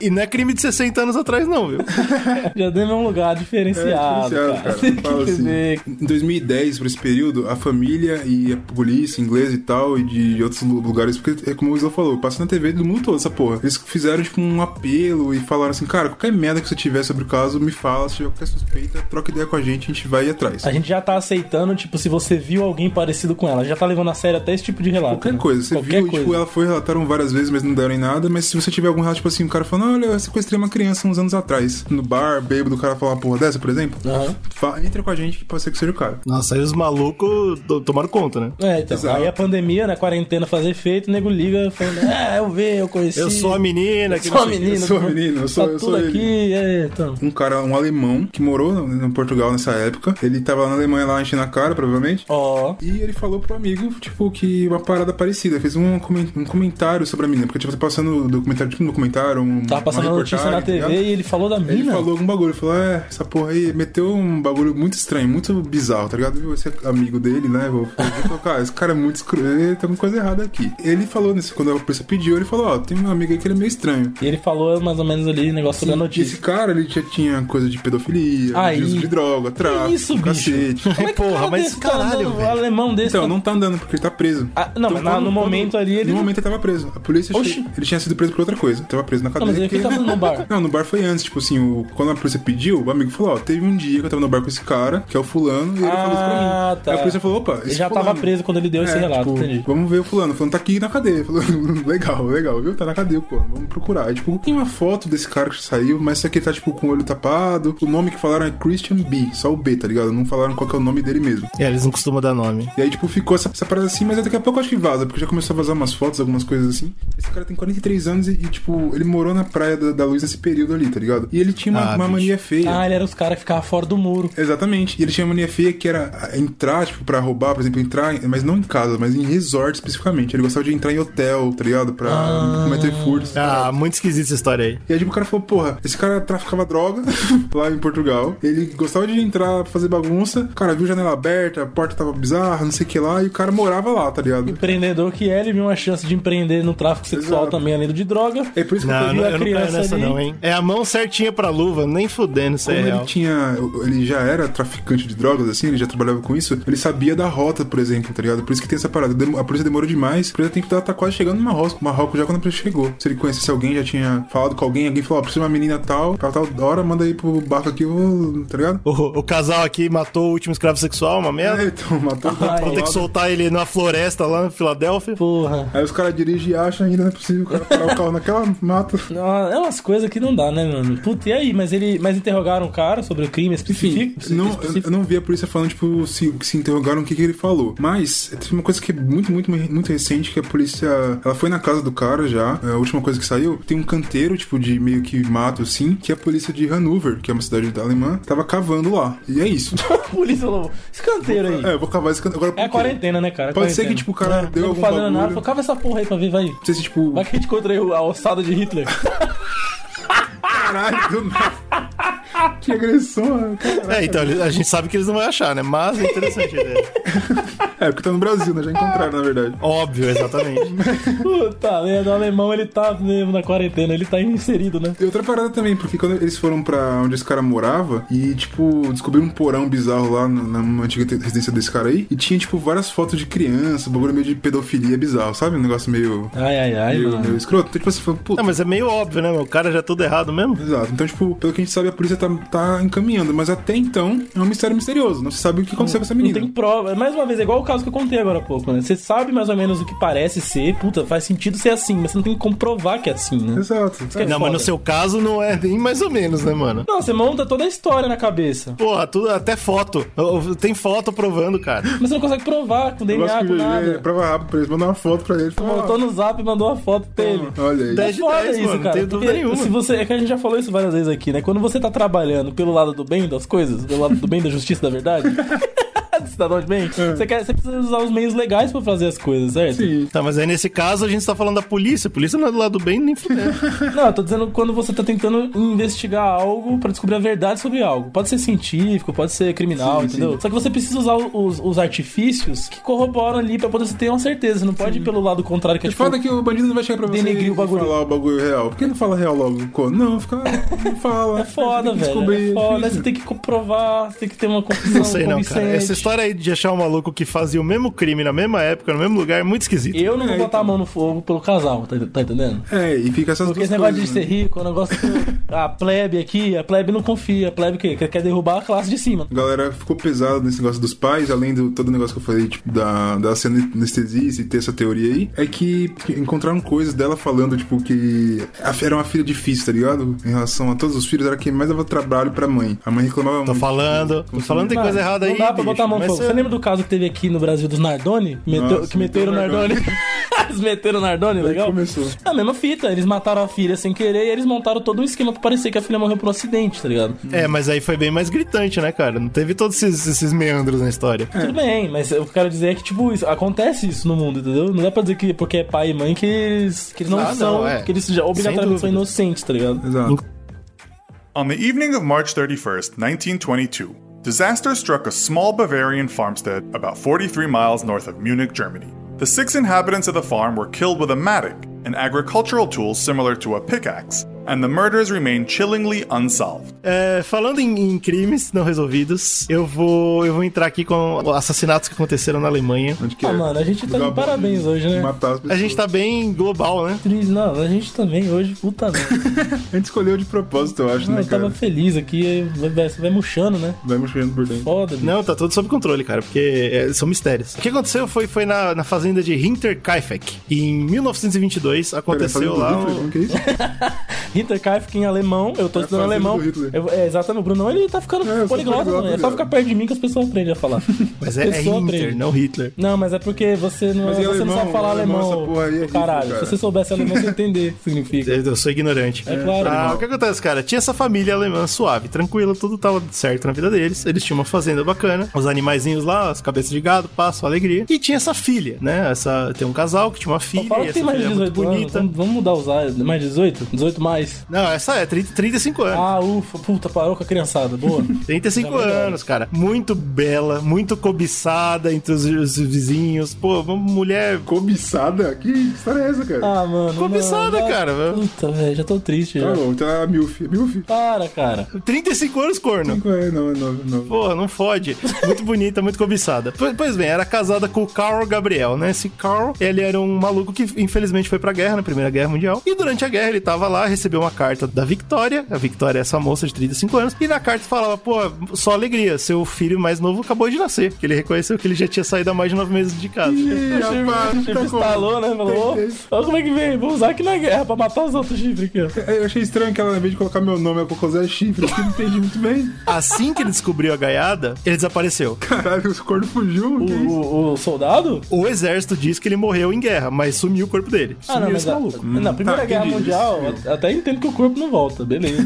Speaker 1: e não é crime de 60 anos atrás, não, viu?
Speaker 2: Já deu um lugar diferenciado,
Speaker 3: É, diferenciado,
Speaker 2: cara.
Speaker 3: cara.
Speaker 2: Tem que
Speaker 3: Fala assim.
Speaker 2: dizer,
Speaker 3: Em 2010, por esse período, a família e a polícia inglesa e tal, e de outros lu- lugares, porque é como o Isla falou, passa na TV do mundo todo essa porra. Eles fizeram, tipo, um apelo e falaram assim, cara, qualquer merda que você tiver sobre o caso, me fala, se tiver qualquer suspeita, troca ideia com a gente, a gente vai ir atrás.
Speaker 2: A gente já tá aceitando, tipo, se você viu alguém parecido com ela. Já tá levando a sério até esse tipo de relato.
Speaker 3: Qualquer
Speaker 2: né?
Speaker 3: coisa, você
Speaker 2: Qualquer
Speaker 3: viu, e, tipo,
Speaker 2: coisa.
Speaker 3: ela foi, relataram várias vezes, mas não deram em nada. Mas se você tiver algum relato, tipo assim, o cara falando, olha, eu sequestrei uma criança uns anos atrás, no bar, bêbado, o cara falar uma porra dessa, por exemplo,
Speaker 2: Aham.
Speaker 3: fa- entra com a gente que pode ser que seja o cara.
Speaker 1: Nossa, aí os malucos to- tomaram conta, né?
Speaker 2: É, então.
Speaker 3: Exato.
Speaker 2: Aí a pandemia, né? Quarentena fazer efeito, o nego liga falando, ah, eu vi, eu conheci.
Speaker 1: Eu sou a menina. que
Speaker 2: sou a
Speaker 1: não sei o
Speaker 2: menina.
Speaker 3: Eu sou a menina, eu sou-
Speaker 2: tá
Speaker 3: eu
Speaker 2: tudo
Speaker 3: sou ele.
Speaker 2: aqui, é, então.
Speaker 3: um cara, um alemão, que morou no, no Portugal nessa época. Ele tava lá na Alemanha lá enchendo a cara, provavelmente.
Speaker 2: Ó.
Speaker 3: E ele falou pro amigo, tipo, que uma parada parecida. Fez um, comen- um comentário sobre a menina. Porque, tipo, tá passando um documentário, tipo, um documentário, um.
Speaker 2: Tava passando
Speaker 3: uma
Speaker 2: uma notícia na
Speaker 3: reportagem,
Speaker 2: TV
Speaker 3: tá ligado?
Speaker 2: e ele falou da
Speaker 3: Ele
Speaker 2: mina.
Speaker 3: falou algum bagulho, ele falou, é, essa porra aí meteu um bagulho muito estranho, muito bizarro, tá ligado? Esse amigo dele, né? Vou, vou colocar, esse cara é muito escuro, tem alguma coisa errada aqui. Ele falou nisso, quando a polícia pediu, ele falou, ó, tem um amigo aí que ele é meio estranho.
Speaker 2: E ele falou mais ou menos ali negócio sobre a
Speaker 3: E esse
Speaker 2: notícia.
Speaker 3: cara, ele já tinha coisa de pedofilia,
Speaker 2: Aí.
Speaker 3: de uso de droga, tráfico,
Speaker 2: isso, bicho?
Speaker 3: cacete.
Speaker 1: quê. Porra,
Speaker 2: é Cara
Speaker 1: mas
Speaker 2: desse tá
Speaker 1: caralho,
Speaker 2: andando, um
Speaker 1: velho.
Speaker 2: alemão desse.
Speaker 3: Então,
Speaker 2: tá-
Speaker 3: não tá andando porque ele tá preso.
Speaker 2: Ah, não, mas na- no momento ali ele
Speaker 3: No
Speaker 2: não-
Speaker 3: momento ele tava preso. A polícia.
Speaker 2: Oxi.
Speaker 3: che- Ele tinha sido preso por outra coisa. Tava preso na cadeia.
Speaker 2: mas ele
Speaker 3: porque-
Speaker 2: tava no bar.
Speaker 3: Não, no bar foi antes. Tipo assim, o- quando a polícia pediu, o amigo falou: Ó, teve um dia que eu tava no bar com esse cara, que é o Fulano, e ele falou isso pra
Speaker 2: Ah,
Speaker 3: mim.
Speaker 2: tá.
Speaker 3: Aí a polícia falou: opa,
Speaker 2: Ele
Speaker 3: esse
Speaker 2: já
Speaker 3: fulano.
Speaker 2: tava preso quando ele deu esse
Speaker 3: É,
Speaker 2: relato,
Speaker 3: tipo,
Speaker 2: entendi.
Speaker 3: Vamos ver o fulano. O fulano tá aqui na cadeia. Falou, "Hum, legal, legal, viu? Tá na cadeia o fulano. Vamos procurar. Aí, tipo, tem uma foto desse cara que saiu, mas isso aqui tá, tipo, com o olho tapado. O nome que falaram é Christian B. Só o B, tá ligado? Não falaram qual que é o nome dele mesmo.
Speaker 1: É, eles não costumam dar nome.
Speaker 3: E aí, tipo, ficou essa, essa parada assim, mas daqui a pouco eu acho que vaza, porque já começou a vazar umas fotos, algumas coisas assim. Esse cara tem 43 anos e, e, tipo, ele morou na praia da, da luz nesse período ali, tá ligado? E ele tinha uma,
Speaker 1: Ah,
Speaker 3: uma
Speaker 1: bicho.
Speaker 3: mania feia.
Speaker 2: Ah, ele era os caras que ficavam fora do muro.
Speaker 3: Exatamente. E ele tinha uma mania feia que era entrar, tipo, pra roubar, por exemplo, entrar, mas não em casa, mas em resort especificamente. Ele gostava de entrar em hotel, tá ligado? Pra cometer furtos.
Speaker 1: Ah, muito esquisita essa história aí.
Speaker 3: E aí, tipo, o cara falou, porra, esse cara traficava droga lá em Portugal. Ele gostava de entrar pra fazer bagunça. O cara viu janela aberta, a porta tava bizarra, não sei o que lá. E o cara morava lá, tá ligado?
Speaker 2: Empreendedor que é, ele viu uma chance de empreender no tráfico sexual
Speaker 3: Exato.
Speaker 2: também, além do de droga.
Speaker 3: É por isso que eu
Speaker 1: Não,
Speaker 3: falei,
Speaker 1: não,
Speaker 2: a
Speaker 1: eu não caio
Speaker 2: criança
Speaker 1: nessa
Speaker 2: ali.
Speaker 1: não, hein? É a mão certinha pra luva, nem fudendo, isso é
Speaker 3: Como
Speaker 1: real.
Speaker 3: ele tinha. Ele já era traficante de drogas, assim, ele já trabalhava com isso. Ele sabia da rota, por exemplo, tá ligado? Por isso que tem essa parada. Dem- A polícia demorou demais. Por isso tempo ela tá quase chegando no Marrocos, Marrocos já quando a polícia chegou. Se ele conhecesse alguém, já tinha falado com alguém, alguém falou, ó, precisa de uma menina tal, pra tal hora, manda aí pro barco aqui, eu vou, tá ligado?
Speaker 1: O, o casal aqui matou o último escravo sexual, uma
Speaker 3: É,
Speaker 1: merda.
Speaker 3: então, matou o cara
Speaker 2: Ai.
Speaker 1: Vão ter que soltar ele na floresta lá em Filadélfia.
Speaker 2: Porra.
Speaker 3: Aí os caras dirigem e acham ainda, não é possível o cara parar o carro naquela mata.
Speaker 2: uma- é umas coisas que não dá, né, mano? Puta, e aí? Mas, ele, mas interrogaram o cara sobre o crime
Speaker 3: Enfim,
Speaker 2: específico?
Speaker 3: não, eu-
Speaker 2: específico?
Speaker 3: eu não vi a polícia falando, tipo, se, se interrogaram o que, que ele falou. Mas teve uma coisa que é muito, muito, muito recente, que a polícia. Ela foi na casa do cara já. é A última coisa que saiu, tem um canteiro, tipo, de meio que mato, assim, que a polícia de Hanover, que é uma cidade da Alemanha, tava cavando lá. E é isso.
Speaker 2: A polícia falou, esse canteiro aí.
Speaker 3: é, eu vou cavar esse canteiro. Agora, por
Speaker 2: É a
Speaker 3: quê?
Speaker 2: quarentena, né, cara? É
Speaker 3: Pode ser
Speaker 2: quarentena.
Speaker 3: que, tipo, o cara deu
Speaker 2: não
Speaker 3: algum
Speaker 2: fazendo
Speaker 3: bagulho.
Speaker 2: nada, falou, cava essa porra aí pra ver, vai.
Speaker 3: Não sei se, tipo.
Speaker 2: Vai que a gente encontra aí a ossada de Hitler.
Speaker 3: Caralho, do nada. Que agressão, né? cara.
Speaker 1: É, então, ele- a gente sabe que eles não vão achar, né? Mas é interessante a ideia.
Speaker 3: É, porque tá no Brasil, né? Já encontraram, na verdade.
Speaker 1: Óbvio, exatamente.
Speaker 2: Puta merda, o alemão ele tá mesmo na quarentena, ele tá inserido, né?
Speaker 3: E outra parada também, porque quando eles foram pra onde esse cara morava e, tipo, descobriram um porão bizarro lá na, na- numa antiga te- residência desse cara aí e tinha, tipo, várias fotos de criança, um bagulho meio de pedofilia bizarro, sabe? Um negócio meio.
Speaker 2: Ai, ai, ai,
Speaker 3: meio,
Speaker 2: mano.
Speaker 3: meio escroto. Então, tipo assim, foi, puta.
Speaker 1: Não, mas é meio óbvio, né, meu? O cara já é tudo errado mesmo.
Speaker 3: Exato. Então, tipo, pelo que a gente sabe, a polícia tá, tá encaminhando, mas até então é um mistério misterioso. Não se sabe o que aconteceu com essa
Speaker 2: Não
Speaker 3: menina.
Speaker 2: tem prova. Mais uma vez, é igual o caso que eu contei agora há pouco, né? Você sabe mais ou menos o que parece ser, puta, faz sentido ser assim, mas você não tem que comprovar que é assim, né?
Speaker 3: Exato.
Speaker 2: que é
Speaker 1: não, mas no
Speaker 2: foda.
Speaker 1: seu caso não é nem mais ou menos, né, mano?
Speaker 2: Não, você monta toda a história na cabeça.
Speaker 1: Porra, tudo, até foto. Eu- eu- Tem foto provando, cara.
Speaker 2: Mas você não consegue provar com
Speaker 3: Eu
Speaker 2: DNA,
Speaker 3: gosto É um que
Speaker 2: com
Speaker 3: o GG
Speaker 2: nada. Tá
Speaker 3: prova rápido pra eles, mandar uma foto pra ele. Fala,
Speaker 2: Voltou no zap e mandou uma foto pra ele.
Speaker 3: "Ah, Olha aí.
Speaker 1: Dez-
Speaker 2: É foda
Speaker 1: 10,
Speaker 2: isso,
Speaker 1: mano,
Speaker 2: cara.
Speaker 1: não tenho dúvida
Speaker 2: porque
Speaker 1: nenhuma.
Speaker 2: Se você, é que a gente já falou isso várias vezes aqui, né? Quando você tá trabalhando pelo lado do bem das coisas, pelo lado do bem da justiça, da verdade, do cidadão de bem, você, quer, você precisa usar os meios legais pra fazer as coisas, certo?
Speaker 3: É. Sim.
Speaker 1: Tá, mas aí nesse caso a gente tá falando da polícia. A polícia não é do lado do bem nem fudendo.
Speaker 2: Não, eu tô dizendo quando você tá tentando investigar algo pra descobrir a verdade sobre algo. Pode ser científico, pode ser criminal, entendeu? Só que você precisa usar os, os artifícios que corroboram ali pra poder você ter uma certeza. Você não pode ir pelo lado contrário que é
Speaker 3: O foda é que o bandido não vai chegar pra você
Speaker 2: Denegrir
Speaker 3: e
Speaker 2: o bagulho.
Speaker 3: falar o bagulho real. Por que não fala real logo? Cô? Não, fica. Não fala.
Speaker 2: É foda,
Speaker 3: Tem que
Speaker 2: velho.
Speaker 3: descobrir,
Speaker 2: É foda. Você
Speaker 3: difícil.
Speaker 2: tem que comprovar, você tem que ter uma confusão.
Speaker 1: Não sei não, cara.
Speaker 2: convincente.
Speaker 1: Essa história aí de achar um maluco que fazia o mesmo crime na mesma época, no mesmo lugar, é muito esquisito.
Speaker 2: Eu não vou
Speaker 3: É,
Speaker 2: botar
Speaker 3: então.
Speaker 2: a mão no fogo pelo casal, tá, tá entendendo?
Speaker 3: É, e fica essas
Speaker 2: Porque
Speaker 3: duas
Speaker 2: esse negócio de
Speaker 3: coisas,
Speaker 2: ser
Speaker 3: né?
Speaker 2: rico, o negócio que a plebe aqui, a plebe não confia, a plebe que quer derrubar a classe de cima.
Speaker 3: A galera ficou pesada nesse negócio dos pais, além do todo o negócio que eu falei, tipo, da, da cena anestesista e ter essa teoria aí, é que encontraram coisas dela falando, tipo, que a fi- era uma filha difícil, tá ligado? Em relação a todos os filhos, era quem mais dava trabalho pra mãe. A mãe reclamava
Speaker 1: Tô
Speaker 3: muito.
Speaker 1: falando. Tô falando tem
Speaker 2: Mano,
Speaker 1: coisa errada aí.
Speaker 2: Não dá pra
Speaker 1: bicho,
Speaker 2: botar a mão no
Speaker 1: mas
Speaker 2: fogo.
Speaker 1: cê-
Speaker 2: Você lembra do caso que teve aqui no Brasil dos Nardoni? Meteu-
Speaker 3: Nossa,
Speaker 2: que meteram o
Speaker 3: meteu o
Speaker 2: Nardoni. eles meteram o Nardoni, legal?
Speaker 3: começou.
Speaker 2: É A mesma fita, eles mataram a filha sem querer e eles montaram todo um esquema pra parecer que a filha morreu por um acidente, tá ligado?
Speaker 1: É, mas aí foi bem mais gritante, né, cara? Não teve todos esses, esses meandros na história.
Speaker 3: É.
Speaker 2: Tudo bem, mas eu quero dizer é que, tipo, isso- acontece isso no mundo, entendeu? Não dá pra dizer que porque é pai e mãe que eles, que eles não
Speaker 1: Ah, não,
Speaker 2: são,
Speaker 1: é.
Speaker 2: que eles já obrigatoriamente
Speaker 1: dúvida.
Speaker 2: são inocentes, tá ligado?
Speaker 3: Exato.
Speaker 10: On the evening of March 31st, 1922, disaster struck a small Bavarian farmstead about 43 miles north of Munich, Germany. The six inhabitants of the farm were killed with a mattock, an agricultural tool similar to a pickaxe, and the murders remain chillingly unsolved.
Speaker 1: É, falando em, em crimes não resolvidos, eu vou, eu vou entrar aqui com assassinatos que aconteceram na Alemanha.
Speaker 3: Onde que
Speaker 2: Ah,
Speaker 3: é?
Speaker 2: mano, a gente tá
Speaker 3: Lugar
Speaker 2: de
Speaker 3: bom
Speaker 2: parabéns
Speaker 3: de
Speaker 2: hoje, né?
Speaker 3: Matar as
Speaker 1: A
Speaker 3: pessoas.
Speaker 1: gente tá bem global, né?
Speaker 2: Triste, não, a gente também hoje, puta merda.
Speaker 3: A gente escolheu de propósito, eu acho,
Speaker 2: Não,
Speaker 3: né,
Speaker 2: eu tava
Speaker 3: cara?
Speaker 2: feliz aqui, vai, vai, vai murchando, né?
Speaker 3: Vai mexendo por dentro.
Speaker 2: Foda, bicho.
Speaker 1: Não, tá tudo sob controle, cara, porque é, são mistérios. O que aconteceu foi, foi na, na fazenda de Hinterkaifeck. Em 1922,
Speaker 3: Pera,
Speaker 1: aconteceu
Speaker 3: fazendo
Speaker 1: lá.
Speaker 3: do Hitler?
Speaker 1: o-
Speaker 3: Como que é isso?
Speaker 2: Hinterkaifeck em alemão, eu tô estudando
Speaker 3: fazenda
Speaker 2: alemão.
Speaker 3: Tá do Hitler.
Speaker 2: Eu- é, exatamente, o Brunão ele tá ficando
Speaker 3: É, eu sou
Speaker 2: poliglota,
Speaker 3: poliglota,
Speaker 2: mano. É só
Speaker 3: viado.
Speaker 2: ficar perto de mim que as pessoas aprendem a falar.
Speaker 1: Mas é, é
Speaker 2: Pessoa
Speaker 1: Hinter,
Speaker 2: preta.
Speaker 1: não Hitler.
Speaker 2: Não, mas é porque você não,
Speaker 3: Mas
Speaker 2: você
Speaker 3: em
Speaker 2: não
Speaker 3: alemão,
Speaker 2: sabe falar
Speaker 3: em alemão,
Speaker 2: alemão.
Speaker 3: essa porra aí é
Speaker 2: ô,
Speaker 3: Hitler,
Speaker 2: caralho,
Speaker 3: cara.
Speaker 2: se você soubesse alemão, você ia entender o que significa.
Speaker 1: Eu sou ignorante.
Speaker 2: É claro.
Speaker 1: Ah, o que acontece, cara? Tinha essa família alemã suave, tranquila, tudo tava certo na vida deles. Eles tinham uma fazenda bacana, os animaizinhos lá, as cabeças de gado, passo, alegria. E tinha essa filha, né? Essa, tem um casal que tinha uma filha,
Speaker 2: Então fala
Speaker 1: e
Speaker 2: que
Speaker 1: essa
Speaker 2: tem mais
Speaker 1: filha
Speaker 2: de
Speaker 1: é muito
Speaker 2: 18 anos.
Speaker 1: bonita.
Speaker 2: Vamos, vamos mudar os anos. Mais 18? 18 mais.
Speaker 1: Não, essa é 30, 35 anos.
Speaker 2: Ah, ufa, puta, parou com a criançada. Boa. é
Speaker 1: 35 anos, cara. Muito bela, muito cobiçada entre os, os vizinhos. Pô, uma mulher.
Speaker 3: Cobiçada? Que história é essa, cara?
Speaker 2: Ah, mano.
Speaker 1: Cobiçada,
Speaker 2: mano,
Speaker 1: cara, velho.
Speaker 2: Puta, velho, já tô triste já.
Speaker 3: Tá bom, então é a Milf. Milf?
Speaker 2: Para, cara.
Speaker 1: 35 anos, corno.
Speaker 3: Não é, não, é nove, nove.
Speaker 1: Porra, não fode. Muito bonita, muito cobiçada. Po- Pois bem, era casada com o Carl Gabriel, né? Esse Carl, ele era um maluco que infelizmente foi pra guerra, na Primeira Guerra Mundial. E durante a guerra ele tava lá, recebeu uma carta da Victoria. A Victoria é essa moça de 35 anos. E na carta falava: pô, só alegria, seu filho mais novo acabou de nascer. Que ele reconheceu que ele já tinha saído há mais de nove meses de casa.
Speaker 3: Ih, rapaz, tá
Speaker 2: Chifre instalou, né? Falou, ó, ó como é que vem? Vou usar aqui na guerra pra matar os outros chifres aqui, ó.
Speaker 3: É, Eu achei estranho que ela, ao invés de colocar meu nome, ela colocou Zé Chifre, que eu não entendi muito bem.
Speaker 1: Assim que ele descobriu a gaiada, ele desapareceu.
Speaker 3: Caralho, os cornos fugiu, o
Speaker 2: O,
Speaker 3: que é isso?
Speaker 2: o- o soldado?
Speaker 1: O exército diz que ele morreu em guerra, mas sumiu o corpo dele.
Speaker 2: Ah, não,
Speaker 1: Sumiu
Speaker 2: mas
Speaker 1: esse
Speaker 2: a,
Speaker 1: maluco.
Speaker 2: na Primeira
Speaker 3: tá,
Speaker 2: Guerra
Speaker 3: entendi.
Speaker 2: Mundial, a- até entendo que o corpo não volta, beleza.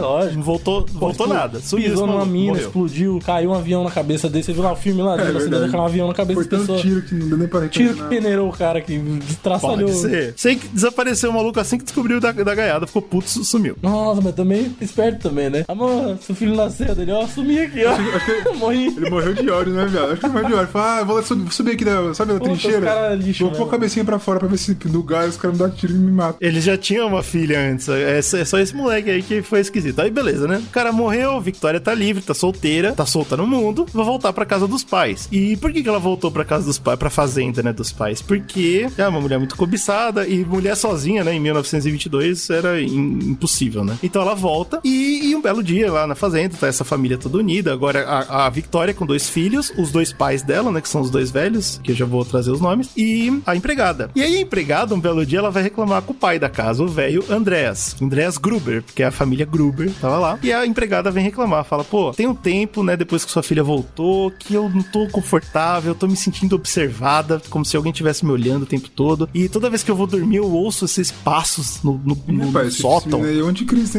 Speaker 1: Não
Speaker 2: lógico.
Speaker 1: voltou, voltou
Speaker 2: Pô,
Speaker 1: nada. Sumiu esse
Speaker 2: Pisou numa
Speaker 1: maluco,
Speaker 2: mina,
Speaker 1: morreu.
Speaker 2: explodiu, caiu um avião na cabeça dele. Você viu lá o filme lá dele,
Speaker 3: verdade. né?
Speaker 2: acendendo com um avião na cabeça
Speaker 3: Foi
Speaker 2: da
Speaker 3: tanto
Speaker 2: pessoa. Tiro,
Speaker 3: tiro que não deu nem pra
Speaker 2: que
Speaker 3: reconhecer.
Speaker 2: peneirou o cara, que
Speaker 1: Pode
Speaker 2: destraçalhou.
Speaker 1: ser. Sei que desapareceu o maluco assim que descobriu da, da gaiada, ficou puto, su- sumiu.
Speaker 2: Nossa, mas também esperto também, né? Amor, seu filho nasceu dele, ó, sumi aqui, ó. Morri.
Speaker 3: Ele morreu de ódio, né, viado? Acho que ele morreu de ódio. Fala, ah, eu vou lá sub- subir aqui da, sabe, da
Speaker 2: Puta, os
Speaker 3: trincheira.
Speaker 2: cara é lixo
Speaker 3: vou pôr
Speaker 2: mesmo.
Speaker 3: a cabecinha pra fora pra ver se no gás os caras me dão tiro e me matam.
Speaker 1: Ele já tinha uma filha antes. É, só- é só esse moleque aí que foi esquisito. Aí beleza, né? O cara morreu, Victoria tá livre, tá solteira, tá solta no mundo, vai voltar pra casa dos pais. E por que, que ela voltou pra casa dos pais, pra fazenda, né, dos pais? Porque é uma mulher muito cobiçada e mulher sozinha, né, em 1922 era im- impossível, né? Então ela volta e, e um belo dia lá na fazenda, tá essa família toda unida. Agora a, a Victoria com dois filhos, os dois pais dela, né, que são os dois velhos, que eu já vou trazer os nomes, e a empregada. E aí a empregada, um belo dia, ela vai reclamar com o pai da casa, o velho Andréas. Andréas Gruber, porque é a família Gruber tava lá. E a empregada vem reclamar, fala, pô, tem um tempo, né, depois que sua filha voltou, que eu não tô confortável, eu tô me sentindo observada, como se alguém estivesse me olhando o tempo todo. E toda vez que eu vou dormir, eu ouço esses passos no, no- no
Speaker 3: Rapaz, esse
Speaker 1: sótão,
Speaker 3: filme aí é o anticristo,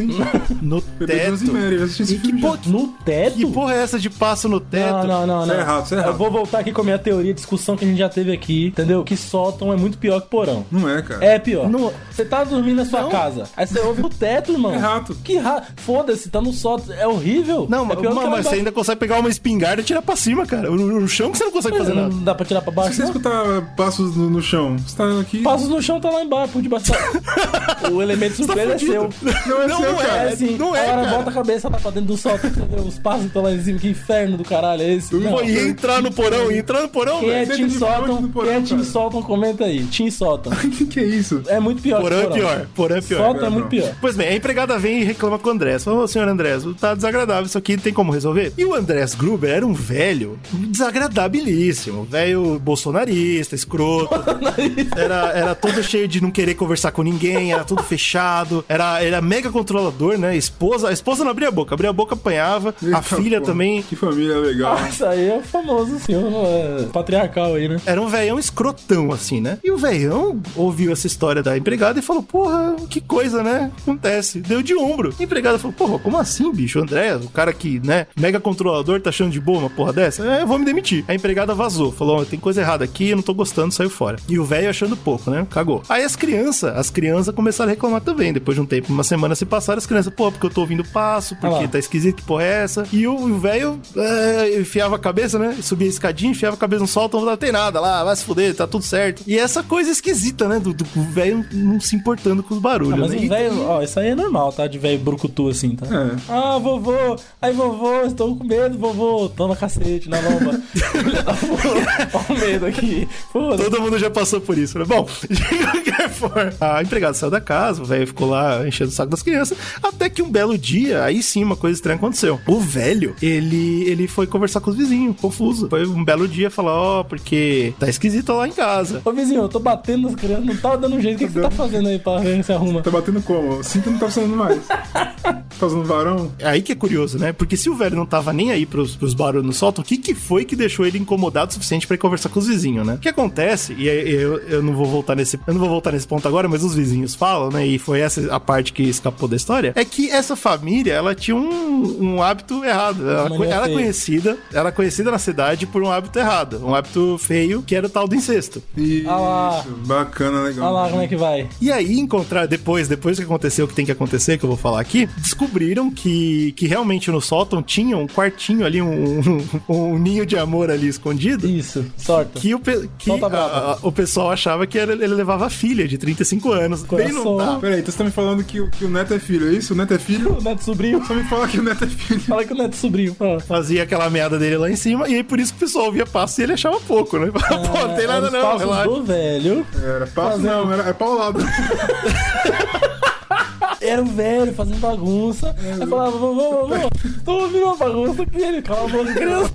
Speaker 3: hein?
Speaker 1: no
Speaker 3: Bebê de
Speaker 1: teto.
Speaker 3: Rosemary, eu assisti esse
Speaker 1: E que,
Speaker 3: filme
Speaker 1: po-
Speaker 3: já.
Speaker 2: No teto?
Speaker 1: que porra é essa de passo no teto?
Speaker 2: Não, não, não,
Speaker 3: Isso
Speaker 2: não.
Speaker 3: é errado, isso é
Speaker 2: Eu
Speaker 3: errado.
Speaker 2: vou voltar aqui com a minha teoria, discussão que a gente já teve aqui, entendeu? Que sótão é muito pior que porão.
Speaker 3: Não é, cara.
Speaker 2: É pior. Você tá dormindo na sua casa, aí você ouve o teto, irmão.
Speaker 3: É rato.
Speaker 2: Que rato. Foda-se, tá no sótão. É horrível.
Speaker 1: Não,
Speaker 2: é
Speaker 1: mas,
Speaker 2: pior que
Speaker 1: mas
Speaker 2: lá
Speaker 1: você
Speaker 2: embaixo.
Speaker 1: ainda consegue pegar uma espingarda e tirar pra cima, cara. No, no chão que você não tá consegue fazer nada.
Speaker 2: Não dá pra tirar pra
Speaker 3: Se
Speaker 2: baixo,
Speaker 3: você
Speaker 2: não?
Speaker 3: escutar passos no, no chão, você tá aqui.
Speaker 2: Passos no chão tá lá embaixo, por debaixo tá... O elemento surpresa é seu.
Speaker 3: Não é seu, cara.
Speaker 2: É assim,
Speaker 1: Não é,
Speaker 2: agora
Speaker 1: cara.
Speaker 2: volta a cabeça lá pra dentro do sótão, pra você vê os passos estão lá em cima, que inferno do caralho é esse? Não.
Speaker 1: Pô, e entrar no porão, e entrar no porão,
Speaker 2: Quem é
Speaker 1: velho.
Speaker 3: Senta
Speaker 2: Team
Speaker 3: de fronte
Speaker 2: Sótão?
Speaker 3: no porão,
Speaker 2: Quem é Team
Speaker 3: cara.
Speaker 2: Sótão? Comenta aí. Team Sótão.
Speaker 3: O que, que é isso?
Speaker 2: É muito pior. que
Speaker 1: Porão é pior, porão é pior.
Speaker 2: Sótão é muito
Speaker 3: Não.
Speaker 2: pior.
Speaker 1: Pois bem, a empregada vem e reclama com o Andrés. Fala, ô senhor Andrés, tá desagradável isso aqui, tem como resolver? E o Andrés Gruber era um velho desagradabilíssimo. Velho bolsonarista, escroto. era, era todo cheio de não querer conversar com ninguém, era tudo fechado. Era, era mega controlador, né? Esposa, a esposa não abria a boca, abria a boca, apanhava. a
Speaker 3: Eita,
Speaker 1: filha
Speaker 3: porra.
Speaker 1: também.
Speaker 3: Que família legal.
Speaker 2: Ah, Isso aí é famoso, senhor. é, Patriarcal aí, né?
Speaker 1: Era um veião escrotão, assim, né? E o veião ouviu essa história da empregada e falou: Porra, que coisa, né? Acontece. Deu de ombro. A empregada falou: Porra, como assim, bicho? André, o cara que, né, mega controlador, tá achando de boa uma porra dessa? É, eu vou me demitir. A empregada vazou. Falou: "Ó, Tem coisa errada aqui, eu não tô gostando, saiu fora. E o velho achando pouco, né? Cagou. Aí as crianças, as crianças começaram a reclamar também. Depois de um tempo, uma semana se passaram, as crianças, pô, porque eu tô ouvindo passo,
Speaker 2: Ah
Speaker 1: porque
Speaker 2: lá.
Speaker 1: tá esquisito, que porra é essa? E o o velho é, enfiava a cabeça, né? Subia a escadinha, enfiava a cabeça no sótão, não tem nada lá, vai se fuder, tá tudo certo. E essa coisa esquisita, né? Do do velho não se importando com os
Speaker 2: Ah,
Speaker 1: barulhos,
Speaker 2: mas
Speaker 1: né?
Speaker 2: o
Speaker 1: E-
Speaker 2: velho, ó, isso aí é normal, tá? De velho brucutu assim, tá?
Speaker 3: É.
Speaker 2: Ah, vovô, aí vovô, estou com medo, vovô. Toma cacete na lomba. Olha o medo aqui. Foda-se.
Speaker 1: Todo mundo já passou por isso, né? Bom, de qualquer forma, a empregada saiu da casa, o velho ficou lá enchendo o saco das crianças, até que um belo dia, aí sim, uma coisa estranha aconteceu. O velho, ele, ele foi conversar com os vizinhos, confuso. Foi um belo dia falar, ó, porque tá esquisito lá em casa.
Speaker 2: Ô vizinho, eu tô batendo nas crianças, não tá dando jeito. O que, que você tá fazendo aí pra ver se arruma?
Speaker 3: Tá batendo como? O cinto não tá funcionando mais. tá usando varão?
Speaker 1: É aí que é curioso, né? Porque se o velho não tava nem aí pros, pros barulhos no sótão, o que que foi que deixou ele incomodado o suficiente pra ir conversar com os vizinhos, né? O que acontece, e aí eu, eu não vou voltar nesse eu não vou voltar nesse ponto agora, mas os vizinhos falam, né? E foi essa a parte que escapou da história, é que essa família, ela tinha um, um hábito errado. Ela,
Speaker 2: Mania
Speaker 1: ela é
Speaker 2: feia.
Speaker 1: conhecida, ela é conhecida na cidade por um hábito errado, um hábito feio, que era o tal do incesto.
Speaker 3: Isso,
Speaker 2: Ah lá.
Speaker 3: bacana,
Speaker 2: Olha
Speaker 3: legal.
Speaker 2: lá como é que vai.
Speaker 1: E aí encontrar depois, depois que aconteceu o que tem que acontecer, que eu vou falar aqui, descobriram que, que realmente no sótão tinha um quartinho ali, um, um, um ninho de amor ali escondido.
Speaker 2: Isso, sorta.
Speaker 1: Que, o, pe- que
Speaker 2: Solta a braba.
Speaker 1: a- a- o pessoal achava que era- ele levava a filha de 35 anos. Bem não
Speaker 2: Coração.
Speaker 1: dá.
Speaker 3: Peraí, então você tá me falando que, o- que o neto é filho, é isso? O neto é filho?
Speaker 2: O neto sobrinho.
Speaker 3: Só me fala que o neto é filho.
Speaker 2: Fala que o neto sobrinho, fala.
Speaker 1: Fazia aquela meada dele lá em cima, e aí por isso que o pessoal via passo e ele achava pouco, né? Pô, não tem
Speaker 2: É,
Speaker 1: nada
Speaker 2: os
Speaker 1: não,
Speaker 2: passos
Speaker 1: relaxa.
Speaker 3: é
Speaker 2: do velho.
Speaker 3: Era passo, não, era é paulado.
Speaker 2: era um velho fazendo bagunça.
Speaker 1: É.
Speaker 2: Aí falava, vamos, vamos, vamos. Então virou uma bagunça aqui, ele calma a boca, criança.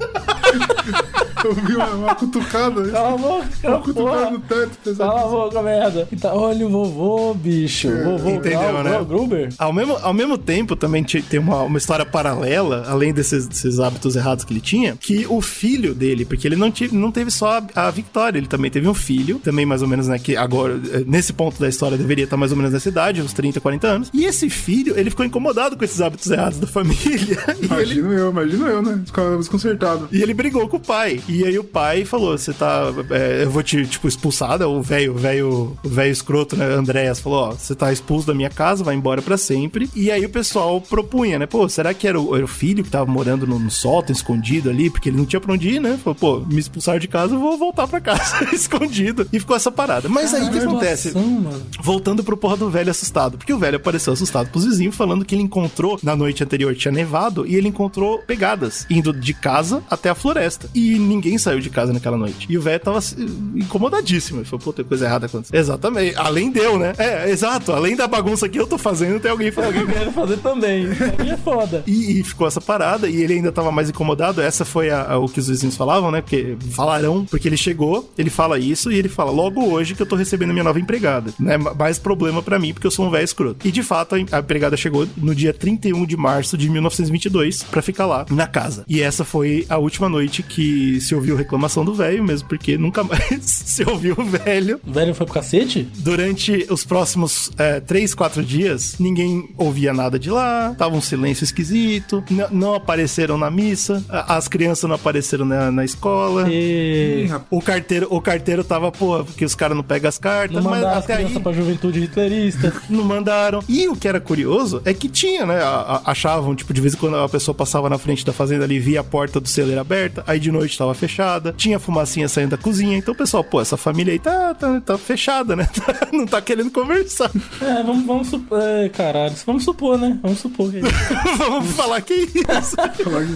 Speaker 3: Eu vi uma, uma cutucada.
Speaker 2: Cala a boca, cala a
Speaker 3: Cutucada
Speaker 2: Tá porra. Tá
Speaker 3: no teto, tá pesado.
Speaker 2: Cala a boca, merda. Então, olha o vovô, bicho. Vovô,
Speaker 1: entendeu,
Speaker 2: Gal-
Speaker 1: né?
Speaker 2: Gal Gruber.
Speaker 1: Ao mesmo, ao mesmo tempo, também ti- tem uma, uma história paralela, além desses, desses hábitos errados que ele tinha, que o filho dele, porque ele não, tive, não teve só a, a Victoria, ele também teve um filho, também mais ou menos, né, que agora, eh, nesse ponto da história, deveria estar mais ou menos nessa idade, uns 30, 40 anos. E esse filho, ele ficou incomodado com esses hábitos errados da família. E ele
Speaker 3: Imagino eu, imagino eu, né? Ficava desconcertado.
Speaker 1: e ele brigou com o pai. E aí o pai falou: Você tá. é, eu vou te, tipo, expulsar. né? O velho, o velho, o velho escroto, né? Andréas falou: Ó, você tá expulso da minha casa, vai embora pra sempre. E aí o pessoal propunha, né? Pô, será que era o, era o filho que tava morando no, no sótão, escondido ali? Porque ele não tinha pra onde ir, né? Falou: Pô, me expulsaram de casa, eu vou voltar pra casa, escondido. E ficou essa parada. Mas aí o que acontece?
Speaker 2: Situação, mano.
Speaker 1: Voltando pro porra do velho assustado, porque o velho apareceu assustado pros vizinhos, falando que ele encontrou, na noite anterior tinha nevado, e ele encontrou pegadas, indo de casa até a floresta. E ninguém saiu de casa naquela noite. E o velho tava assim, incomodadíssimo. Ele falou, pô, tem coisa errada acontecendo. Exatamente. Além deu, né? É, exato. Além da bagunça que eu tô fazendo, tem alguém fazendo.
Speaker 2: Eu quero fazer também. Isso aí é foda.
Speaker 1: E, e ficou essa parada, e ele ainda tava mais incomodado. Essa foi a- a- o que os vizinhos falavam, né? Porque falarão, porque ele chegou, ele fala isso, e ele fala: Logo hoje que eu tô recebendo minha nova empregada, né? Ma- Mais problema pra mim, porque eu sou um velho escroto. E de fato, a em- a empregada chegou no dia 31 de março de 1922 pra ficar lá na casa. E essa foi a última noite que se ouviu reclamação do velho, mesmo porque nunca mais se ouviu o velho.
Speaker 2: O velho foi pro cacete?
Speaker 1: Durante os próximos é, três, quatro dias, ninguém ouvia nada de lá, tava um silêncio esquisito, n- não apareceram na missa, a- as crianças não apareceram na, na escola.
Speaker 2: E...
Speaker 1: O carteiro, o carteiro tava, porra, porque os caras não pegam as cartas,
Speaker 2: Não
Speaker 1: mas
Speaker 2: mandar as
Speaker 1: até aí
Speaker 2: crianças pra juventude hitlerista.
Speaker 1: não mandaram. E o que era curioso é que tinha, né? a- a- achavam, tipo, de vez em quando a pessoa passava na frente da fazenda ali, via a porta do celeiro aberta, aí de noite tava fechada, tinha fumacinha saindo da cozinha. Então, o pessoal, pô, essa família aí tá, tá, tá fechada, né? não tá querendo conversar.
Speaker 2: É, vamos, vamos supor. É, caralho, vamos supor, né? Vamos supor. Que...
Speaker 1: Vamos falar que é isso.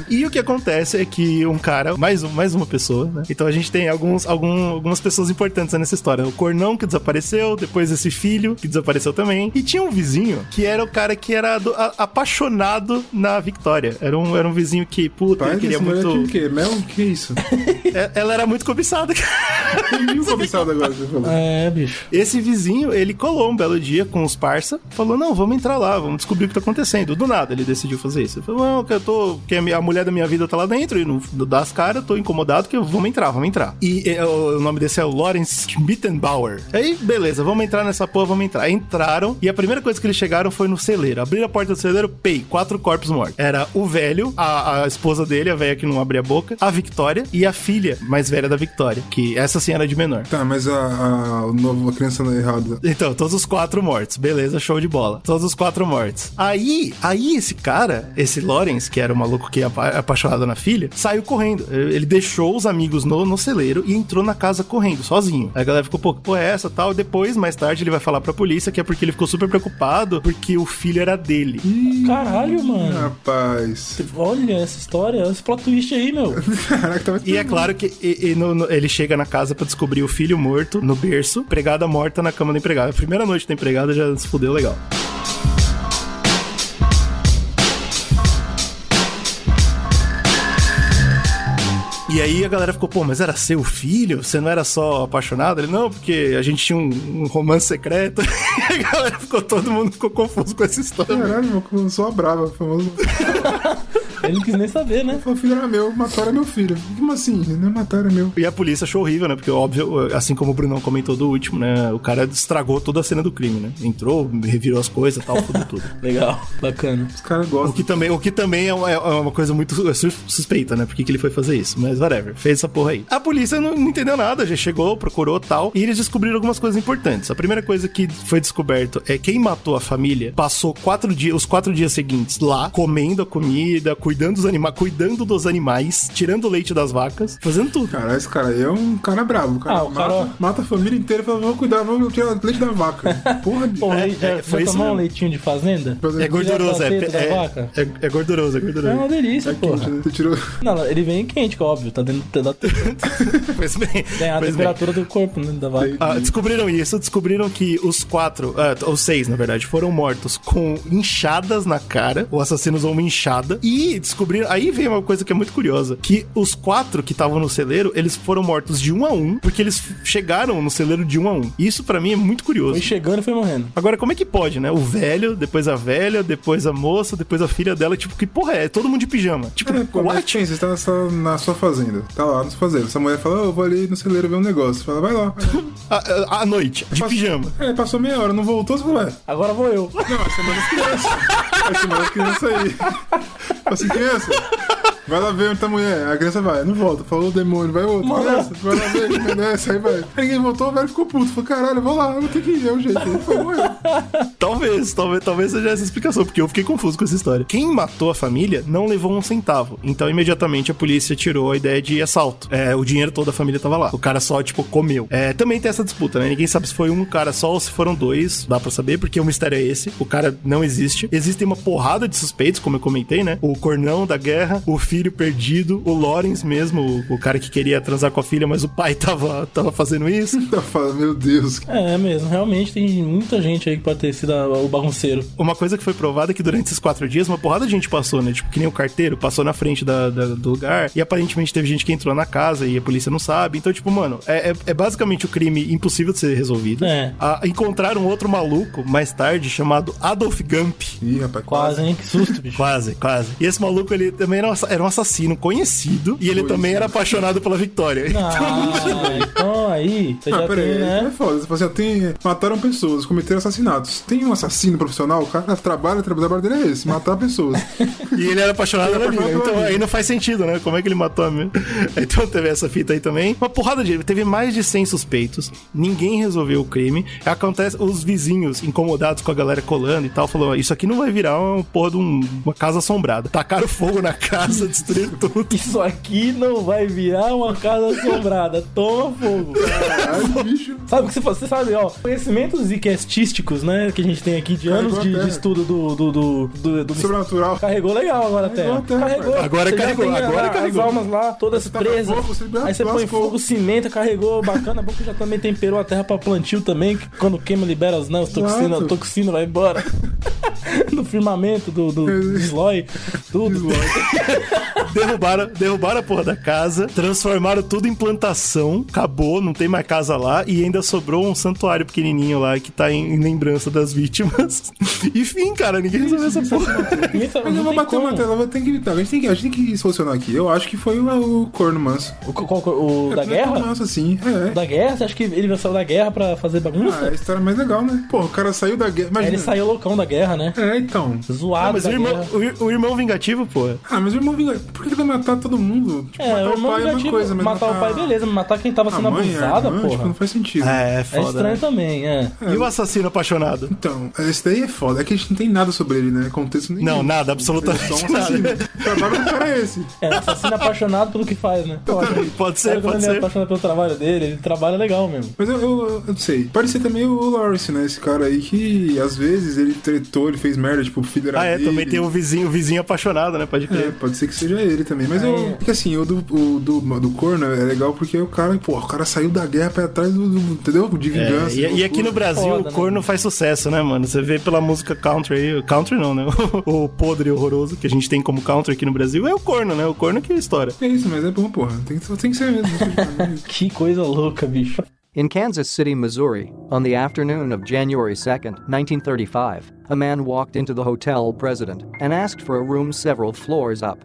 Speaker 1: e o que acontece é que um cara, mais, um, mais uma pessoa, né? Então a gente tem alguns, algum- algumas pessoas importantes nessa história. O Cornão que desapareceu, depois esse filho que desapareceu também. E tinha um vizinho que era o cara que era do- a- apaixonado na Victoria. Era um, era um vizinho que, puta,
Speaker 3: Pai
Speaker 1: ele queria
Speaker 3: desse moleque o
Speaker 1: muito.
Speaker 3: quê? Mel? O que é isso?
Speaker 1: É, Ela era muito cobiçada.
Speaker 3: Tem mil cobiçado agora, você falou.
Speaker 2: É, bicho.
Speaker 1: Esse vizinho, ele colou um belo dia com os parça, falou: Não, vamos entrar lá, vamos descobrir o que tá acontecendo. Do nada ele decidiu fazer isso. Ele falou: Não, que eu tô. Que a, minha- a mulher da minha vida tá lá dentro e não dá as caras, tô incomodado que eu- vamos entrar, vamos entrar. E é, o, o nome desse é o Lawrence Schmittenbauer. Aí, beleza, vamos entrar nessa porra, vamos entrar. Entraram e a primeira coisa que eles chegaram foi no celeiro. Abriram a porta do celeiro, pei, quatro corpos mortos. Era o velho, a, a esposa dele, a velha que não abria a boca, a Victoria e a filha mais velha da Victoria, que essa sim era de menor.
Speaker 3: Tá, mas a, a, o novo, a criança é errada.
Speaker 1: Então, todos os quatro mortos. Beleza, show de bola. Todos os quatro mortos. Aí, aí esse cara, esse Lawrence, que era o maluco que é apa- apaixonado na filha, saiu correndo. Ele deixou os amigos no, no celeiro e entrou na casa correndo, sozinho. Aí a galera ficou, pô, que porra é essa tal? Depois, mais tarde, ele vai falar pra polícia que é porque ele ficou super preocupado porque o filho era dele.
Speaker 2: Caralho, mano.
Speaker 3: Rapaz.
Speaker 2: Olha essa história, esse plot twist aí, meu.
Speaker 3: Caraca, tava
Speaker 1: E é claro que e- e no- no- ele chega na casa pra descobrir o filho morto no berço, empregada morta na cama da empregada. Primeira noite da empregada já se fudeu legal. E aí a galera ficou, pô, mas era seu filho? Você não era só apaixonado? Ele, não, porque a gente tinha um, um romance secreto. a galera ficou, todo mundo ficou confuso com essa história.
Speaker 3: Caralho, meu, eu sou a brava, famoso.
Speaker 2: Ele não quis nem saber, né?
Speaker 3: Meu filho era meu, mataram meu filho. Como assim? Não mataram meu.
Speaker 1: E a polícia achou horrível, né? Porque, óbvio, assim como o Brunão comentou do último, né? O cara estragou toda a cena do crime, né? Entrou, revirou as coisas e tal, fudeu tudo.
Speaker 2: Legal, bacana.
Speaker 3: Os caras
Speaker 1: O
Speaker 3: gostam.
Speaker 1: que também, o que também é, uma, é uma coisa muito su- suspeita, né? Por que que ele foi fazer isso? Mas whatever, fez essa porra aí. A polícia não, não entendeu nada, já chegou, procurou tal. E eles descobriram algumas coisas importantes. A primeira coisa que foi descoberto é quem matou a família passou quatro dias, os quatro dias seguintes lá, comendo a comida, cuidando dos, anima cuidando dos animais, tirando o leite das vacas, fazendo tudo.
Speaker 3: Caralho, esse cara aí é um cara bravo. Cara,
Speaker 2: Ah, o cara-
Speaker 3: Mata, mata a família inteira e fala, vou cuidar, vou tirar leite da vaca. Porra, de...
Speaker 2: Pô,
Speaker 1: É,
Speaker 2: já,
Speaker 1: é, foi
Speaker 2: já
Speaker 1: isso
Speaker 2: tomou um
Speaker 1: mesmo.
Speaker 2: leitinho de fazenda?
Speaker 1: É gorduroso, é,
Speaker 2: Tira a teta tá da
Speaker 1: é,
Speaker 2: vaca.
Speaker 1: é, é gorduroso, é
Speaker 2: É uma
Speaker 1: gorduroso.
Speaker 2: delícia,
Speaker 3: é
Speaker 2: porra.
Speaker 3: quente, né? Você tirou...
Speaker 2: Não, ele vem quente, que é óbvio, tá dentro da teta.
Speaker 1: Pois bem,
Speaker 2: tá. Tem É, a
Speaker 1: pois é. bem.
Speaker 2: temperatura do corpo, né, da vaca.
Speaker 1: Ah, descobriram isso, descobriram que os quatro, ah, ou seis na verdade, foram mortos com inchadas na cara. O assassino usou uma inchada. E descobriram. Aí veio uma coisa que é muito curiosa: que os quatro que estavam no celeiro, eles foram mortos de um a um, porque eles chegaram no celeiro de um a um. Isso pra mim é muito curioso.
Speaker 2: Foi chegando e foi morrendo.
Speaker 1: Agora, como é que pode, né? O velho, depois a velha, depois a moça, depois a filha dela. Tipo, que porra é? Todo mundo de pijama. Tipo,
Speaker 3: É, pô, mas
Speaker 1: what?
Speaker 3: pensa, você tá na sua, na sua fazenda, tá lá na sua fazenda. Essa mulher fala, "Ah, eu vou ali no celeiro ver um negócio. Você fala, vai lá. vai lá."
Speaker 1: À à- à noite, de pijama.
Speaker 3: É, passou meia hora, não voltou, você fala, ué,
Speaker 2: Agora vou eu.
Speaker 3: não, é semana das crianças. É semana das crianças aí. Fala assim, criança, vai lá ver onde tá a mulher. A criança vai, não volta. Falou, demônio, vai outro. Vai
Speaker 2: Mano.
Speaker 3: nessa, vai lá ver, vai nessa, aí vai. Aí ninguém voltou, o velho ficou puto. Falou, caralho, eu vou lá, eu vou ter que ir, é o jeito. Ele falou, ué.
Speaker 1: Talvez, talvez, talvez seja essa explicação, porque eu fiquei confuso com essa história. Quem matou a família não levou um centavo. Então, imediatamente, a polícia tirou a ideia de assalto. É, o dinheiro todo da família tava lá. O cara só, tipo, comeu. É, também tem essa disputa, né? Ninguém sabe se foi um cara só ou se foram dois. Dá pra saber, porque o mistério é esse. O cara não existe. Existem uma porrada de suspeitos, como eu comentei, né? O cornão da guerra, o filho perdido, o Lawrence mesmo, o, o cara que queria transar com a filha, mas o pai tava, tava fazendo isso.
Speaker 3: Então, fala, meu Deus.
Speaker 2: É mesmo, realmente tem muita gente aí que pode ter sido a- o bagunceiro.
Speaker 1: Uma coisa que foi provada é que durante esses quatro dias, uma porrada de gente passou, né? Tipo, que nem o carteiro passou na frente da- da- do lugar. E aparentemente teve gente que entrou na casa e a polícia não sabe. Então, tipo, mano, é, é- é basicamente o crime impossível de ser resolvido.
Speaker 2: É.
Speaker 1: Ah, encontraram outro maluco mais tarde chamado Adolf Gump.
Speaker 3: Ih, rapaz,
Speaker 2: Quase, hein? Que susto, bicho.
Speaker 1: Quase, quase. E esse maluco, ele também era um, assa- era um assassino conhecido. E ele também era apaixonado pela Vitória.
Speaker 2: né? Ah, então aí, você
Speaker 3: Ah,
Speaker 2: já
Speaker 3: peraí,
Speaker 2: tem,
Speaker 3: é
Speaker 2: né?
Speaker 3: foda. Você fala assim, ó, tem, mataram pessoas, cometeram assassinatos. Tem um assassino profissional, o cara trabalha, o trabalho dele é esse, matar pessoas.
Speaker 1: E ele era apaixonado
Speaker 3: Ele
Speaker 1: pela
Speaker 3: era
Speaker 1: mina. Então
Speaker 3: apaixonado pela mina.
Speaker 1: aí não faz sentido, né? Como é que ele matou a mina? Então teve essa fita aí também. Uma porrada de. Teve mais de 100 suspeitos. Ninguém resolveu o crime. Acontece os vizinhos incomodados com a galera colando e tal, falou: "Ó, Isso aqui não vai virar uma porra de um- uma casa assombrada. Tacaram fogo na casa, destruíram tudo.
Speaker 2: Isso aqui não vai virar uma casa assombrada. Toma fogo.
Speaker 3: Caralho, bicho.
Speaker 2: Sabe o que você fala? Você sabe, ó, conhecimentos iquestísticos, né? Que a gente tem aqui de
Speaker 3: Carregou
Speaker 2: anos de,
Speaker 3: a terra.
Speaker 2: de estudo do. do, do, do, do-
Speaker 3: Sobrenatural.
Speaker 2: Carregou legal agora a terra.
Speaker 3: a terra,
Speaker 2: Carregou.
Speaker 1: Agora
Speaker 2: Você já
Speaker 1: carregou,
Speaker 2: tem a-
Speaker 1: agora
Speaker 2: as
Speaker 1: carregou.
Speaker 2: almas lá, todas
Speaker 3: Você taca
Speaker 2: presas.
Speaker 3: fogo, você
Speaker 2: Aí você põe
Speaker 3: lascou.
Speaker 2: fogo, cimenta, carregou, bacana. Bom que já também temperou a terra pra plantio também. Que quando queima, libera as não, toxina,
Speaker 3: Exato.
Speaker 2: toxina vai embora. no firmamento do, do, do Sloy, tudo.
Speaker 1: Derrubaram, derrubaram a porra da casa, transformaram tudo em plantação, acabou, não tem mais casa lá, e ainda sobrou um santuário pequenininho lá que tá em, em lembrança das vítimas. Enfim, cara, ninguém resolveu essa porra.
Speaker 2: Ninguém sabe,
Speaker 3: Mas
Speaker 2: não
Speaker 3: eu vou
Speaker 2: tem
Speaker 3: bater
Speaker 2: como.
Speaker 3: uma tela, vou ter que evitar. A gente tem que, a gente tem que solucionar aqui. Eu acho que foi o, o corno manso.
Speaker 2: O, qual- qual- o da guerra?
Speaker 3: Nossa, sim. É.
Speaker 2: Da guerra? Você acha que ele saiu da guerra pra fazer bagunça?
Speaker 3: Ah, é a história mais legal, né? Pô, o cara saiu da guerra.
Speaker 2: Aí
Speaker 3: Imagina.
Speaker 2: ele saiu loucão da guerra, né?
Speaker 3: É, então.
Speaker 2: Zoado
Speaker 1: Ah, Mas o
Speaker 2: da
Speaker 1: irmão,
Speaker 2: guerra.
Speaker 1: o, ir- o irmão vingativo, pô.
Speaker 3: Ah, mas o irmão vinga. Por que ele vai matar todo mundo? Tipo,
Speaker 2: É, o irmão negativo. matar o pai, beleza. mas Matar quem tava
Speaker 3: A
Speaker 2: sendo
Speaker 3: mãe, a
Speaker 2: abusada,
Speaker 3: irmã, tipo,
Speaker 2: porra.
Speaker 3: não faz sentido.
Speaker 1: É,
Speaker 2: É
Speaker 1: foda.
Speaker 2: estranho também, é.
Speaker 1: né? E o assassino apaixonado?
Speaker 3: Então, esse daí é foda. É que a gente não tem nada sobre ele, né? Contexto nenhum.
Speaker 1: Não, nada,
Speaker 3: Ele é só
Speaker 1: absolutamente
Speaker 3: um assassino.
Speaker 1: nada.
Speaker 3: O trabalho do cara é esse.
Speaker 2: É um assassino apaixonado pelo que faz, né?
Speaker 1: Pode
Speaker 2: Sabe
Speaker 1: ser,
Speaker 2: quando
Speaker 1: pode
Speaker 2: ele é
Speaker 1: ser.
Speaker 2: apaixonado pelo trabalho dele, ele trabalha legal mesmo.
Speaker 3: Mas eu, eu, eu não sei. Parecia também o Lawrence, né? Esse cara aí que às vezes ele tretou, ele fez merda, tipo, o filho era
Speaker 1: Ah, é,
Speaker 3: dele.
Speaker 1: também tem o vizinho, o vizinho apaixonado, né? Pode
Speaker 3: É,
Speaker 1: crer.
Speaker 3: pode ser que seja ele também. Mas eu. Porque assim, o do, o do, do corno é legal porque o cara, pô, o cara saiu da guerra pra trás do. do- entendeu? De
Speaker 1: É,
Speaker 3: vingança.
Speaker 1: e, e aqui no
Speaker 3: loucura.
Speaker 1: Brasil
Speaker 2: Foda,
Speaker 1: o
Speaker 2: né?
Speaker 1: corno faz sucesso, né, mano? Você vê pela música country aí, country não, né? o podre horroroso que a gente tem como country aqui no Brasil é o corno, né? O corno que história.
Speaker 3: É isso, mas é bom, porra. Tem que, tem que ser mesmo.
Speaker 2: Que coisa louca, bicho.
Speaker 11: In Kansas City, Missouri, on the afternoon of January 2, 1935, a man walked into the hotel president and asked for a room several floors up.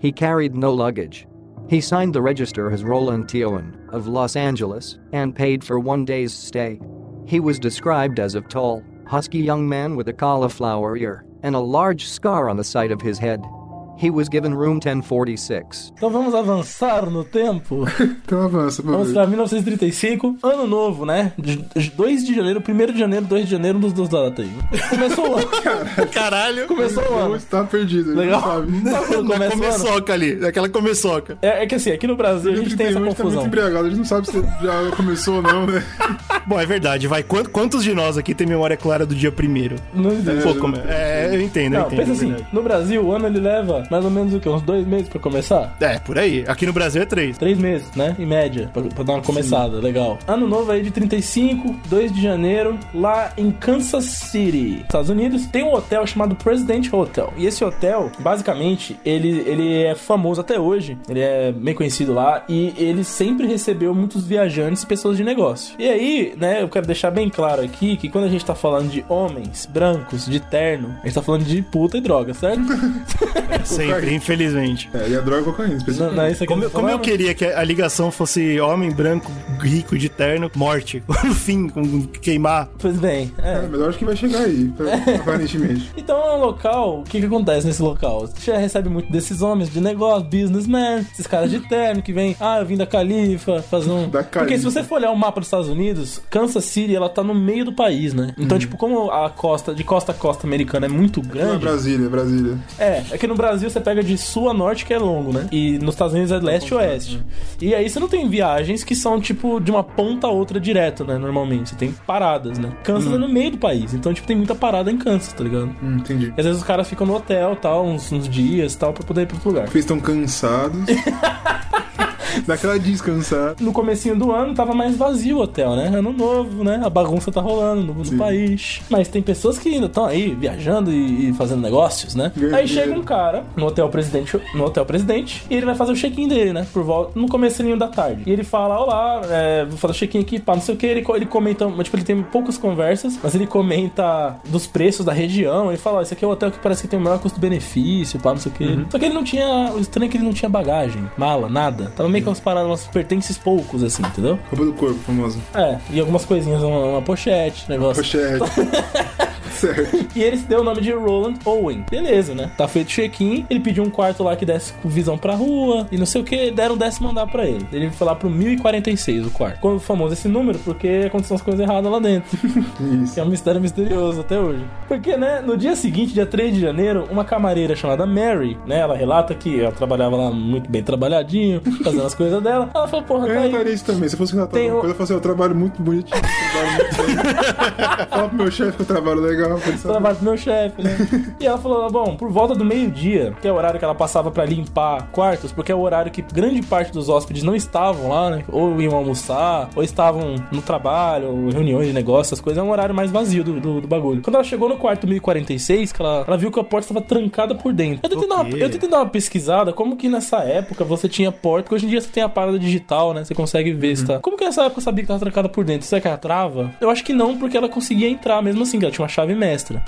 Speaker 11: He carried no luggage. He signed the register as Roland Teowen of Los Angeles and paid for one day's stay. He was described as a tall, husky young man with a cauliflower ear and a large scar on the side of his head. He was given room 1046.
Speaker 2: Então vamos avançar no tempo.
Speaker 3: então avança, por
Speaker 2: Vamos pra 1935, ano novo, né? De- 2 de janeiro, 1 de janeiro, 2 de janeiro, um dos dois datas aí. Começou o ano.
Speaker 1: Caralho.
Speaker 2: Começou o ano.
Speaker 3: Está perdido, ele
Speaker 2: Legal.
Speaker 3: não sabe.
Speaker 1: Da
Speaker 2: Começou o ano.
Speaker 1: começoca ali, aquela começoca.
Speaker 2: É, é que assim, aqui no Brasil a gente tem essa
Speaker 3: 31, tá muito
Speaker 2: confusão.
Speaker 3: embriagado, a gente não sabe se já começou ou não, né?
Speaker 1: Bom, é verdade, vai. Quant- Quantos de nós aqui tem memória clara do dia primeiro?
Speaker 2: Não existe.
Speaker 1: Pô, como é? é, eu entendo, eu
Speaker 2: Não,
Speaker 1: entendo.
Speaker 2: pensa
Speaker 1: é
Speaker 2: assim,
Speaker 1: verdade.
Speaker 2: no Brasil o ano ele leva mais ou menos o quê? Uns dois meses pra começar?
Speaker 1: É, por aí. Aqui no Brasil é três.
Speaker 2: Três meses, né? Em média, pra, pra dar uma começada, legal. Ano novo aí de 35, 2 de janeiro, lá em Kansas City, Estados Unidos, tem um hotel chamado President Hotel. E esse hotel, basicamente, ele, ele é famoso até hoje, ele é bem conhecido lá, e ele sempre recebeu muitos viajantes e pessoas de negócio. E aí, né, eu quero deixar bem claro aqui que quando a gente tá falando de homens brancos, de terno, a gente tá falando de puta e droga, certo?
Speaker 1: Sempre, infelizmente.
Speaker 3: É, e a droga é cocaína,
Speaker 2: Não, não é
Speaker 3: especificamente.
Speaker 2: isso aqui
Speaker 1: Como,
Speaker 2: que
Speaker 1: eu- como eu
Speaker 2: falando?
Speaker 1: queria que a ligação fosse homem branco, rico, de terno, morte. No fim, com queimar.
Speaker 2: Pois bem, é.
Speaker 3: É, mas eu acho que vai chegar aí, aparentemente.
Speaker 2: Então é um local. O que, que acontece nesse local? Você já recebe muito desses homens de negócio, businessmen, esses caras de terno que vem, ah, eu vim da Califa, fazer um.
Speaker 3: Da
Speaker 2: Porque se
Speaker 3: Califa.
Speaker 2: você for olhar o mapa dos Estados Unidos, Kansas City ela tá no meio do país, né?
Speaker 3: Uhum.
Speaker 2: Então, tipo, como a costa, de costa a costa americana é muito
Speaker 3: Não é
Speaker 2: grande.
Speaker 3: Brasília, é Brasília.
Speaker 2: É, é que no Brasil você pega de sul a norte, que é longo, né? E nos Estados Unidos é
Speaker 3: Tá
Speaker 2: leste e oeste.
Speaker 3: né?
Speaker 2: E aí você não tem viagens que são, tipo, de uma ponta a outra direto, né? Normalmente. Você tem paradas, né? Kansas
Speaker 3: Uhum.
Speaker 2: é no meio do país. Então, tipo, tem muita parada em Kansas, tá ligado?
Speaker 3: Hum, entendi.
Speaker 2: E às vezes os caras ficam no hotel, tal, uns, uns dias, tal, pra poder ir pro outro lugar.
Speaker 3: Porque eles estão cansados. Daquela descansada.
Speaker 2: No comecinho do ano tava mais vazio o hotel, né? Ano novo, né? A bagunça tá rolando no, no
Speaker 3: Sim.
Speaker 2: país. Mas tem pessoas que ainda estão aí viajando e, e fazendo negócios, né?
Speaker 3: Ganhando
Speaker 2: Aí chega
Speaker 3: dinheiro.
Speaker 2: um cara no hotel presidente, no hotel presidente, e ele vai fazer o check-in dele, né? Por volta no comecinho da tarde. E ele fala: Olá, é, vou fazer o check-in aqui, pá, não sei o que. Ele, co- ele comenta, mas, tipo, ele tem poucas conversas, mas ele comenta dos preços da região. Ele fala: ó, Esse aqui é o hotel que parece que tem o maior custo-benefício, pá, não sei o que. Só que ele não tinha. O estranho é que ele não tinha bagagem, mala, nada. Tava meio que umas paradas, umas pertences poucos, assim, entendeu?
Speaker 3: Roupa do corpo, famosa.
Speaker 2: É, e algumas coisinhas, uma, uma pochete, um negócio.
Speaker 3: Pochete. é. certo.
Speaker 2: E ele se deu o nome de Roland Owen. Beleza, né? Tá feito o check-in. Ele pediu um quarto lá que desse com visão pra rua e não sei o que. Deram o décimo andar pra ele. Ele foi lá pro 1046 o quarto. Ficou famoso esse número porque aconteceu umas coisas erradas lá dentro.
Speaker 3: Isso.
Speaker 2: que é um mistério misterioso até hoje. Porque, né? No dia seguinte, dia 3 de janeiro, uma camareira chamada Mary, né? Ela relata que ela trabalhava lá muito bem trabalhadinho, fazendo as coisas dela. Ela falou, porra,
Speaker 3: Eu
Speaker 2: tá aí.
Speaker 3: relataria É, isso também. Se eu fosse relatar
Speaker 2: Tem um
Speaker 3: alguma
Speaker 2: o-
Speaker 3: coisa, eu falaria, assim, eu trabalho muito bonitinho. eu trabalho muito bem. Fala pro meu chefe que eu trabalho legal. pra ele
Speaker 2: Eu
Speaker 3: saber.
Speaker 2: trabalho pro meu chefe, né? e ela falou: bom, por volta do meio-dia, que é o horário que ela passava pra limpar quartos, porque é o horário que grande parte dos hóspedes não estavam lá, né? Ou iam almoçar, ou estavam no trabalho, ou reuniões de negócio, essas coisas. É um horário mais vazio do, do, do bagulho. Quando ela chegou no quarto 1046, que ela, ela viu que a porta estava trancada por dentro. Eu tentei, dar uma,
Speaker 1: quê?
Speaker 2: eu tentei dar uma pesquisada, como que nessa época você tinha porta, porque hoje em dia você tem a parada digital, né? Você consegue ver se tá. Como que nessa época eu sabia que tava trancada por dentro? Será que ela trava? Eu acho que não, porque ela conseguia entrar mesmo assim, que ela tinha uma chave mestra.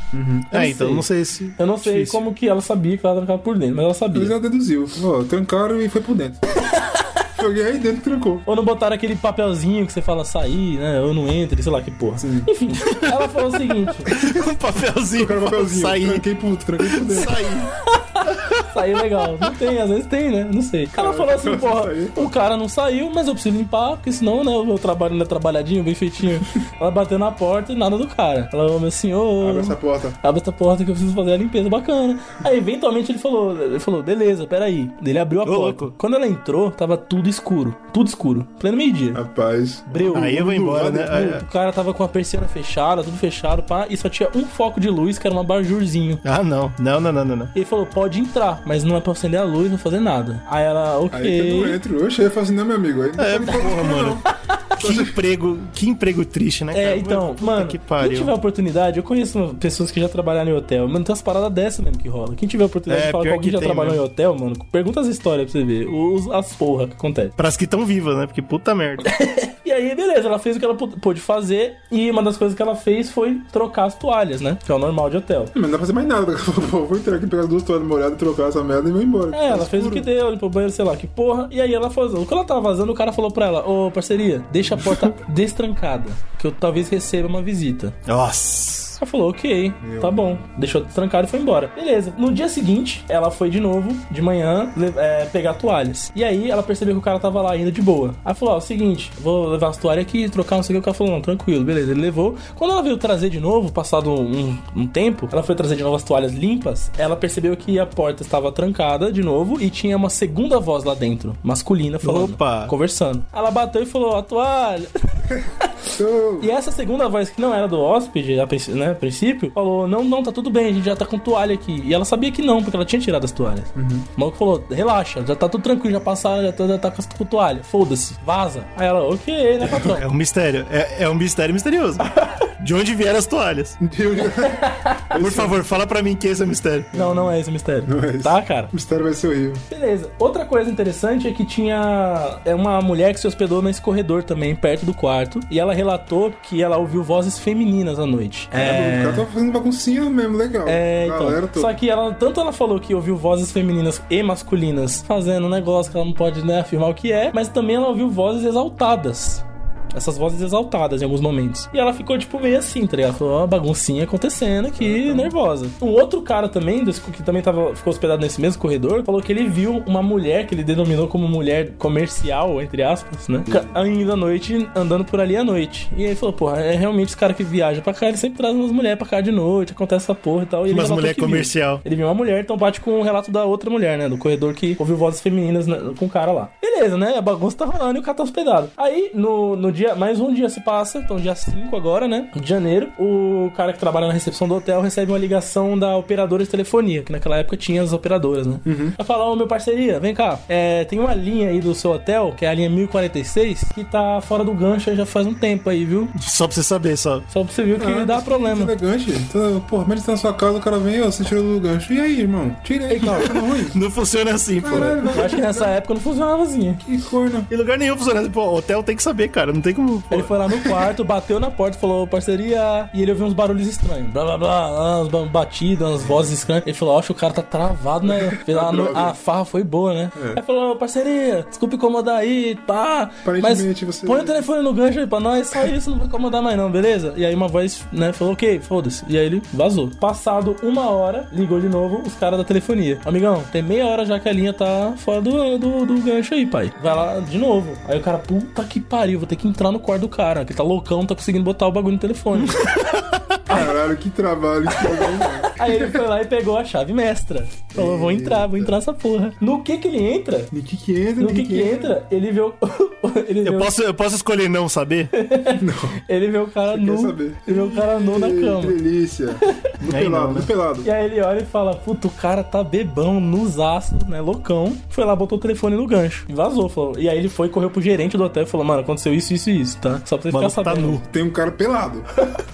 Speaker 2: Eu
Speaker 1: É, então
Speaker 2: sei.
Speaker 1: não sei se.
Speaker 2: Eu não sei
Speaker 1: Difícil. é.
Speaker 2: como que ela sabia que ela trancava por dentro, mas ela
Speaker 3: Mas
Speaker 2: sabia.
Speaker 3: ela deduziu. Ó, trancaram e foi por dentro. Joguei aí dentro e trancou.
Speaker 2: Ou não botaram aquele papelzinho que você fala sair, né? Ou não entre, sei lá que porra. Enfim, ela falou o seguinte:
Speaker 1: Um papelzinho.
Speaker 3: Trocaram o papelzinho.
Speaker 1: Sair.
Speaker 3: Tranquei por, tranquei por
Speaker 2: um
Speaker 3: dentro.
Speaker 1: Sair.
Speaker 2: sair legal. Não tem, às vezes tem, né? Não sei. Ela falou assim: porra,
Speaker 3: sair.
Speaker 2: o cara não saiu, mas eu preciso limpar, porque senão, né? O meu trabalho ainda é trabalhadinho, bem feitinho. Ela bateu na porta e nada do cara. Ela falou: meu senhor.
Speaker 3: Abre essa porta.
Speaker 2: abre essa porta que eu preciso fazer a limpeza bacana. Aí eventualmente ele falou, ele falou, beleza, peraí. Ele abriu a porta.
Speaker 1: louco.
Speaker 2: Quando ela entrou, tava tudo escuro. Tudo escuro. Pleno meio-dia.
Speaker 3: Rapaz.
Speaker 2: Breu.
Speaker 1: Aí eu vou embora, né? Aí-
Speaker 2: O cara tava com a persiana fechada, tudo fechado, pá, e só tinha um foco de luz, que era uma barjurzinho.
Speaker 1: Ah, não. Não, não, não, não. não.
Speaker 2: Ele falou, pode entrar, mas não é pra acender a luz, não fazer nada. Aí ela, ok.
Speaker 3: Aí eu não entro. Eu cheguei e falei assim, não, meu amigo. Aí não
Speaker 1: É,
Speaker 3: pode falar
Speaker 1: porra,
Speaker 3: comigo,
Speaker 1: mano. Que emprego, que emprego triste, né?
Speaker 2: É,
Speaker 1: cara?
Speaker 2: então,
Speaker 1: Puta
Speaker 2: mano,
Speaker 1: que
Speaker 2: quem
Speaker 1: pariu.
Speaker 2: tiver oportunidade, eu conheço pessoas que já trabalharam em hotel, mano, tem umas paradas dessa mesmo que rola. Quem tiver oportunidade
Speaker 1: É,
Speaker 2: de falar com
Speaker 1: pior
Speaker 2: alguém
Speaker 1: que
Speaker 2: que já
Speaker 1: tem
Speaker 2: trabalhou
Speaker 1: mesmo.
Speaker 2: em hotel, mano, pergunta as histórias pra você ver, os, as porra que acontece.
Speaker 1: Para as que estão vivas, né? Porque puta merda.
Speaker 2: E aí, beleza, ela fez o que ela pô- pôde fazer, e uma das coisas que ela fez foi trocar as toalhas, né, que é o normal de hotel.
Speaker 3: Mas não dá pra fazer mais nada. Pô, vou entrar aqui, pegar as duas toalhas molhadas, trocar essa merda e vou embora.
Speaker 2: É, ela fez o que deu, limpou o banheiro, sei lá, que porra. E aí ela vazou. Quando ela tava vazando, o cara falou pra ela: Ô, parceria, deixa a porta destrancada, que eu talvez receba uma visita.
Speaker 1: Nossa.
Speaker 2: Ela falou, ok,
Speaker 3: Meu
Speaker 2: tá bom. Deixou trancado e foi embora. Beleza. No dia seguinte, ela foi de novo, de manhã, le- é, pegar toalhas. E aí ela percebeu que o cara tava lá ainda de boa. Ela falou, ó, seguinte, vou levar as toalhas aqui, trocar, não sei o que. O cara falou, não, tranquilo, beleza. Ele levou. Quando ela veio trazer de novo, passado um, um tempo, ela foi trazer de novo as toalhas limpas, ela percebeu que a porta estava trancada de novo e tinha uma segunda voz lá dentro, masculina, falando, conversando. Ela bateu e falou, a toalha... E essa segunda voz, que não era do hóspede, a princ- né, a princípio, falou: Não, não, tá tudo bem, a gente já tá com toalha aqui. E ela sabia que não, porque ela tinha tirado as toalhas. O maluco falou: Relaxa, já tá tudo tranquilo, já passaram, já tá, já tá com as- com toalha. Foda-se, vaza. Aí ela, ok, né, patrão?
Speaker 1: É um mistério. É, é um mistério misterioso. De onde vieram as
Speaker 3: então,
Speaker 1: toalhas?
Speaker 3: um
Speaker 2: é
Speaker 1: Por favor, fala pra mim que esse é o mistério.
Speaker 2: Não, não é esse o mistério. Tá, cara? O
Speaker 3: mistério vai ser horrível.
Speaker 2: Beleza. Outra coisa interessante é que tinha é uma mulher que se hospedou nesse corredor também, perto do quarto, e ela relatou que ela ouviu vozes femininas à noite.
Speaker 3: É, o cara tava fazendo baguncinha mesmo, legal.
Speaker 2: É, então.
Speaker 3: Galera toda.
Speaker 2: Só que ela, tanto ela falou que ouviu vozes femininas e masculinas fazendo um negócio que ela não pode né, afirmar o que é, mas também ela ouviu vozes exaltadas. Essas vozes exaltadas em alguns momentos. E ela ficou, tipo, meio assim, tá ligado? Falou, ó, uma baguncinha acontecendo
Speaker 1: É,
Speaker 2: aqui,
Speaker 1: então.
Speaker 2: nervosa. Um outro cara também, desse- que também tava, ficou hospedado nesse mesmo corredor, falou que ele viu uma mulher, que ele denominou como mulher comercial, entre aspas, né? Ca- Ainda à noite, andando por ali à noite. E aí ele falou, porra, é realmente os caras que viajam pra cá, eles sempre trazem umas mulheres pra cá de noite, acontece essa porra e tal. E ele
Speaker 1: Umas
Speaker 2: relatou
Speaker 1: mulher
Speaker 2: que viu.
Speaker 1: comercial.
Speaker 2: Ele viu uma mulher, então bate com o relato da outra mulher, né? Do corredor que ouviu vozes femininas né, com o cara lá. Beleza, né? A bagunça tá rolando e o cara tá hospedado. Aí, no, no dia, mais um dia se passa, então dia 5 agora, né? De janeiro, o cara que trabalha na recepção do hotel recebe uma ligação da operadora de telefonia, que naquela época tinha as operadoras, né? Ela fala, ô meu parceria, vem cá, é, tem uma linha aí do seu hotel, que é a linha 1046, que tá fora do gancho aí já faz um tempo aí, viu?
Speaker 1: Só pra você saber, só.
Speaker 2: Só pra você ver o que
Speaker 3: Ah,
Speaker 2: dá problema.
Speaker 3: Elegante. Então, porra, mas ele tá na sua casa, o cara vem, ó, você tirou do gancho. E aí, irmão? Tirei,
Speaker 2: Então.
Speaker 3: tá ruim.
Speaker 1: Não funciona assim, pô.
Speaker 3: Caralho,
Speaker 2: Eu acho que nessa época não funcionava assim.
Speaker 3: Que corno.
Speaker 1: Em lugar nenhum funciona assim. Pô, hotel tem que saber, cara. Não tem como. pô.
Speaker 2: Ele foi lá no quarto, bateu na porta, falou parceria. E ele ouviu uns barulhos estranhos. Blá blá blá, ah, uns ba- batidas, umas vozes estranhas. Ele falou: Acho que o cara tá travado, né? A,
Speaker 3: droga.
Speaker 2: a farra foi boa, né? Aí falou: Parceria, desculpa incomodar aí, pá. Mas
Speaker 3: Aparentemente você-
Speaker 2: põe o telefone no gancho aí pra nós, só isso, não vai incomodar mais não, beleza? E aí uma voz, né, falou: Ok, foda-se. E aí ele vazou. Passado uma hora, ligou de novo os caras da telefonia. Amigão, tem meia hora já que a linha tá fora do, do, do gancho aí, pai. Vai lá de novo. Aí o cara, puta que pariu, vou ter que entrar no quarto do cara, que ele tá loucão, não tá conseguindo botar o bagulho no telefone.
Speaker 3: Caralho, que trabalho. Que trabalho.
Speaker 2: aí ele foi lá e pegou a chave mestra. Falou: Vou entrar, vou entrar nessa porra. No que que ele entra?
Speaker 3: No que que entra,
Speaker 2: No que que entra, ele vê o. ele vê
Speaker 1: Eu
Speaker 2: o-
Speaker 1: posso, eu posso escolher não saber?
Speaker 2: Ele vê o cara nu.
Speaker 3: saber?
Speaker 2: Ele vê o cara nu na
Speaker 3: Que
Speaker 2: cama.
Speaker 3: delícia. No
Speaker 1: Aí
Speaker 3: pelado,
Speaker 1: não, né?
Speaker 3: no pelado.
Speaker 2: E aí ele olha e fala: Puta, o cara tá bebão, nos aços, né? Loucão. Foi lá, botou o telefone no gancho. E vazou. Falou. E aí ele foi, correu pro gerente do hotel e falou: Mano, aconteceu isso, isso e isso, tá? Só pra você
Speaker 1: Mano,
Speaker 2: ficar
Speaker 1: tá
Speaker 2: sabendo.
Speaker 1: nu.
Speaker 3: Tem um cara pelado.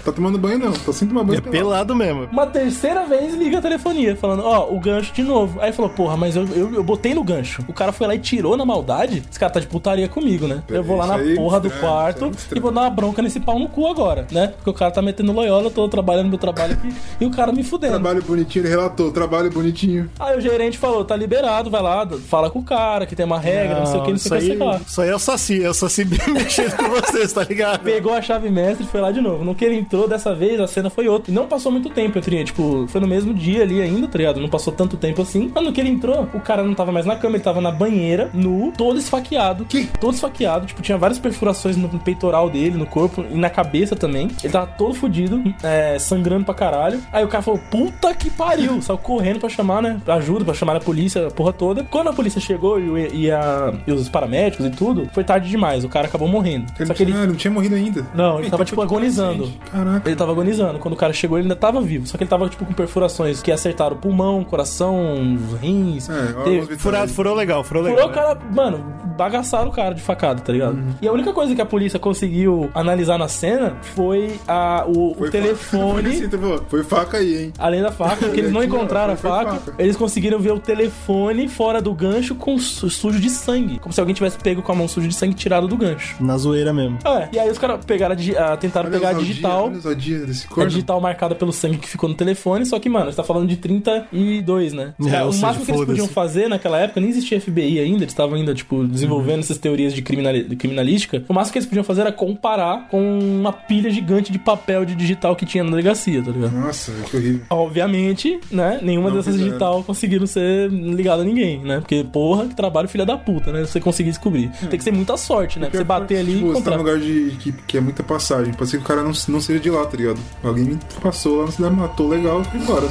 Speaker 3: Tá tomando banho, não. Tá sem tomar banho
Speaker 1: É pelado mesmo.
Speaker 2: Uma terceira vez liga a telefonia, falando, ó, o gancho de novo. Aí falou, porra, mas eu, eu, eu botei no gancho. O cara foi lá e tirou na maldade. Esse cara tá de putaria comigo, né? Eu vou lá
Speaker 3: isso
Speaker 2: na
Speaker 3: aí é
Speaker 2: porra do
Speaker 3: estranho, isso aí é
Speaker 2: quarto
Speaker 3: muito
Speaker 2: e
Speaker 3: estranho.
Speaker 2: vou dar uma bronca nesse pau no cu agora, né? Porque o cara tá metendo loyola, eu tô trabalhando meu trabalho aqui e o cara me fudendo.
Speaker 3: Trabalho bonitinho, ele relatou. Trabalho bonitinho.
Speaker 2: Aí o gerente falou, tá liberado, vai lá, fala com o cara, que tem uma regra, não, sei o que, não sei o
Speaker 1: Ah,
Speaker 2: que,
Speaker 1: isso,
Speaker 2: sei lá.
Speaker 1: aí, isso aí é o Saci, é o Saci mexendo com vocês, tá ligado?
Speaker 2: Pegou a chave mestre e foi lá de novo. No que ele entrou dessa vez, a cena foi outra. E não passou muito tempo, eu teria, tipo, foi no mesmo dia ali ainda, tá ligado? Não passou tanto tempo assim. Mas no que ele entrou, o cara não tava mais na cama, ele tava na banheira, nu, todo esfaqueado. Que? Todo esfaqueado, tipo, tinha várias perfurações no peitoral dele, no corpo e na cabeça também. Ele tava todo fudido, é, sangrando pra caralho. Aí o cara falou, puta que pariu! Saiu correndo pra chamar, né? Pra ajuda, pra chamar a polícia, a porra toda. Quando a polícia chegou e, o- e a- e os paramédicos e tudo, foi tarde demais. O cara acabou morrendo.
Speaker 3: Ele,
Speaker 2: Só que ele
Speaker 3: Ah, não tinha morrido ainda.
Speaker 2: não, ele
Speaker 3: Então
Speaker 2: tava,
Speaker 3: foi
Speaker 2: tipo, agonizando.
Speaker 3: Caraca.
Speaker 2: Ele tava agonizando. Quando o cara chegou, ele ainda tava vivo. Só que ele tava, tipo, com perfurações que acertaram o pulmão, coração, os rins.
Speaker 3: É, ó,
Speaker 2: Teve-
Speaker 3: os vitais.
Speaker 1: Furado, furou legal, furou legal.
Speaker 2: Furou o
Speaker 1: né?
Speaker 2: cara, mano, bagaçaram o cara de facada, tá ligado?
Speaker 3: Uhum.
Speaker 2: E a única coisa que a polícia conseguiu analisar na cena foi a, o, o
Speaker 3: Foi faca. Foi
Speaker 2: telefone.
Speaker 3: assim, tu falou, Foi faca aí, hein?
Speaker 2: Além da faca, porque eles não
Speaker 3: Aqui, ó,
Speaker 2: encontraram a
Speaker 3: foi
Speaker 2: faca,
Speaker 3: faca.
Speaker 2: eles conseguiram ver o telefone fora do gancho com su- sujo de sangue. Como se alguém tivesse pego com a mão suja de sangue e tirado do gancho.
Speaker 1: Na zoeira mesmo.
Speaker 2: É, e aí os caras pegaram a, digi- ah, tentaram
Speaker 3: Olha né?
Speaker 2: pegar a
Speaker 3: os
Speaker 2: digital. É
Speaker 3: dias, Olha os dias desse
Speaker 2: A
Speaker 3: corno.
Speaker 2: digital marcada pelo sangue que ficou no telefone telefone, só que, mano, você tá falando de 32, né?
Speaker 1: É,
Speaker 2: Cara,
Speaker 1: ou
Speaker 2: o
Speaker 1: seja,
Speaker 2: máximo que eles
Speaker 1: foda-se.
Speaker 2: podiam fazer naquela época, nem existia FBI ainda, eles estavam ainda, tipo, desenvolvendo essas teorias de criminali- de criminalística. O máximo que eles podiam fazer era comparar com uma pilha gigante de papel de digital que tinha na delegacia, tá ligado?
Speaker 3: Nossa, que horrível.
Speaker 2: Obviamente, né? Nenhuma
Speaker 3: Não
Speaker 2: dessas
Speaker 3: fizeram.
Speaker 2: digital conseguiram ser ligada a ninguém, né? Porque, porra, que trabalho filha da puta, né? Você conseguir descobrir.
Speaker 1: Hum.
Speaker 2: Tem que ser muita sorte, né? Pra
Speaker 1: é
Speaker 2: você bater ali
Speaker 3: Tipo,
Speaker 2: e
Speaker 3: você tá num
Speaker 2: comprar.
Speaker 1: né?
Speaker 3: lugar de, que, que é muita passagem. Pode ser que o cara não, não seja de lá, tá ligado? Alguém passou lá na cidade, matou legal e foi embora.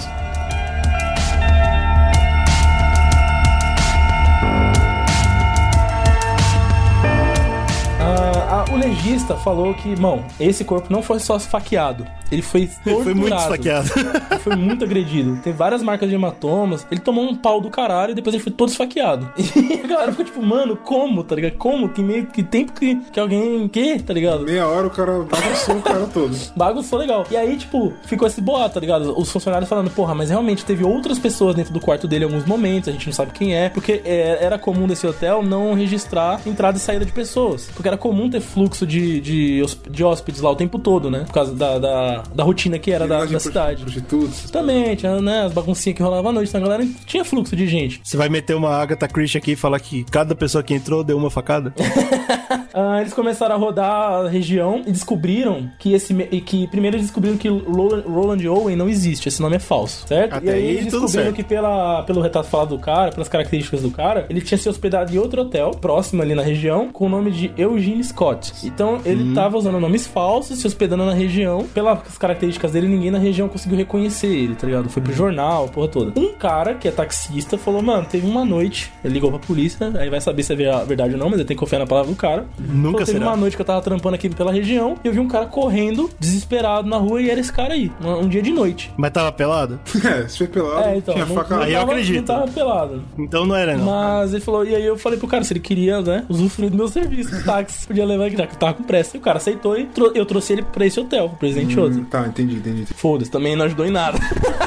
Speaker 2: Ah, ah, o legista falou que, mão, esse corpo não foi só esfaqueado. Ele foi torturado.
Speaker 1: foi muito esfaqueado.
Speaker 2: Ele foi muito agredido. Tem várias marcas de hematomas. Ele tomou um pau do caralho e depois ele foi todo esfaqueado. E a galera ficou tipo, mano, como, tá ligado? Como? Que meio que tempo que, que alguém. Que, tá ligado?
Speaker 3: Meia hora o cara bagunçou o cara todo.
Speaker 2: Bagunçou legal. E aí, tipo, ficou esse boato, tá ligado? Os funcionários falando, porra, mas realmente teve outras pessoas dentro do quarto dele em alguns momentos, a gente não sabe quem é, porque é, era comum desse hotel não registrar entrada e saída de pessoas. Porque era comum ter fluxo de, de, hosp- de hóspedes lá o tempo todo, né? Por causa da, da, da rotina que era da, da cidade. Também, tinha, né? As baguncinhas que rolavam à noite, então a galera tinha fluxo de gente.
Speaker 1: Você vai meter uma Agatha Christie aqui e falar que cada pessoa que entrou deu uma facada?
Speaker 2: Ah, eles começaram a rodar a região e descobriram que esse me- e que primeiro eles descobriram que Roland, Roland Owen não existe, esse nome é falso, certo?
Speaker 1: Até
Speaker 2: e aí,
Speaker 1: aí,
Speaker 2: eles
Speaker 1: tudo
Speaker 2: descobriram
Speaker 1: certo.
Speaker 2: que pela pelo retrato falado do cara, pelas características do cara, ele tinha se hospedado em outro hotel próximo ali na região com o nome de Eugene Scott. Então ele
Speaker 1: Hum.
Speaker 2: tava usando nomes falsos, se hospedando na região. Pelas características dele, ninguém na região conseguiu reconhecer ele, tá ligado?
Speaker 1: Hum.
Speaker 2: Foi pro jornal, porra toda. Um cara que é taxista falou: "Mano, teve uma noite, ele ligou pra polícia, aí vai saber se é ver- a verdade ou não, mas ele tem que confiar na palavra do cara.
Speaker 1: Nunca
Speaker 2: Falou, teve
Speaker 1: será.
Speaker 2: uma noite que eu tava trampando aqui pela região e eu vi um cara correndo, desesperado na rua, e era esse cara aí. Um, um dia de noite.
Speaker 1: Mas tava pelado?
Speaker 3: É, se foi pelado,
Speaker 2: É, então. não, não
Speaker 1: Aí eu
Speaker 2: tava-
Speaker 1: acredito.
Speaker 2: Não tava pelado.
Speaker 1: Então não era, não.
Speaker 2: Mas ele falou, e aí eu falei pro cara se ele queria, né, usufruir do meu serviço, do táxi, podia levar aqui, já que eu tava com pressa. E o cara aceitou e tro- eu trouxe ele pra esse hotel, pro Presidente
Speaker 3: Hum,
Speaker 2: outro.
Speaker 3: Tá, entendi, entendi.
Speaker 2: Foda-se, também não ajudou em nada.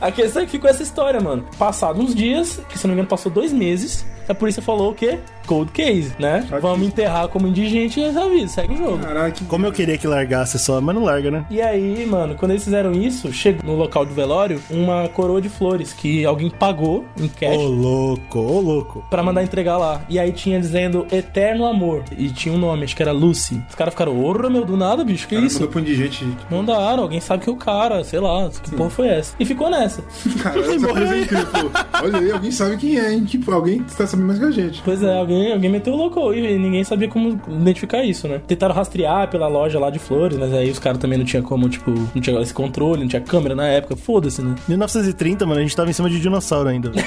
Speaker 2: A questão é que ficou essa história, mano. Passado uns dias, que se não me engano passou dois meses, a polícia falou o quê? Cold case, né? Vamos enterrar como indigente e essa vida, segue o jogo.
Speaker 1: Como eu queria que largasse só, mas não larga, né?
Speaker 2: E aí, mano, quando eles fizeram isso, chegou no local do velório uma coroa de flores que alguém pagou em cash.
Speaker 1: Ô louco, ô louco.
Speaker 2: Pra mandar entregar lá. E aí tinha dizendo Eterno Amor. E tinha um nome, acho que era Lucy. Os caras ficaram, orra, meu, do nada, bicho, que é isso?
Speaker 3: Mandou pra um indigente.
Speaker 2: Mandaram, alguém sabe que é o cara, sei lá, que porra foi essa? E ficou nessa.
Speaker 3: Caralho, essa coisa é incrível. pô. Olha aí, alguém sabe quem é, hein? Tipo, alguém tá sabendo mais que a gente.
Speaker 2: Pois é, alguém, alguém meteu o louco e ninguém sabia como identificar isso, né? Tentaram rastrear pela loja lá de flores, mas aí os caras também não tinha como, tipo, não tinha esse controle, não tinha câmera na época, foda-se, né?
Speaker 1: 1930, mano, a gente tava em cima de dinossauro ainda. velho.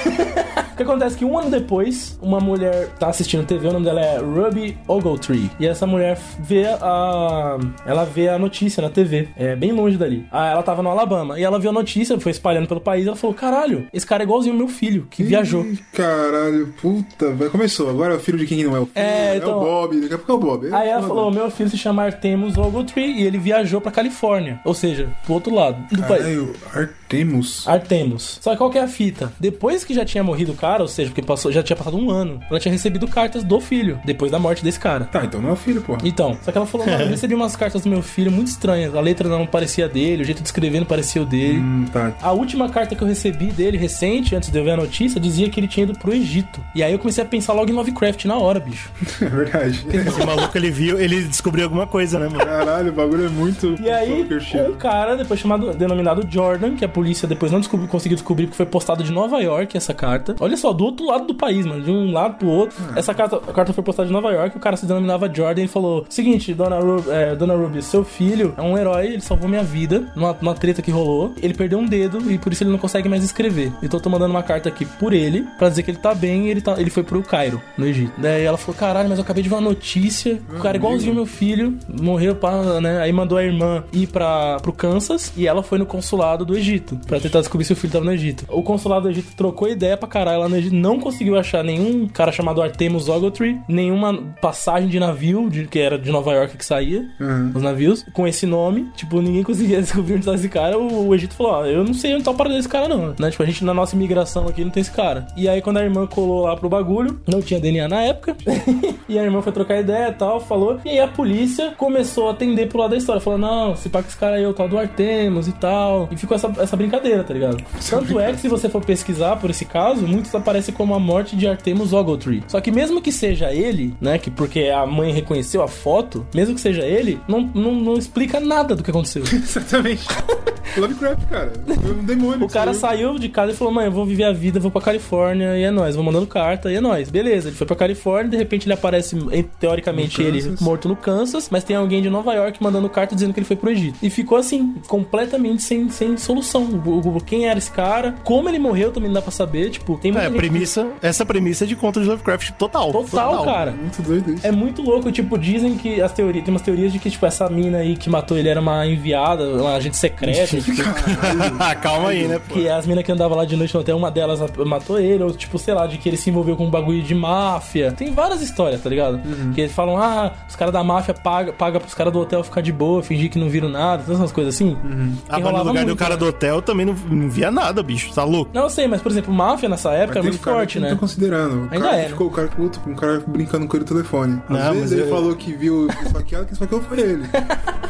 Speaker 2: O que acontece é que um ano depois, uma mulher tá assistindo TV, o nome dela é Ruby Ogletree. E essa mulher vê a. Ela vê a notícia na TV. É bem longe dali. Ah, ela tava no Alabama. E ela viu a notícia, foi espalhando pelo país. Ela falou: caralho, esse cara é igualzinho o meu filho, que viajou.
Speaker 3: Ih, Caralho, puta, vai, começou. Agora é o filho de quem não é o filho.
Speaker 2: É,
Speaker 3: o
Speaker 2: então-
Speaker 3: Bob, daqui a pouco é o Bob.
Speaker 2: Aí ela
Speaker 3: Foda.
Speaker 2: falou: meu filho se chama Artemus Ogletree e ele viajou pra Califórnia. Ou seja, pro outro lado do país.
Speaker 3: Caralho, Artemus.
Speaker 2: Artemus. Só que qual que é a fita? Depois que já tinha morrido o cara, ou seja, porque passou, já tinha passado um ano, ela tinha recebido cartas do filho, depois da morte desse cara.
Speaker 3: Tá, então não é o filho, porra.
Speaker 2: Então, só que ela falou, mano, eu recebi umas cartas do meu filho muito estranhas. A letra não parecia dele, o jeito de escrever não parecia o dele.
Speaker 3: Hum, tá.
Speaker 2: A última carta que eu recebi dele, recente, antes de eu ver a notícia, dizia que ele tinha ido pro Egito. E aí eu comecei a pensar logo em Lovecraft na hora, bicho.
Speaker 3: É verdade.
Speaker 1: Esse maluco, ele viu, ele descobriu alguma coisa, né, mano?
Speaker 3: Caralho, o bagulho é muito.
Speaker 2: E aí,
Speaker 3: poker shit.
Speaker 2: um cara, depois chamado, denominado Jordan, que a polícia depois não descobriu, conseguiu descobrir porque foi postado de Nova York essa carta. Olha só, do outro lado do país, mano, de um lado pro outro. Essa carta, a carta foi postada de Nova York, o cara se denominava Jordan e falou: Seguinte, dona, Ru é, dona Ruby, seu filho é um herói, ele salvou minha vida numa, numa treta que rolou. Ele perdeu um dedo e por isso ele não consegue mais escrever. Então eu tô mandando uma carta aqui por ele pra dizer que ele tá bem e ele, tá, ele foi pro Cairo, no Egito. Daí ela falou: Caralho, mas eu acabei de ver uma notícia, o cara é igualzinho meu filho, morreu, pá, né? Aí mandou a irmã ir pra, pro Kansas e ela foi no consulado do Egito pra tentar descobrir se o filho tava no Egito. O consulado do Egito trocou ideia pra caralho lá lá no Egito, não conseguiu achar nenhum cara chamado Artemus Ogletree, nenhuma passagem de navio, de, que era de Nova York que saía,
Speaker 3: Uhum.
Speaker 2: os navios, com esse nome. Tipo, ninguém conseguia descobrir onde estava esse cara. O, o Egito falou: Ó, eu não sei onde tá o paradeiro desse cara, não. Né? Tipo, a gente na nossa imigração aqui não tem esse cara. E aí, quando a irmã colou lá pro bagulho, não tinha DNA na época, e a irmã foi trocar ideia e tal, falou. E aí a polícia começou a atender pro lado da história. Falou, não, se pá que esse cara aí é o tal do Artemus e tal. E ficou essa, essa brincadeira, tá ligado? Tanto é que se você for pesquisar por esse caso, muitos aparecem como a morte de Artemus Ogletree. Só que mesmo que seja ele, né, que porque a mãe reconheceu a foto, mesmo que seja ele, não, não, não explica nada do que aconteceu.
Speaker 3: Exatamente. Lovecraft, cara. Foi um demônio.
Speaker 2: O cara
Speaker 3: saiu.
Speaker 2: saiu de casa e falou: Mãe, eu vou viver a vida, vou pra Califórnia e é nóis. Vou mandando carta e é nóis. Beleza, ele foi pra Califórnia, de repente ele aparece, em- teoricamente,
Speaker 3: No
Speaker 2: ele
Speaker 3: Kansas.
Speaker 2: morto no Kansas, mas tem alguém de Nova York mandando carta dizendo que ele foi pro Egito. E ficou assim, completamente sem, sem solução. O- o- Quem era esse cara, como ele morreu também não dá pra saber. Tipo, tem muita
Speaker 1: É,
Speaker 2: gente que
Speaker 1: premissa, essa premissa é de conta de Lovecraft total.
Speaker 2: Total, cara.
Speaker 3: Muito doido isso.
Speaker 2: É muito louco, tipo, dizem que as teorias. Tem umas teorias de que, tipo, essa mina aí que matou ele era uma enviada, uma agente secreta. tipo,
Speaker 1: Calma aí, né?
Speaker 2: que as minas que andavam lá de noite no hotel, uma delas a- matou ele, ou tipo, sei lá, de que ele se envolveu com um bagulho de máfia. Tem várias histórias, tá ligado?
Speaker 1: Uhum.
Speaker 2: Que eles falam, ah, os caras da máfia pagam paga pros caras do hotel ficar de boa, fingir que não viram nada, todas essas coisas assim.
Speaker 1: Ah,
Speaker 2: Que
Speaker 1: mas no
Speaker 2: rolava
Speaker 1: lugar do
Speaker 2: muito,
Speaker 1: cara
Speaker 2: né?
Speaker 1: do hotel também não, não via nada, bicho. Tá louco?
Speaker 2: Não, eu sei, mas por exemplo, máfia nessa época é
Speaker 3: Tem
Speaker 2: muito
Speaker 3: um cara
Speaker 2: forte,
Speaker 3: que eu
Speaker 2: né?
Speaker 3: Tô considerando. O
Speaker 2: Ainda é,
Speaker 3: cara que
Speaker 2: né?
Speaker 3: ficou, o cara com outro, um cara brincando com ele no telefone.
Speaker 1: Não,
Speaker 3: Às vezes
Speaker 1: mas
Speaker 3: ele
Speaker 1: eu-
Speaker 3: falou que viu esfaqueado, que esfaqueou foi ele.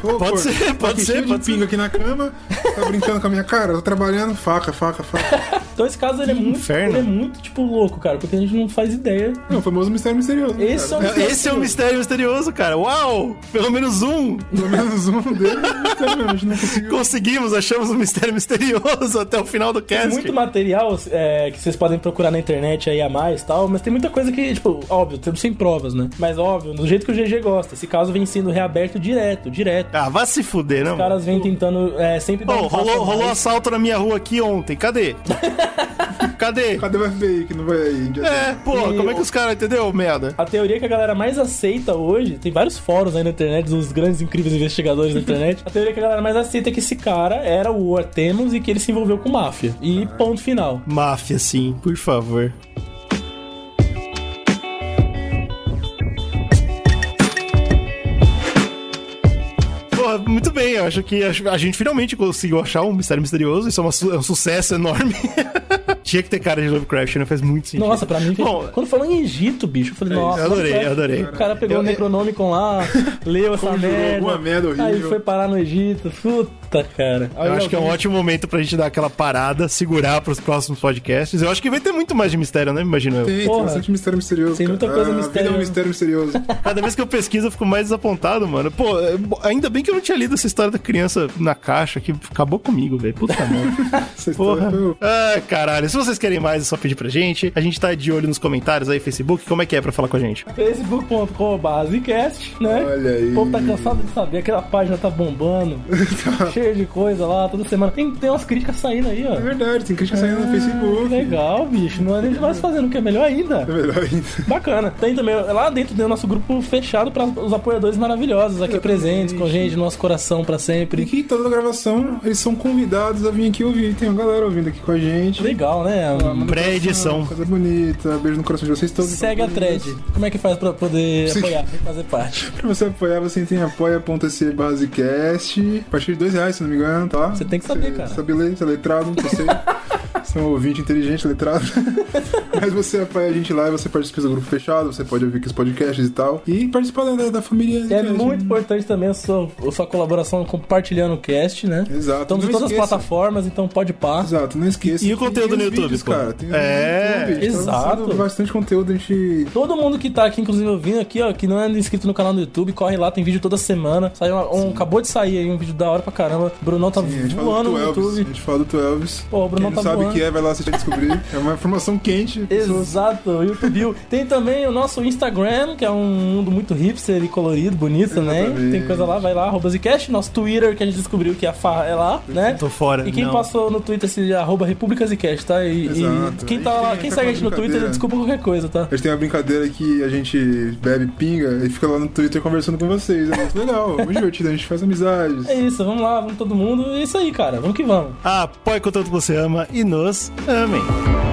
Speaker 3: Falou,
Speaker 1: Pode
Speaker 3: pô,
Speaker 1: ser,
Speaker 3: tô
Speaker 1: pode
Speaker 3: aqui
Speaker 1: ser,
Speaker 3: cheio de
Speaker 1: pode ser.
Speaker 3: pinga aqui na cama, tá brincando com a minha cara, tô trabalhando, faca, faca, faca.
Speaker 2: Então esse caso ele é muito,
Speaker 1: inferno.
Speaker 2: ele é muito tipo louco, cara, porque a gente não faz ideia.
Speaker 3: Não, o famoso mistério misterioso. né,
Speaker 2: Esse é
Speaker 3: cara?
Speaker 2: um mistério
Speaker 1: Esse é um
Speaker 2: misterioso.
Speaker 1: mistério misterioso, cara. Uau! Pelo menos um!
Speaker 3: Pelo menos um deles é mistério mesmo, a gente não conseguiu.
Speaker 1: Conseguimos, achamos um mistério misterioso até o final do cast.
Speaker 2: muito material é, que vocês podem procurar na internet aí a mais tal, mas tem muita coisa que, tipo, óbvio, temos sem provas, né? Mas óbvio, do jeito que o GG gosta. Esse caso vem sendo reaberto direto, direto.
Speaker 1: Ah, vai se fuder, não?
Speaker 2: Os caras vêm tentando é, sempre
Speaker 1: Ô,
Speaker 2: dar um passo
Speaker 1: rolou,
Speaker 2: a mais.
Speaker 1: rolou assalto na minha rua aqui ontem. Cadê? Cadê?
Speaker 3: Cadê o FBI que não vai aí? Onde
Speaker 1: É, pô,
Speaker 2: E-
Speaker 1: como é que os caras, entendeu, merda?
Speaker 2: A teoria que a galera mais aceita hoje, tem vários fóruns aí na internet, dos grandes incríveis investigadores da internet. A teoria que a galera mais aceita é que esse cara era o Artemus e que ele se envolveu com máfia. E
Speaker 1: Ah.
Speaker 2: ponto final.
Speaker 1: Máfia, sim, por favor. Porra, muito bem, eu acho que a a gente finalmente conseguiu achar um mistério misterioso. Isso é, uma su- é um sucesso enorme. Tinha que ter cara de Lovecraft, não faz muito sentido.
Speaker 2: Nossa, pra mim,
Speaker 1: Bom,
Speaker 2: quando falou em Egito, bicho, eu falei,
Speaker 1: isso,
Speaker 2: nossa.
Speaker 1: eu adorei,
Speaker 2: Lovecraft.
Speaker 1: eu adorei.
Speaker 2: O cara pegou
Speaker 1: Eu-
Speaker 2: o Necronomicon lá, leu essa
Speaker 3: Conjurou
Speaker 2: merda.
Speaker 3: alguma merda horrível.
Speaker 2: Aí foi parar no Egito. Puta, cara.
Speaker 1: Eu acho que é um ótimo momento pra gente dar aquela parada, segurar pros próximos podcasts. Eu acho que vai ter muito mais de mistério, né? Imagino eu.
Speaker 3: Tem, tem
Speaker 2: Porra.
Speaker 3: bastante mistério misterioso.
Speaker 2: Tem
Speaker 3: cara.
Speaker 2: muita coisa
Speaker 3: Ah, A vida é um
Speaker 2: misteriosa.
Speaker 3: mistério misterioso.
Speaker 1: Cada vez que eu pesquiso, eu fico mais desapontado, mano. Pô, é, bo- ainda bem que eu não tinha lido essa história da criança na caixa, que acabou comigo, velho. Puta merda.
Speaker 3: Essa história é
Speaker 1: Porra.
Speaker 3: foi o-
Speaker 1: Ah, caralho. Se vocês querem mais, é só pedir pra gente. A gente tá de olho nos comentários aí, Facebook. Como é que é pra falar com a gente?
Speaker 2: Facebook.com basecast, né?
Speaker 3: Olha aí. Então.
Speaker 2: O povo tá cansado de saber, aquela página tá bombando, cheia de coisa lá, toda semana. Tem, tem umas críticas saindo aí,
Speaker 3: É
Speaker 2: ó.
Speaker 3: verdade, tem crítica saindo no Facebook.
Speaker 2: Ah, Legal, bicho. Não é nem de nós fazendo, que é melhor ainda.
Speaker 3: É melhor ainda.
Speaker 2: Bacana. Tem também, lá dentro tem o nosso grupo fechado para os apoiadores maravilhosos aqui presentes com a gente, no nosso coração pra sempre.
Speaker 3: E que toda gravação eles são convidados a vir aqui ouvir. Tem uma galera ouvindo aqui com a gente.
Speaker 2: Legal, né?
Speaker 1: Pré-edição.
Speaker 3: Coisa bonita, beijo no coração de vocês todos.
Speaker 2: Segue a thread. Como é que faz pra poder
Speaker 3: Sim.
Speaker 2: apoiar, fazer parte?
Speaker 3: Pra você apoiar, você tem apoia.se basecast. A partir de dois reais, se não me engano, tá?
Speaker 2: Você tem que saber, cara.
Speaker 3: Sabe ler, você é letrado, não sei. Você é um ouvinte inteligente, letrado. Mas você apoia a gente lá e você participa do grupo fechado, você pode ouvir aqui os podcasts e tal. E participar da, da família.
Speaker 2: É
Speaker 3: Zcast,
Speaker 2: muito
Speaker 3: né?
Speaker 2: importante também a sua, a sua colaboração compartilhando o cast, né?
Speaker 3: Exato.
Speaker 2: Estamos em
Speaker 3: Não
Speaker 2: todas as
Speaker 3: esqueça.
Speaker 2: plataformas, então pode pá.
Speaker 3: Exato, não esqueça.
Speaker 1: E o conteúdo
Speaker 3: Tem
Speaker 1: no
Speaker 3: os
Speaker 1: YouTube,
Speaker 3: vídeos,
Speaker 1: pô?
Speaker 3: cara. Tem,
Speaker 1: É,
Speaker 3: tem os vídeos, tá
Speaker 2: exato.
Speaker 3: lançando bastante conteúdo, a gente
Speaker 2: Todo mundo que tá aqui, inclusive ouvindo aqui, ó, que não é inscrito no canal do YouTube, corre lá, tem vídeo toda semana. Saiu uma- um, acabou de sair aí um vídeo da hora pra caramba. O Brunão tá
Speaker 3: Sim, a gente fala
Speaker 2: voando
Speaker 3: do
Speaker 2: no
Speaker 3: Elvis. A
Speaker 2: YouTube.
Speaker 3: gente fala do Elvis.
Speaker 2: Pô, o Bruno
Speaker 3: Quem
Speaker 2: tá
Speaker 3: não sabe o
Speaker 2: voando.
Speaker 3: que é, vai lá assistir e descobrir. É uma informação quente. pessoas-
Speaker 2: Exato, o YouTube. Tem também o nosso Instagram, que é um mundo muito hipster e colorido, bonito também.
Speaker 3: Exatamente.
Speaker 2: Tem coisa lá, vai lá, arroba Zcast. Nosso Twitter, que a gente descobriu que a farra é lá, né?
Speaker 1: Tô fora.
Speaker 2: E quem
Speaker 1: não.
Speaker 2: passou no Twitter se arroba República Zcast, tá? E, e
Speaker 3: Exato.
Speaker 2: quem,
Speaker 3: A
Speaker 2: tá
Speaker 3: gente
Speaker 2: lá,
Speaker 3: tem
Speaker 2: quem
Speaker 3: essa
Speaker 2: segue a gente no
Speaker 3: brincadeira.
Speaker 2: Twitter, desculpa qualquer coisa, tá?
Speaker 3: A gente tem uma brincadeira que a gente bebe pinga e fica lá no Twitter conversando com vocês. É muito legal, muito divertido. A gente faz amizades.
Speaker 2: É isso, vamos lá, vamos todo mundo. É isso aí, cara. Vamos que vamos.
Speaker 1: Apoie com tanto que você ama e nos amem.